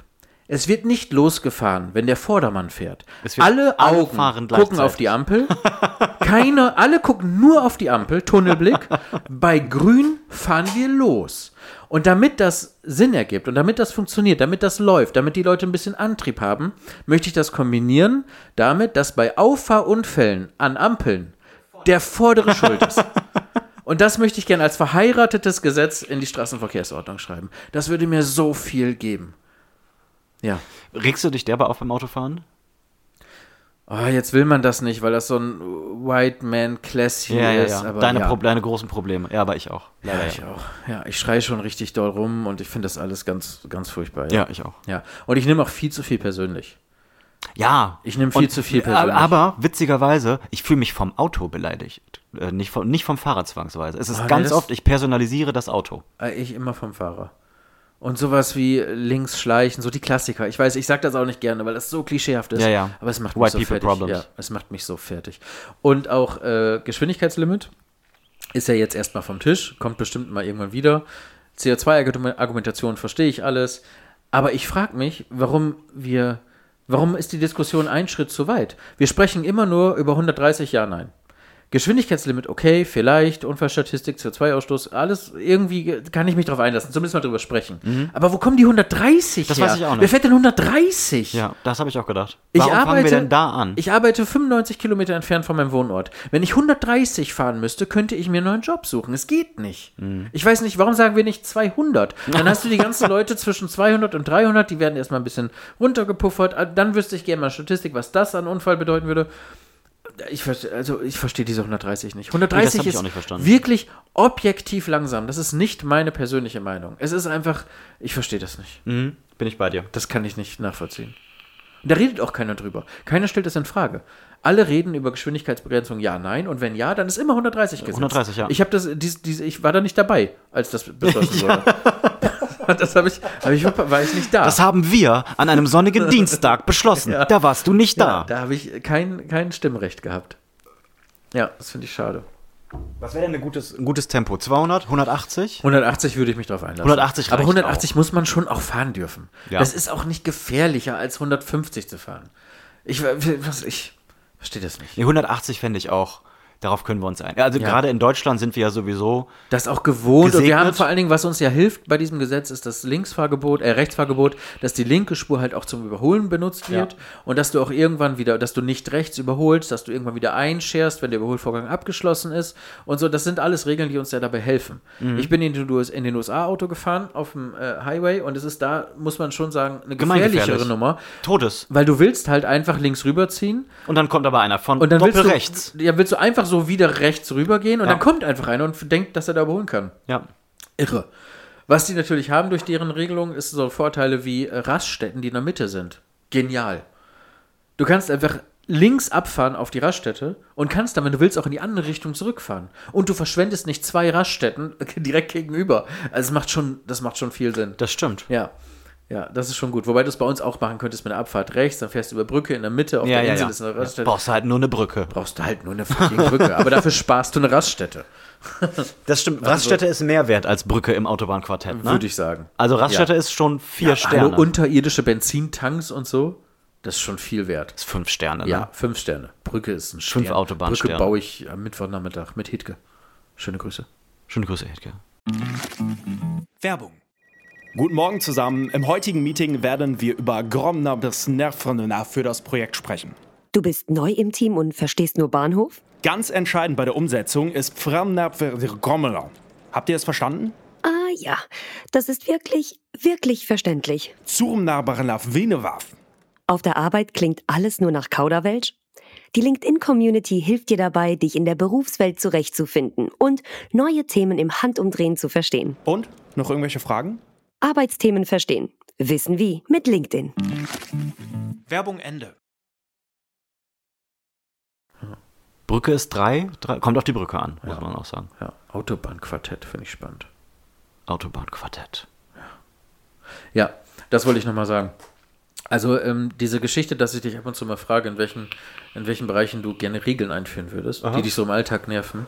Speaker 4: Es wird nicht losgefahren, wenn der Vordermann fährt.
Speaker 2: wird
Speaker 4: Alle
Speaker 2: alle
Speaker 4: Augen
Speaker 2: fahren
Speaker 4: gucken
Speaker 2: gleichzeitig.
Speaker 4: auf die Ampel. Keine, alle gucken nur auf die Ampel, Tunnelblick. Bei grün fahren wir los. Und damit das Sinn ergibt und damit das funktioniert, damit das läuft, damit die Leute ein bisschen Antrieb haben, möchte ich das kombinieren damit, dass bei Auffahrunfällen an Ampeln der vordere schuld ist. Und das möchte ich gerne als verheiratetes Gesetz in die Straßenverkehrsordnung schreiben. Das würde mir so viel geben. Ja.
Speaker 2: Regst du dich derbe auf beim Autofahren?
Speaker 4: Oh, jetzt will man das nicht, weil das so ein White Man Classy ist. Aber
Speaker 2: Deine,
Speaker 4: ja.
Speaker 2: Proble- deine großen Probleme. Ja, aber ich auch. Leider
Speaker 4: Ja, ich auch. Ja, ich schreie schon richtig doll rum und ich finde das alles ganz, ganz furchtbar.
Speaker 2: ja. ja, ich auch.
Speaker 4: Ja. Und ich nehme auch viel zu viel persönlich.
Speaker 2: Ja.
Speaker 4: Ich nehm viel
Speaker 2: Und-
Speaker 4: zu viel persönlich.
Speaker 2: Aber witzigerweise, ich fühle mich vom Auto beleidigt. Äh, Nicht, vom, nicht vom Fahrrad zwangsweise. Es ist
Speaker 4: Ah, nee,
Speaker 2: ganz
Speaker 4: das-
Speaker 2: oft, ich personalisiere das Auto.
Speaker 4: Äh, Ich immer vom Fahrer. Und sowas wie links schleichen, so die Klassiker. Ich weiß, ich sag das auch nicht gerne, weil das so klischeehaft ist.
Speaker 2: Ja, ja.
Speaker 4: Aber es macht mich
Speaker 2: White
Speaker 4: so
Speaker 2: people
Speaker 4: fertig.
Speaker 2: problems.
Speaker 4: Ja, es macht mich so fertig. Und auch äh, Geschwindigkeitslimit ist ja jetzt erstmal vom Tisch, kommt bestimmt mal irgendwann wieder. CO2-Argumentation verstehe ich alles. Aber ich frage mich, warum wir, warum ist die Diskussion ein Schritt zu weit? Wir sprechen immer nur über 130 Ja, Nein. Geschwindigkeitslimit, okay, vielleicht, Unfallstatistik, CO2-Ausstoß, alles irgendwie kann ich mich drauf einlassen, zumindest mal drüber sprechen. Aber wo kommen die 130
Speaker 2: Mhm. Das
Speaker 4: her?
Speaker 2: weiß ich auch nicht.
Speaker 4: Wer fährt denn 130?
Speaker 2: Ja, das habe ich auch gedacht.
Speaker 4: Ich
Speaker 2: Warum
Speaker 4: arbeite,
Speaker 2: fangen wir denn da an?
Speaker 4: Ich arbeite 95 Kilometer entfernt von meinem Wohnort. Wenn ich 130 fahren müsste, könnte ich mir einen neuen Job suchen. Es geht nicht.
Speaker 2: Hm.
Speaker 4: Ich weiß nicht, warum sagen wir nicht 200? Dann hast du die ganzen Leute zwischen 200 und 300, die werden Ah, erstmal ein bisschen runtergepuffert. Dann wüsste ich gerne mal Statistik, was das an Unfall bedeuten würde. Ich verstehe, also ich verstehe diese 130
Speaker 2: Nee,
Speaker 4: nicht. 130
Speaker 2: das hab ich
Speaker 4: ist
Speaker 2: auch nicht verstanden.
Speaker 4: wirklich objektiv langsam. Das ist nicht meine persönliche Meinung. Es ist einfach, ich verstehe das nicht.
Speaker 2: Mhm, bin ich bei dir.
Speaker 4: Das kann ich nicht nachvollziehen. Da redet auch keiner drüber. Keiner stellt das in Frage. Alle reden über Geschwindigkeitsbegrenzung, ja, nein. Und wenn ja, dann ist immer 130 gesetzt.
Speaker 2: 130, ja.
Speaker 4: Ich, hab das, dies, dies, ich war da nicht dabei, als das beschlossen wurde. das habe ich, hab ich, war ich nicht da.
Speaker 2: Das haben wir an einem sonnigen Dienstag beschlossen. Da warst du nicht da.
Speaker 4: ja, da habe ich kein, kein Stimmrecht gehabt. Ja, das finde ich schade.
Speaker 2: Was wäre denn ein gutes, ein gutes Tempo? 200, 180?
Speaker 4: 180 würde ich mich drauf einlassen.
Speaker 2: 180
Speaker 4: Aber
Speaker 2: reicht
Speaker 4: 180 muss man schon auch fahren dürfen.
Speaker 2: Ja.
Speaker 4: Das ist auch nicht gefährlicher als 150 zu fahren. Ich, was, ich verstehe das nicht.
Speaker 2: Nee, 180 fände ich auch. Darauf können wir uns ein. Also gerade in Deutschland sind wir ja sowieso.
Speaker 4: Das ist auch gewohnt. Und wir
Speaker 2: Gesegnet.
Speaker 4: haben vor allen Dingen, was uns ja hilft bei diesem Gesetz, ist das Linksfahrgebot, äh, Rechtsfahrgebot, dass die linke Spur halt auch zum Überholen benutzt wird und dass du auch irgendwann wieder, dass du nicht rechts überholst, dass du irgendwann wieder einscherst, wenn der Überholvorgang abgeschlossen ist und so. Das sind alles Regeln, die uns ja dabei helfen.
Speaker 2: Mhm.
Speaker 4: Ich bin in den, US in den USA Auto gefahren auf dem äh, Highway und es ist da, muss man schon sagen, eine
Speaker 2: Gemeingefährlich.
Speaker 4: gefährlichere Nummer.
Speaker 2: Todes.
Speaker 4: Weil du willst halt einfach links rüberziehen
Speaker 2: Und dann kommt aber einer von
Speaker 4: und dann willst
Speaker 2: Doppel
Speaker 4: du,
Speaker 2: rechts.
Speaker 4: Ja, willst du einfach so wieder rechts rübergehen und
Speaker 2: Ja.
Speaker 4: dann kommt einfach einer und denkt, dass er da überholen kann.
Speaker 2: Ja.
Speaker 4: Irre. Was die natürlich haben durch deren Regelung, ist so Vorteile wie äh, Raststätten, die in der Mitte sind. Genial. Du kannst einfach links abfahren auf die Raststätte und kannst dann, wenn du willst, auch in die andere Richtung zurückfahren. Und du verschwendest nicht zwei Raststätten direkt gegenüber. Also es macht schon, das macht schon viel Sinn.
Speaker 2: Das stimmt.
Speaker 4: Ja. Ja, das ist schon gut. Wobei du es bei uns auch machen könntest mit einer Abfahrt rechts, dann fährst du über Brücke in der Mitte auf
Speaker 2: Ja,
Speaker 4: der
Speaker 2: ja,
Speaker 4: Insel
Speaker 2: ja.
Speaker 4: ist eine Raststätte.
Speaker 2: Brauchst du halt nur eine Brücke.
Speaker 4: Brauchst du halt nur eine fucking Brücke, aber dafür sparst du eine Raststätte.
Speaker 2: Das stimmt. Raststätte ist mehr wert als Brücke im Autobahnquartett, ne?
Speaker 4: Also Würde ich sagen.
Speaker 2: Also Raststätte
Speaker 4: Ja.
Speaker 2: ist schon vier Sterne.
Speaker 4: Hallo, unterirdische Benzintanks und so, das ist schon viel wert.
Speaker 2: ist fünf Sterne, ne?
Speaker 4: Ja, fünf Sterne. Brücke ist ein Stern.
Speaker 2: Fünf Autobahnsterne.
Speaker 4: Brücke baue ich am Mittwochnachmittag mit Hitke. Schöne Grüße.
Speaker 2: Schöne Grüße, Edgar.
Speaker 7: Werbung.
Speaker 9: Guten Morgen zusammen. Im heutigen Meeting werden wir über Gromner bis Nervenna für das Projekt sprechen.
Speaker 10: Du bist neu im Team und verstehst nur Bahnhof?
Speaker 9: Ganz entscheidend bei der Umsetzung ist Framner Gromner. Habt ihr es verstanden?
Speaker 10: Ah ja, das ist wirklich, wirklich verständlich.
Speaker 9: Zurmnabarnaf Venewaf.
Speaker 10: Auf der Arbeit klingt alles nur nach Kauderwelsch. Die LinkedIn-Community hilft dir dabei, dich in der Berufswelt zurechtzufinden und neue Themen im Handumdrehen zu verstehen.
Speaker 9: Und? Noch irgendwelche Fragen?
Speaker 10: Arbeitsthemen verstehen. Wissen wie mit LinkedIn.
Speaker 7: Werbung Ende.
Speaker 2: Brücke ist drei, drei. Kommt auf die Brücke an, muss man auch sagen.
Speaker 4: Ja, Autobahnquartett finde ich spannend.
Speaker 2: Autobahnquartett.
Speaker 4: Ja, das wollte ich nochmal sagen. Also ähm, diese Geschichte, dass ich dich ab und zu mal frage, in welchen, in welchen Bereichen du gerne Regeln einführen würdest, die dich so im Alltag nerven.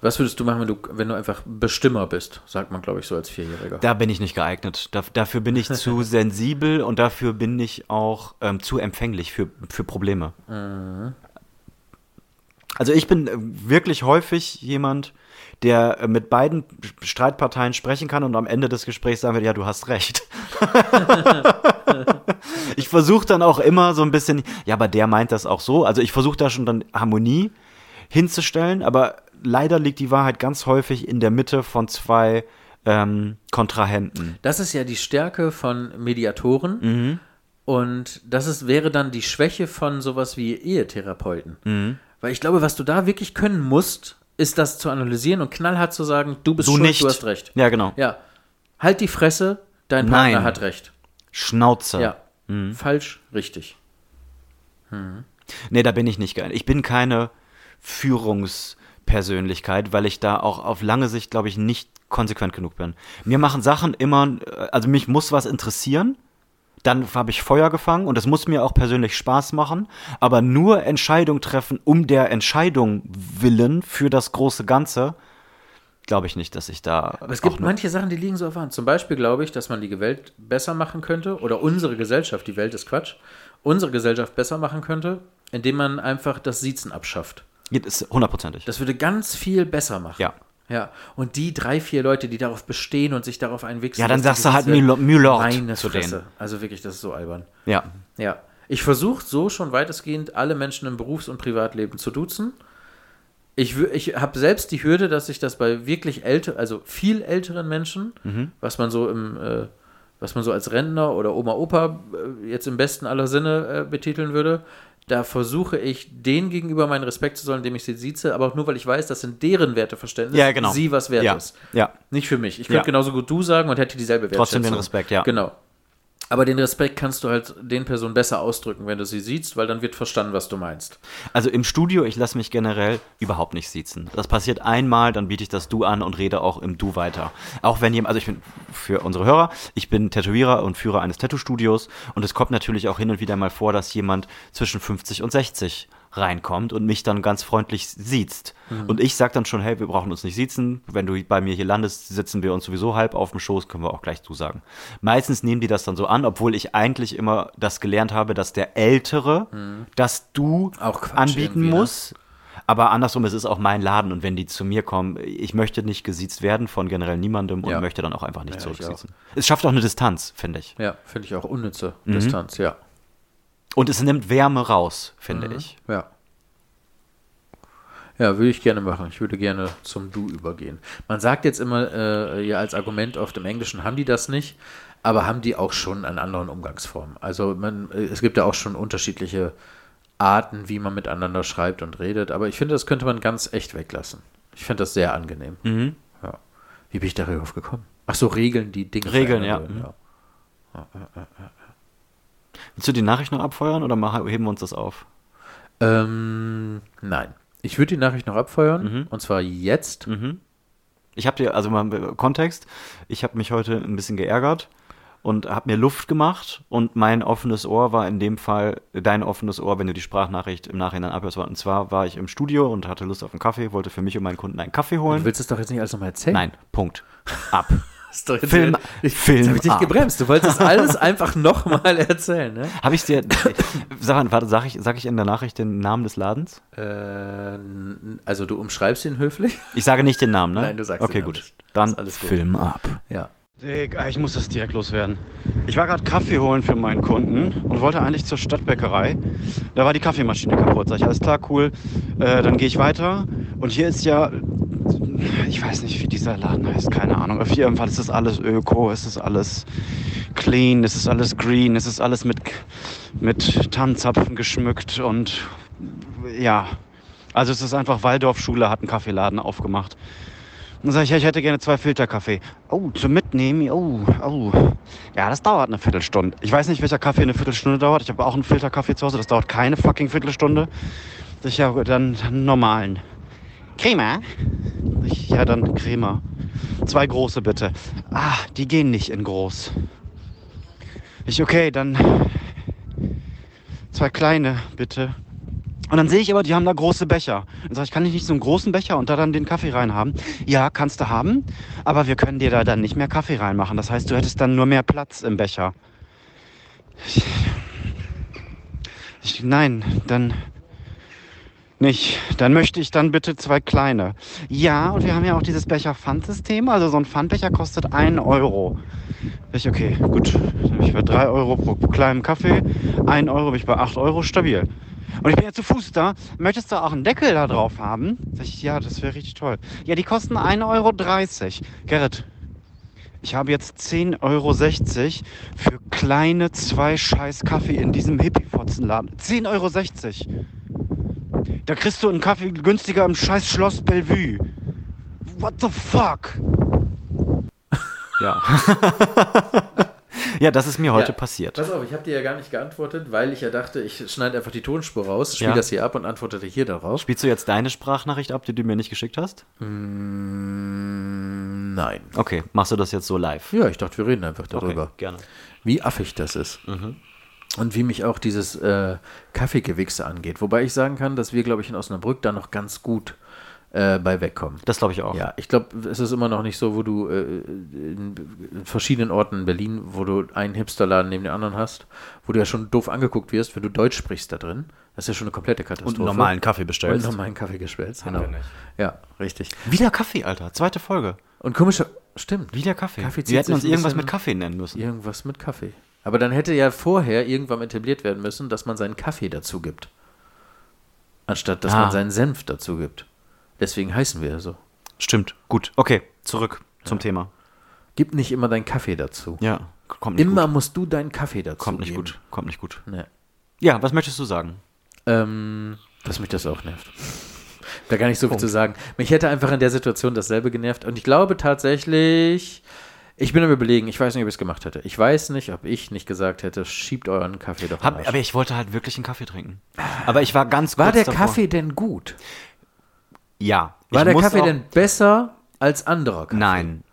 Speaker 4: Was würdest du machen, wenn du, wenn du einfach Bestimmer bist, sagt man, glaube ich, so als Vierjähriger.
Speaker 2: Da bin ich nicht geeignet. Da, dafür bin ich zu sensibel und dafür bin ich auch ähm, zu empfänglich für, für Probleme.
Speaker 4: Mhm.
Speaker 2: Also ich bin äh, wirklich häufig jemand, der äh, mit beiden Streitparteien sprechen kann und am Ende des Gesprächs sagen wird, ja, du hast recht. ich versuche dann auch immer so ein bisschen, ja, aber der meint das auch so. Also ich versuche da schon dann Harmonie hinzustellen, aber leider liegt die Wahrheit ganz häufig in der Mitte von zwei ähm, Kontrahenten.
Speaker 4: Das ist ja die Stärke von Mediatoren.
Speaker 2: Mhm.
Speaker 4: Und das ist, wäre dann die Schwäche von sowas wie Ehetherapeuten.
Speaker 2: Mhm.
Speaker 4: Weil ich glaube, was du da wirklich können musst, ist das zu analysieren und knallhart zu sagen, du bist
Speaker 2: Du
Speaker 4: schuld,
Speaker 2: nicht.
Speaker 4: du hast recht.
Speaker 2: Ja, genau.
Speaker 4: Ja. Halt die Fresse, dein
Speaker 2: Nein. Mhm.
Speaker 4: Partner hat recht.
Speaker 2: Schnauze.
Speaker 4: Ja. Falsch, richtig.
Speaker 2: Nee, da bin ich nicht geeignet. Ich bin keine Führungspersönlichkeit, weil ich da auch auf lange Sicht, glaube ich, nicht konsequent genug bin. Mir machen Sachen immer, äh, also mich muss was interessieren. Dann habe ich Feuer gefangen und es muss mir auch persönlich Spaß machen, aber nur Entscheidung treffen um der Entscheidung willen für das große Ganze, glaube ich nicht, dass ich da.
Speaker 4: Aber es gibt manche Sachen, die liegen so auf der Hand. Zum Beispiel glaube ich, dass man die Welt besser machen könnte oder unsere Gesellschaft, die Welt ist Quatsch, unsere Gesellschaft besser machen könnte, indem man einfach das Siezen abschafft.
Speaker 2: Ist hundertprozentig.
Speaker 4: Das würde ganz viel besser machen.
Speaker 2: Ja.
Speaker 4: Ja, und die drei, vier Leute, die darauf bestehen und sich darauf einwichsen.
Speaker 2: Ja, dann
Speaker 4: dass die
Speaker 2: sagst du halt
Speaker 4: gesetzt werden,
Speaker 2: Mü- Mülord
Speaker 4: meine
Speaker 2: zu
Speaker 4: Fresse.
Speaker 2: denen.
Speaker 4: Also wirklich, das ist so albern.
Speaker 2: Ja.
Speaker 4: Ja. Ich versuche so schon weitestgehend alle Menschen im Berufs- und Privatleben zu duzen. Ich, wü- ich habe selbst die
Speaker 2: Mhm.
Speaker 4: Hürde, dass ich das bei wirklich älter, also viel älteren Menschen, was man so im, äh, was man so als Rentner oder Oma Opa äh, jetzt im besten aller Sinne äh, betiteln würde, da versuche ich denen gegenüber meinen Respekt zu sollen, indem ich sie sieze, aber auch nur, weil ich weiß, das sind deren Werteverständnis,
Speaker 2: Ja, genau.
Speaker 4: sie was wert
Speaker 2: Ja,
Speaker 4: ist.
Speaker 2: ja.
Speaker 4: Nicht für mich. Ich könnte
Speaker 2: Ja.
Speaker 4: genauso gut du sagen und hätte dieselbe Wertschätzung.
Speaker 2: Trotzdem den Respekt, ja.
Speaker 4: Genau. Aber den Respekt kannst du halt den Personen besser ausdrücken, wenn du sie siehst, weil dann wird verstanden, was du meinst.
Speaker 2: Also im Studio, ich lasse mich generell überhaupt nicht siezen. Das passiert einmal, dann biete ich das Du an und rede auch im Du weiter. Auch wenn jemand, also ich bin für unsere Hörer, ich bin Tätowierer und Führer eines Tattoo-Studios und es kommt natürlich auch hin und wieder mal vor, dass jemand zwischen 50 und 60 reinkommt und mich dann ganz freundlich siezt. Und ich sage dann schon, hey, wir brauchen uns nicht siezen. Wenn du bei mir hier landest, sitzen wir uns sowieso halb auf dem Schoß, können wir auch gleich zusagen. Meistens nehmen die das dann so an, obwohl ich eigentlich immer das gelernt habe, dass der Ältere das Du
Speaker 4: Mhm. Auch Quatsch
Speaker 2: anbieten
Speaker 4: irgendwie, ne?
Speaker 2: muss. Aber andersrum, es ist auch mein Laden und wenn die zu mir kommen, ich möchte nicht gesiezt werden von generell niemandem und
Speaker 4: Ja.
Speaker 2: möchte dann auch einfach nicht
Speaker 4: Ja,
Speaker 2: zurücksiezen. Es schafft auch eine Distanz, finde ich.
Speaker 4: Ja, finde ich auch unnütze
Speaker 2: Mhm.
Speaker 4: Distanz, ja.
Speaker 2: Und es nimmt Wärme raus,
Speaker 4: Mhm.
Speaker 2: finde ich.
Speaker 4: Ja. Ja, würde ich gerne machen. Ich würde gerne zum Du übergehen. Man sagt jetzt immer äh, ja als Argument oft im Englischen haben die das nicht, aber haben die auch schon an anderen Umgangsformen. Also man, äh, es gibt ja auch schon unterschiedliche Arten, wie man miteinander schreibt und redet. Aber ich finde, das könnte man ganz echt weglassen. Ich finde das sehr angenehm.
Speaker 2: Mhm.
Speaker 4: Ja. Wie bin ich darauf gekommen? Ach so, Regeln, die Dinge
Speaker 2: Regeln,
Speaker 4: verändern
Speaker 2: ja.
Speaker 4: würden,
Speaker 2: Mhm. Willst du die Nachricht noch abfeuern oder machen, heben wir uns das auf?
Speaker 4: Ähm, nein. Ich würde die Nachricht noch abfeuern.
Speaker 2: Mhm.
Speaker 4: Und zwar jetzt.
Speaker 2: Ich habe dir, also mal äh, Kontext, ich habe mich heute ein bisschen geärgert und habe mir Luft gemacht und mein offenes Ohr war in dem Fall dein offenes Ohr, wenn du die Sprachnachricht im Nachhinein abhörst. Und zwar war ich im Studio und hatte Lust auf einen Kaffee, wollte für mich und meinen Kunden einen Kaffee
Speaker 4: Du
Speaker 2: holen.
Speaker 4: willst es doch jetzt nicht alles nochmal erzählen?
Speaker 2: Nein, Punkt. Ab.
Speaker 4: Das ist doch jetzt
Speaker 2: Film-
Speaker 4: ich,
Speaker 2: Film
Speaker 4: jetzt hab ich dich
Speaker 2: ab.
Speaker 4: gebremst. Du wolltest alles einfach nochmal erzählen, ne?
Speaker 2: Habe ich dir, sag, mal, warte, sag, ich, sag ich in der Nachricht den Namen des Ladens?
Speaker 4: Äh, n- also du umschreibst ihn höflich?
Speaker 2: Ich sage nicht den Namen, ne?
Speaker 4: Nein, du sagst
Speaker 2: Okay,
Speaker 4: den Namen
Speaker 2: gut.
Speaker 4: nicht.
Speaker 2: Dann
Speaker 4: Ist alles gut.
Speaker 2: Film ab.
Speaker 4: Ja.
Speaker 11: Dick, ah, ich muss das direkt loswerden. Ich war gerade Kaffee holen für meinen Kunden und wollte eigentlich zur Stadtbäckerei. Da war die Kaffeemaschine kaputt. Sag ich, alles klar, cool. Äh, dann gehe ich weiter. Und hier ist ja, ich weiß nicht, wie dieser Laden heißt, keine Ahnung. Auf jeden Fall ist das alles öko, es ist alles clean, es ist alles green, es ist alles mit, mit Tannenzapfen geschmückt und ja. Also es ist einfach Waldorfschule, hat einen Kaffeeladen aufgemacht. Dann sage ich, ja, ich hätte gerne zwei Filterkaffee. Oh, zum Mitnehmen, oh, oh. Ja, das dauert eine Viertelstunde. Ich weiß nicht, welcher Kaffee eine Viertelstunde dauert. Ich habe auch einen Filterkaffee zu Hause, das dauert keine fucking Viertelstunde. Sag Ich ja, dann einen normalen. Crema? Sag Ich, ja, dann Crema. Zwei große bitte. Ah, die gehen nicht in groß. Ich, okay, dann zwei kleine bitte. Und dann sehe ich aber, die haben da große Becher. Dann sage ich, kann ich nicht so einen großen Becher und da dann den Kaffee reinhaben? Ja, kannst du haben, aber wir können dir da dann nicht mehr Kaffee reinmachen. Das heißt, du hättest dann nur mehr Platz im Becher. Ich, ich, nein, dann nicht. Dann möchte ich dann bitte zwei kleine. Ja, und wir haben ja auch dieses Becher-Pfandsystem. Also so ein Pfandbecher kostet 1 Euro. Sag Ich, okay, gut. Dann bin ich bei 3 Euro pro kleinen Kaffee. 1 Euro bin ich bei 8 Euro stabil. Und ich bin ja zu Fuß da. Möchtest du auch einen Deckel da drauf haben? Sag ich, ja, das wäre richtig toll. Ja, die kosten 1,30 Euro. Gerrit, ich habe jetzt 10,60 Euro für kleine zwei Scheiß Kaffee in diesem Hippie-Fotzenladen. 10,60 Euro. Da kriegst du einen Kaffee günstiger im scheiß Schloss Bellevue. What the fuck?
Speaker 2: Ja. ja, das ist mir heute
Speaker 4: Ja.
Speaker 2: passiert.
Speaker 4: Pass auf, ich habe dir ja gar nicht geantwortet, weil ich ja dachte, ich schneide einfach die Tonspur raus, spiele
Speaker 2: Ja.
Speaker 4: das hier ab und antwortete hier darauf.
Speaker 2: Spielst du jetzt deine Sprachnachricht ab, die du mir nicht geschickt hast?
Speaker 4: Nein.
Speaker 2: Okay, machst du das jetzt so live?
Speaker 4: Ja, ich dachte, wir reden einfach darüber.
Speaker 2: Okay, gerne.
Speaker 4: wie affig das ist. Und wie mich auch dieses äh, Kaffeegewichse angeht. Wobei ich sagen kann, dass wir, glaube ich, in Osnabrück da noch ganz gut äh, bei wegkommen.
Speaker 2: Das glaube ich auch.
Speaker 4: Ja, ich glaube, es ist immer noch nicht so, wo du äh, in, in verschiedenen Orten in Berlin, wo du einen Hipsterladen neben dem anderen hast, wo du ja schon doof angeguckt wirst, wenn du Deutsch sprichst da drin. Das ist ja schon eine komplette Katastrophe.
Speaker 2: Kaffee
Speaker 4: Und einen normalen Kaffee gestellt, genau. Ja, richtig.
Speaker 2: Wieder Kaffee, Alter. Zweite Folge.
Speaker 4: Und komischer, stimmt.
Speaker 2: Wieder Kaffee.
Speaker 4: Kaffee zieht
Speaker 2: Wir hätten
Speaker 4: sich
Speaker 2: uns
Speaker 4: ein
Speaker 2: irgendwas
Speaker 4: bisschen- ne?
Speaker 2: mit Kaffee nennen müssen.
Speaker 4: Irgendwas mit Kaffee. Aber dann hätte ja vorher irgendwann etabliert werden müssen, dass man seinen Kaffee dazu gibt. Anstatt dass
Speaker 2: Ah.
Speaker 4: man seinen Senf dazu gibt. Deswegen heißen wir so.
Speaker 2: Stimmt. Gut. Okay, zurück zum Thema.
Speaker 4: Gib nicht immer deinen Kaffee dazu.
Speaker 2: Ja, kommt nicht
Speaker 4: Immer
Speaker 2: gut.
Speaker 4: musst du deinen Kaffee dazu
Speaker 2: Kommt nicht
Speaker 4: geben.
Speaker 2: gut, kommt nicht gut.
Speaker 4: Nee.
Speaker 2: Ja, was möchtest du sagen?
Speaker 4: Ähm, dass mich das auch nervt. Da gar nicht so viel zu sagen. Mich hätte einfach in der Situation dasselbe genervt. Und ich glaube tatsächlich, ich bin am überlegen, ich weiß nicht, ob ich es gemacht hätte. Ich weiß nicht, ob ich nicht gesagt hätte, schiebt euren Kaffee doch in den
Speaker 2: Hab,
Speaker 4: Arsch.
Speaker 2: aber ich wollte halt wirklich einen Kaffee trinken. Aber ich war ganz
Speaker 4: Ah. War
Speaker 2: kurz
Speaker 4: der
Speaker 2: davor.
Speaker 4: Kaffee denn gut?
Speaker 2: Ja.
Speaker 4: War
Speaker 2: Ich
Speaker 4: der
Speaker 2: muss
Speaker 4: Kaffee
Speaker 2: auch-
Speaker 4: denn besser als anderer Kaffee?
Speaker 2: Nein.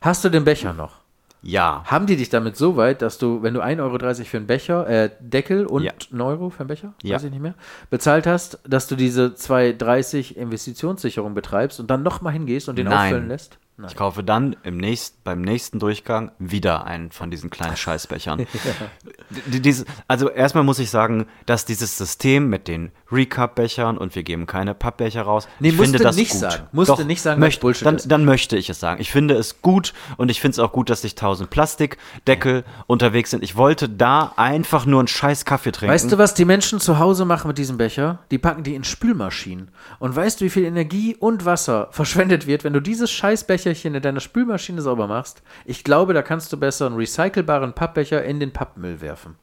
Speaker 4: Hast du den Becher noch?
Speaker 2: Ja.
Speaker 4: Haben die dich damit so weit, dass du, wenn du 1,30 Euro für einen Becher, äh, Deckel und
Speaker 2: Ja.
Speaker 4: 1 Euro für einen Becher,
Speaker 2: Ja.
Speaker 4: weiß ich nicht mehr, bezahlt hast, dass du diese 2,30 Investitionssicherung betreibst und dann nochmal hingehst und den
Speaker 2: Nein.
Speaker 4: auffüllen lässt?
Speaker 2: Ich kaufe dann im nächst, beim nächsten Durchgang wieder einen von diesen kleinen Scheißbechern. D- Diese, also erstmal muss ich sagen, dass dieses System mit den Recap-Bechern und wir geben keine Pappbecher raus,
Speaker 4: Nee,
Speaker 2: ich
Speaker 4: musst
Speaker 2: finde
Speaker 4: du
Speaker 2: das
Speaker 4: nicht
Speaker 2: gut.
Speaker 4: sagen. Musst du
Speaker 2: Doch,
Speaker 4: nicht sagen, weil es
Speaker 2: möcht,
Speaker 4: Bullshit
Speaker 2: dann,
Speaker 4: ist.
Speaker 2: dann möchte ich es sagen. Ich finde es gut und ich finde es auch gut, dass sich tausend Plastikdeckel unterwegs sind. Ich wollte da einfach nur einen scheiß Kaffee trinken.
Speaker 4: Weißt du, was die Menschen zu Hause machen mit diesem Becher? Die packen die in Spülmaschinen. Und weißt du, wie viel Energie und Wasser verschwendet wird, wenn du dieses Scheißbecherchen in deiner Spülmaschine sauber machst? Ich glaube, da kannst du besser einen recycelbaren Pappbecher in den Pappmüll werfen.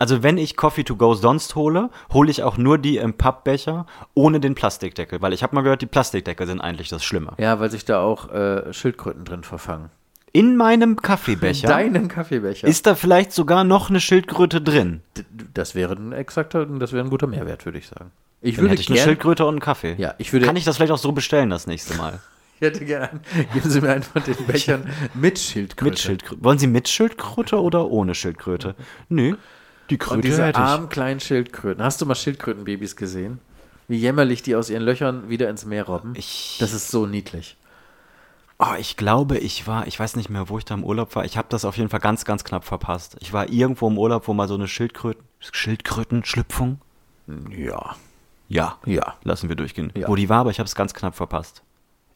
Speaker 2: Also wenn ich Coffee to go sonst hole, hole ich auch nur die im Pappbecher ohne den Plastikdeckel, weil ich habe mal gehört, die Plastikdeckel sind eigentlich das Schlimme.
Speaker 4: Ja, weil sich da auch äh, Schildkröten drin verfangen.
Speaker 2: In meinem Kaffeebecher
Speaker 4: In deinem Kaffeebecher.
Speaker 2: ist da vielleicht sogar noch eine Schildkröte drin.
Speaker 4: das wäre ein exakter, das wäre ein guter Mehrwert, würde ich sagen. Ich
Speaker 2: Dann
Speaker 4: würde
Speaker 2: hätte ich eine
Speaker 4: gern-
Speaker 2: Schildkröte und einen Kaffee.
Speaker 4: Ja, ich würde-
Speaker 2: Kann ich das vielleicht auch so bestellen das nächste Mal?
Speaker 4: Ich hätte gerne, geben Sie mir einfach den Bechern mit Schildkröte.
Speaker 2: Mit Schildkröte. Wollen Sie mit Schildkröte oder ohne Schildkröte? Nö, die
Speaker 4: Und
Speaker 2: Kröte
Speaker 4: diese
Speaker 2: hätte ich.
Speaker 4: armen kleinen Schildkröten. Hast du mal Schildkrötenbabys gesehen? Wie jämmerlich die aus ihren Löchern wieder ins Meer robben. das ist so niedlich.
Speaker 2: Oh, ich glaube, ich war, ich weiß nicht mehr, wo ich da im Urlaub war. Ich habe das auf jeden Fall ganz, ganz knapp verpasst. Ich war irgendwo im Urlaub, wo mal so eine Schildkröten, Schildkröten-Schlüpfung.
Speaker 4: Ja.
Speaker 2: Ja.
Speaker 4: Ja.
Speaker 2: Lassen wir durchgehen.
Speaker 4: Ja.
Speaker 2: Wo die war, aber ich habe es ganz knapp verpasst.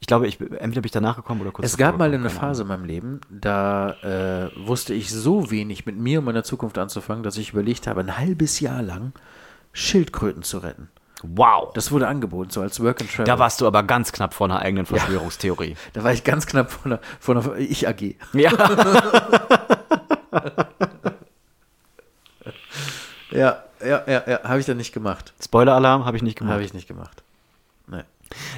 Speaker 2: Ich glaube, ich, entweder bin ich danach gekommen oder kurz
Speaker 4: Es gab
Speaker 2: davor
Speaker 4: mal
Speaker 2: gekommen,
Speaker 4: eine
Speaker 2: keine
Speaker 4: Phase in meinem Leben, da äh, wusste ich so wenig mit mir und meiner Zukunft anzufangen, dass ich überlegt habe, ein halbes Jahr lang Schildkröten zu retten.
Speaker 2: Wow.
Speaker 4: Das wurde angeboten, so als Work and Travel.
Speaker 2: Da warst du aber ganz knapp vor einer eigenen Verschwörungstheorie.
Speaker 4: Da war ich ganz knapp von der, von der Ich AG. ja, ja, ja, ja. Habe ich dann nicht gemacht.
Speaker 2: Spoiler-Alarm habe ich nicht gemacht.
Speaker 4: Habe ich nicht gemacht. Nee.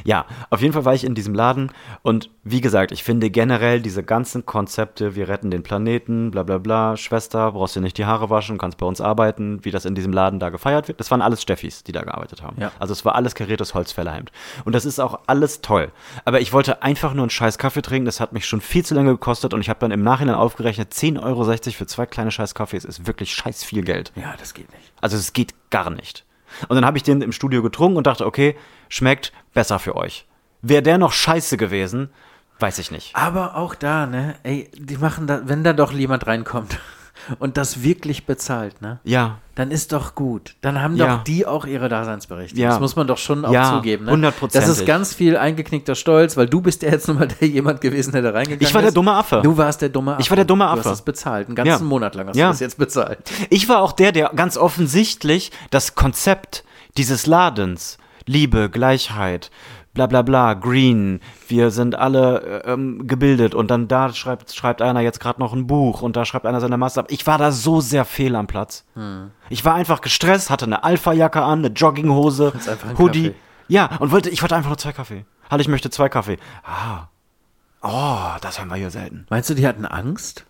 Speaker 2: Ja, auf jeden Fall war ich in diesem Laden und wie gesagt, ich finde generell diese ganzen Konzepte, wir retten den Planeten, bla bla bla, Schwester, brauchst dir nicht die Haare waschen, kannst bei uns arbeiten, wie das in diesem Laden da gefeiert wird, das waren alles Steffis, die da gearbeitet haben.
Speaker 4: Ja.
Speaker 2: Also es war alles kariertes Holzfällerhemd. Und das ist auch alles toll. Aber ich wollte einfach nur einen scheiß Kaffee trinken, das hat mich schon viel zu lange gekostet und ich habe dann im Nachhinein aufgerechnet, 10,60 Euro für zwei kleine scheiß Kaffees ist wirklich scheiß viel Geld.
Speaker 4: Ja, das geht nicht.
Speaker 2: Also es geht gar nicht. Und dann habe ich den im Studio getrunken und dachte, okay, schmeckt besser für euch. Wäre der noch scheiße gewesen, weiß ich nicht.
Speaker 4: Aber auch da, ne? Ey, die machen da, wenn da doch jemand reinkommt und das wirklich bezahlt, ne?
Speaker 2: Ja.
Speaker 4: Dann ist doch gut. Dann haben
Speaker 2: Ja.
Speaker 4: doch die auch ihre Daseinsberechtigung.
Speaker 2: Ja.
Speaker 4: Das muss man doch schon auch
Speaker 2: Ja,
Speaker 4: zugeben. Ne?
Speaker 2: hundertprozentig.
Speaker 4: Das ist ganz viel eingeknickter Stolz, weil du bist ja jetzt nun mal der jemand gewesen, der da reingegangen ist.
Speaker 2: Ich war der dumme Affe.
Speaker 4: Du warst der dumme Affe.
Speaker 2: Ich war der dumme
Speaker 4: Du hast
Speaker 2: Affe.
Speaker 4: das bezahlt. Einen ganzen
Speaker 2: Ja.
Speaker 4: Monat lang hast
Speaker 2: Ja.
Speaker 4: du das jetzt bezahlt.
Speaker 2: Ich war auch der, der ganz offensichtlich das Konzept dieses Ladens, Liebe, Gleichheit, bla bla bla, Green, wir sind alle äh, ähm, gebildet und dann da schreibt, schreibt einer jetzt gerade noch ein Buch und da schreibt einer seine Master ab. Ich war da so sehr fehl am Platz.
Speaker 4: Hm.
Speaker 2: Ich war einfach gestresst, hatte eine Alpha-Jacke an, eine Jogginghose,
Speaker 4: einfach einen
Speaker 2: Hoodie.
Speaker 4: Kaffee.
Speaker 2: Ja, und wollte, ich wollte einfach nur zwei Kaffee. Hallo, ich möchte zwei Kaffee. Ah. Oh, das haben wir hier selten.
Speaker 4: Meinst du, die hatten Angst?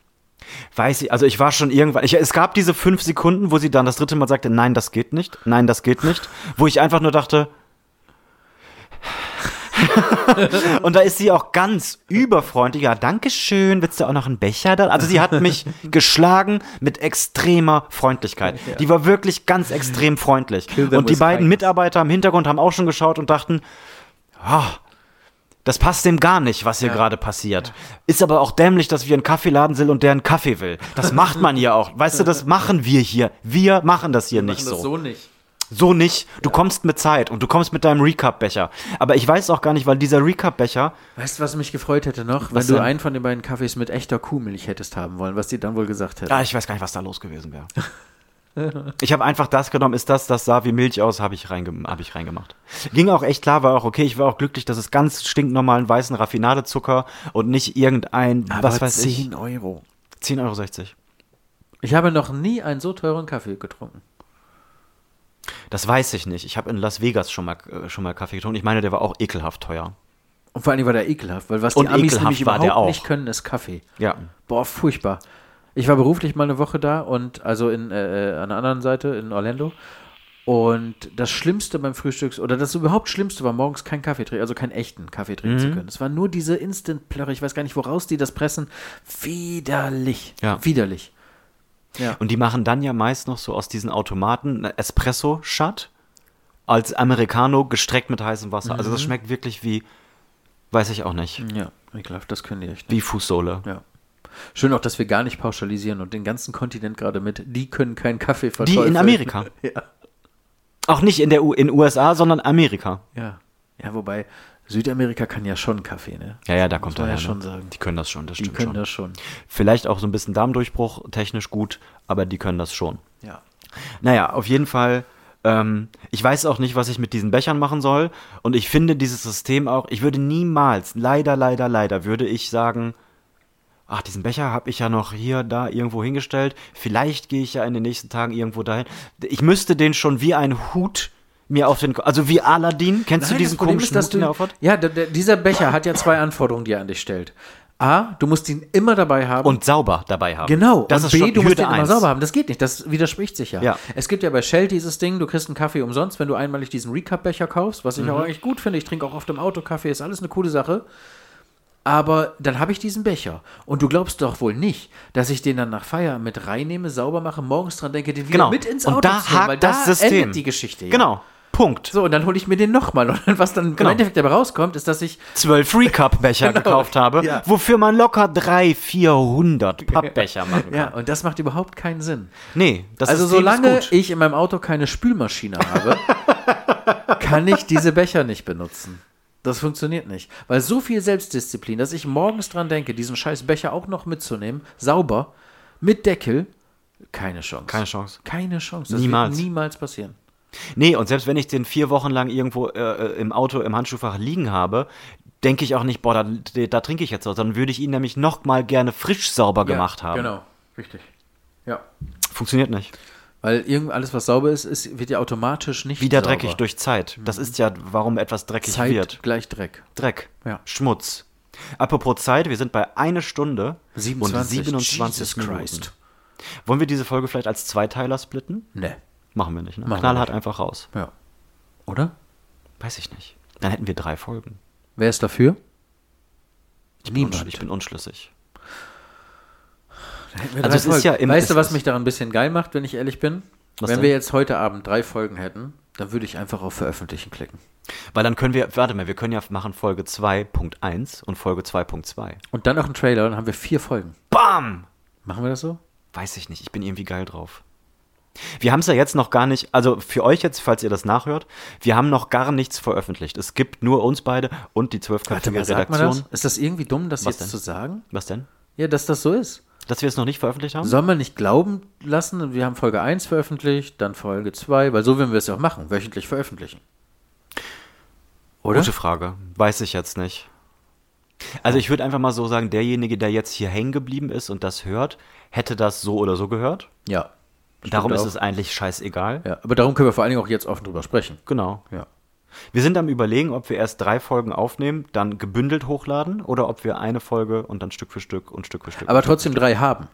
Speaker 2: Weiß ich, also ich war schon irgendwann. Ich, es gab diese fünf Sekunden, wo sie dann das dritte Mal sagte, nein, das geht nicht, nein, das geht nicht, wo ich einfach nur dachte. und da ist sie auch ganz überfreundlich. Ja, Dankeschön, willst du auch noch einen Becher da? Also sie hat mich geschlagen mit extremer Freundlichkeit. Die war wirklich ganz extrem freundlich.
Speaker 4: Kill them
Speaker 2: Und die
Speaker 4: with
Speaker 2: beiden
Speaker 4: kindness.
Speaker 2: Mitarbeiter im Hintergrund haben auch schon geschaut und dachten, ah, das passt dem gar nicht, was hier gerade passiert. Ist aber auch dämlich, dass wir einen Kaffeeladen sind und der einen Kaffee will. Das macht man hier auch. Weißt du, das machen wir hier. Wir machen das hier nicht so. so.
Speaker 4: nicht.
Speaker 2: nicht. Du kommst mit Zeit und du kommst mit deinem Recap-Becher. Aber ich weiß auch gar nicht, weil dieser Recap-Becher,
Speaker 4: Weißt du, was mich gefreut hätte noch?
Speaker 2: Was
Speaker 4: wenn du
Speaker 2: denn?
Speaker 4: einen von den beiden Kaffees mit echter Kuhmilch hättest haben wollen, was die dann wohl gesagt hätten.
Speaker 2: ah, ich weiß gar nicht, was da los gewesen wäre. Ich habe einfach das genommen, ist das, das sah wie Milch aus, habe ich, reingem hab ich reingemacht. Ging auch echt klar, war auch okay. Ich war auch glücklich, dass es ganz stinknormalen weißen Raffinadezucker und nicht irgendein, Ah, was weiß ich.
Speaker 4: Euro.
Speaker 2: 10,60 Euro.
Speaker 4: Ich habe noch nie einen so teuren Kaffee getrunken.
Speaker 2: Das weiß ich nicht. Ich habe in Las Vegas schon mal, äh, schon mal Kaffee getrunken. Ich meine, der war auch ekelhaft teuer.
Speaker 4: Und vor allen Dingen war der ekelhaft, weil was die
Speaker 2: Und
Speaker 4: Amis
Speaker 2: ekelhaft
Speaker 4: nämlich
Speaker 2: war
Speaker 4: überhaupt
Speaker 2: der auch.
Speaker 4: nicht können, ist Kaffee.
Speaker 2: Ja.
Speaker 4: Boah, furchtbar. Ich war beruflich mal eine Woche da und also in, äh, äh, an der anderen Seite in Orlando. Und das Schlimmste beim Frühstücks, oder das überhaupt Schlimmste war, morgens keinen Kaffee trinken, also keinen echten Kaffee trinken zu
Speaker 2: Mhm.
Speaker 4: können. Es war nur diese Instant-Plörre, ich weiß gar nicht, woraus die das pressen. Widerlich.
Speaker 2: Ja.
Speaker 4: Widerlich. Ja.
Speaker 2: Und die machen dann ja meist noch so aus diesen Automaten einen Espresso-Shot als Americano gestreckt mit heißem Wasser. Also das
Speaker 4: Mhm.
Speaker 2: schmeckt wirklich wie, weiß ich auch nicht,
Speaker 4: Ja, ekelhaft, das können die echt.
Speaker 2: wie Fußsohle.
Speaker 4: Ja. Schön auch, dass wir gar nicht pauschalisieren und den ganzen Kontinent gerade mit, die können keinen Kaffee
Speaker 2: Die
Speaker 4: verteufeln.
Speaker 2: in Amerika.
Speaker 4: ja.
Speaker 2: Auch nicht in der U in USA, sondern Amerika.
Speaker 4: ja. Ja, wobei Südamerika kann ja schon Kaffee, ne?
Speaker 2: Ja, ja, da kommt
Speaker 4: Muss man
Speaker 2: er
Speaker 4: ja
Speaker 2: her, ne?
Speaker 4: schon sagen.
Speaker 2: Die können das schon, das
Speaker 4: Die
Speaker 2: stimmt
Speaker 4: können
Speaker 2: schon.
Speaker 4: das schon.
Speaker 2: Vielleicht auch so ein bisschen Darmdurchbruch, technisch gut, aber die können das schon.
Speaker 4: Ja.
Speaker 2: Naja, auf jeden Fall. Ähm, ich weiß auch nicht, was ich mit diesen Bechern machen soll. Und ich finde dieses System auch, ich würde niemals, leider, leider, leider, würde ich sagen, ach, diesen Becher habe ich ja noch hier, da irgendwo hingestellt. Vielleicht gehe ich ja in den nächsten Tagen irgendwo dahin. Ich müsste den schon wie ein Hut mir auf den, Ko- also wie Aladdin. Kennst
Speaker 4: Nein,
Speaker 2: du diesen
Speaker 4: das Problem
Speaker 2: komischen
Speaker 4: ist, dass
Speaker 2: Hut, den er
Speaker 4: du,
Speaker 2: aufhat?
Speaker 4: Ja, der, der, dieser Becher hat ja zwei Anforderungen, die er an dich stellt. A, du musst ihn immer dabei haben.
Speaker 2: Und sauber dabei haben.
Speaker 4: Genau,
Speaker 2: Das
Speaker 4: und
Speaker 2: ist
Speaker 4: B,
Speaker 2: schon
Speaker 4: du musst
Speaker 2: Hürde
Speaker 4: den immer
Speaker 2: eins.
Speaker 4: sauber haben. Das geht nicht, das widerspricht sich ja.
Speaker 2: Ja.
Speaker 4: Es gibt ja bei Shell dieses Ding, du kriegst einen Kaffee umsonst, wenn du einmalig diesen Recap-Becher kaufst, was ich
Speaker 2: Mhm.
Speaker 4: auch eigentlich gut finde. Ich trinke auch oft im Auto Kaffee, ist alles eine coole Sache. Aber dann habe ich diesen Becher. Und du glaubst doch wohl nicht, dass ich den dann nach Feier mit reinnehme, sauber mache, morgens dran denke, den wieder
Speaker 2: Genau.
Speaker 4: mit ins
Speaker 2: Und
Speaker 4: Auto
Speaker 2: da
Speaker 4: zu nehmen,
Speaker 2: hakt
Speaker 4: weil
Speaker 2: das
Speaker 4: da
Speaker 2: System.
Speaker 4: endet die Geschichte. ja.
Speaker 2: Genau. Punkt.
Speaker 4: So, und dann hole ich mir den nochmal. Und dann, was dann
Speaker 2: Genau.
Speaker 4: im Endeffekt dabei rauskommt, ist, dass ich
Speaker 2: Zwölf Free Cup Becher
Speaker 4: Genau.
Speaker 2: gekauft habe,
Speaker 4: Ja.
Speaker 2: wofür man locker 300, 400 Pappbecher machen kann.
Speaker 4: Ja, und das macht überhaupt keinen Sinn.
Speaker 2: Nee, das
Speaker 4: also
Speaker 2: System ist
Speaker 4: solange
Speaker 2: gut.
Speaker 4: ich in meinem Auto keine Spülmaschine habe, kann ich diese Becher nicht benutzen. Das funktioniert nicht. Weil so viel Selbstdisziplin, dass ich morgens dran denke, diesen scheiß Becher auch noch mitzunehmen, sauber, mit Deckel, keine Chance.
Speaker 2: Keine Chance.
Speaker 4: Keine Chance. Das
Speaker 2: Niemals.
Speaker 4: wird niemals passieren.
Speaker 2: Nee, und selbst wenn ich den vier Wochen lang irgendwo äh, im Auto im Handschuhfach liegen habe, denke ich auch nicht, boah, da, da trinke ich jetzt was, dann würde ich ihn nämlich noch mal gerne frisch sauber gemacht haben.
Speaker 4: Genau, richtig. Ja.
Speaker 2: Funktioniert nicht.
Speaker 4: Weil irgend alles, was sauber ist, ist wird ja automatisch nicht
Speaker 2: Wieder
Speaker 4: sauber. Mhm.
Speaker 2: dreckig durch Zeit. Das ist ja, warum etwas dreckig
Speaker 4: Zeit
Speaker 2: wird.
Speaker 4: gleich Dreck.
Speaker 2: Dreck.
Speaker 4: Ja.
Speaker 2: Schmutz. Apropos Zeit, wir sind bei eine Stunde
Speaker 4: 27.
Speaker 2: und 27
Speaker 4: Jesus
Speaker 2: Minuten.
Speaker 4: Christ.
Speaker 2: Wollen wir diese Folge vielleicht als Zweiteiler splitten?
Speaker 4: Ne.
Speaker 2: Machen wir nicht. Ne?
Speaker 4: Machen wir
Speaker 2: Knallhart
Speaker 4: nicht.
Speaker 2: einfach raus.
Speaker 4: Ja. Oder?
Speaker 2: Weiß ich nicht. Dann hätten wir drei Folgen.
Speaker 4: Wer ist dafür?
Speaker 2: Unsch-
Speaker 4: Niemand.
Speaker 2: Ich bin unschlüssig.
Speaker 4: also es ist ja
Speaker 2: im-
Speaker 4: weißt du,
Speaker 2: es-
Speaker 4: was
Speaker 2: es-
Speaker 4: mich daran ein bisschen geil macht, wenn ich ehrlich bin?
Speaker 2: Was
Speaker 4: wenn
Speaker 2: denn?
Speaker 4: wir jetzt heute Abend drei Folgen hätten, dann würde ich einfach auf Veröffentlichen klicken.
Speaker 2: Weil dann können wir, warte mal, wir können ja machen Folge 2.1 und Folge 2.2.
Speaker 4: Und dann noch einen Trailer, dann haben wir vier Folgen.
Speaker 2: Bam!
Speaker 4: Machen wir das so?
Speaker 2: Weiß ich nicht, ich bin irgendwie geil drauf. Wir haben es ja jetzt noch gar nicht, also für euch jetzt, falls ihr das nachhört, wir haben noch gar nichts veröffentlicht. Es gibt nur uns beide und die zwölfköpfige
Speaker 4: sagt man das?
Speaker 2: Redaktion.
Speaker 4: Ist das irgendwie dumm, das
Speaker 2: Was
Speaker 4: jetzt
Speaker 2: denn?
Speaker 4: zu sagen?
Speaker 2: Was denn?
Speaker 4: Ja, dass das so ist.
Speaker 2: Dass wir es noch nicht veröffentlicht haben?
Speaker 4: Soll man nicht glauben lassen, wir haben Folge 1 veröffentlicht, dann Folge 2, weil so würden wir es ja auch machen, wöchentlich veröffentlichen. Oder?
Speaker 2: Gute Frage. Weiß ich jetzt nicht. Also ich würde einfach mal so sagen, derjenige, der jetzt hier hängen geblieben ist und das hört, hätte das so oder so gehört.
Speaker 4: Ja. Stimmt
Speaker 2: Darum ist
Speaker 4: auch.
Speaker 2: es eigentlich scheißegal.
Speaker 4: Ja, aber darum können wir vor allen Dingen auch jetzt offen drüber sprechen.
Speaker 2: Genau.
Speaker 4: Ja.
Speaker 2: Wir sind am Überlegen, ob wir erst drei Folgen aufnehmen, dann gebündelt hochladen oder ob wir eine Folge und dann Stück für Stück und Stück für Stück.
Speaker 4: Aber trotzdem drei haben,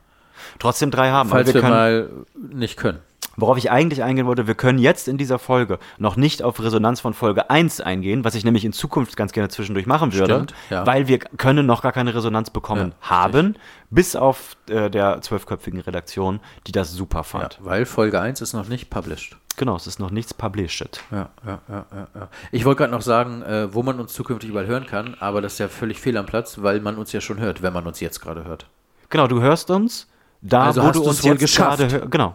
Speaker 2: trotzdem drei haben. weil
Speaker 4: falls wir,
Speaker 2: können,
Speaker 4: mal nicht können.
Speaker 2: worauf ich eigentlich eingehen wollte, wir können jetzt in dieser Folge noch nicht auf Resonanz von Folge 1 eingehen, was ich nämlich in Zukunft ganz gerne zwischendurch machen würde,
Speaker 4: Stimmt, ja.
Speaker 2: weil wir können noch gar keine Resonanz bekommen haben, bis auf äh, der zwölfköpfigen Redaktion, die das super
Speaker 4: Ja,
Speaker 2: fand.
Speaker 4: weil Folge 1 ist noch nicht published.
Speaker 2: Genau, es ist noch nichts published.
Speaker 4: Ja, ja, ja, ja, ja. Ich wollte gerade noch sagen, äh, wo man uns zukünftig überall hören kann, aber das ist ja völlig fehl am Platz, weil man uns ja schon hört, wenn man uns jetzt gerade hört.
Speaker 2: Genau, du hörst uns, da
Speaker 4: Also
Speaker 2: wo
Speaker 4: hast
Speaker 2: du
Speaker 4: du's
Speaker 2: uns
Speaker 4: wohl
Speaker 2: jetzt
Speaker 4: geschafft.
Speaker 2: gerade hör- Genau,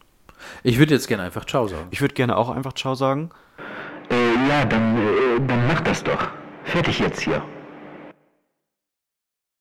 Speaker 4: Ich würde jetzt gerne einfach Ciao sagen.
Speaker 2: Ich würde gerne auch einfach Ciao sagen.
Speaker 8: Äh, ja, dann, äh, dann mach das doch. Fertig jetzt hier.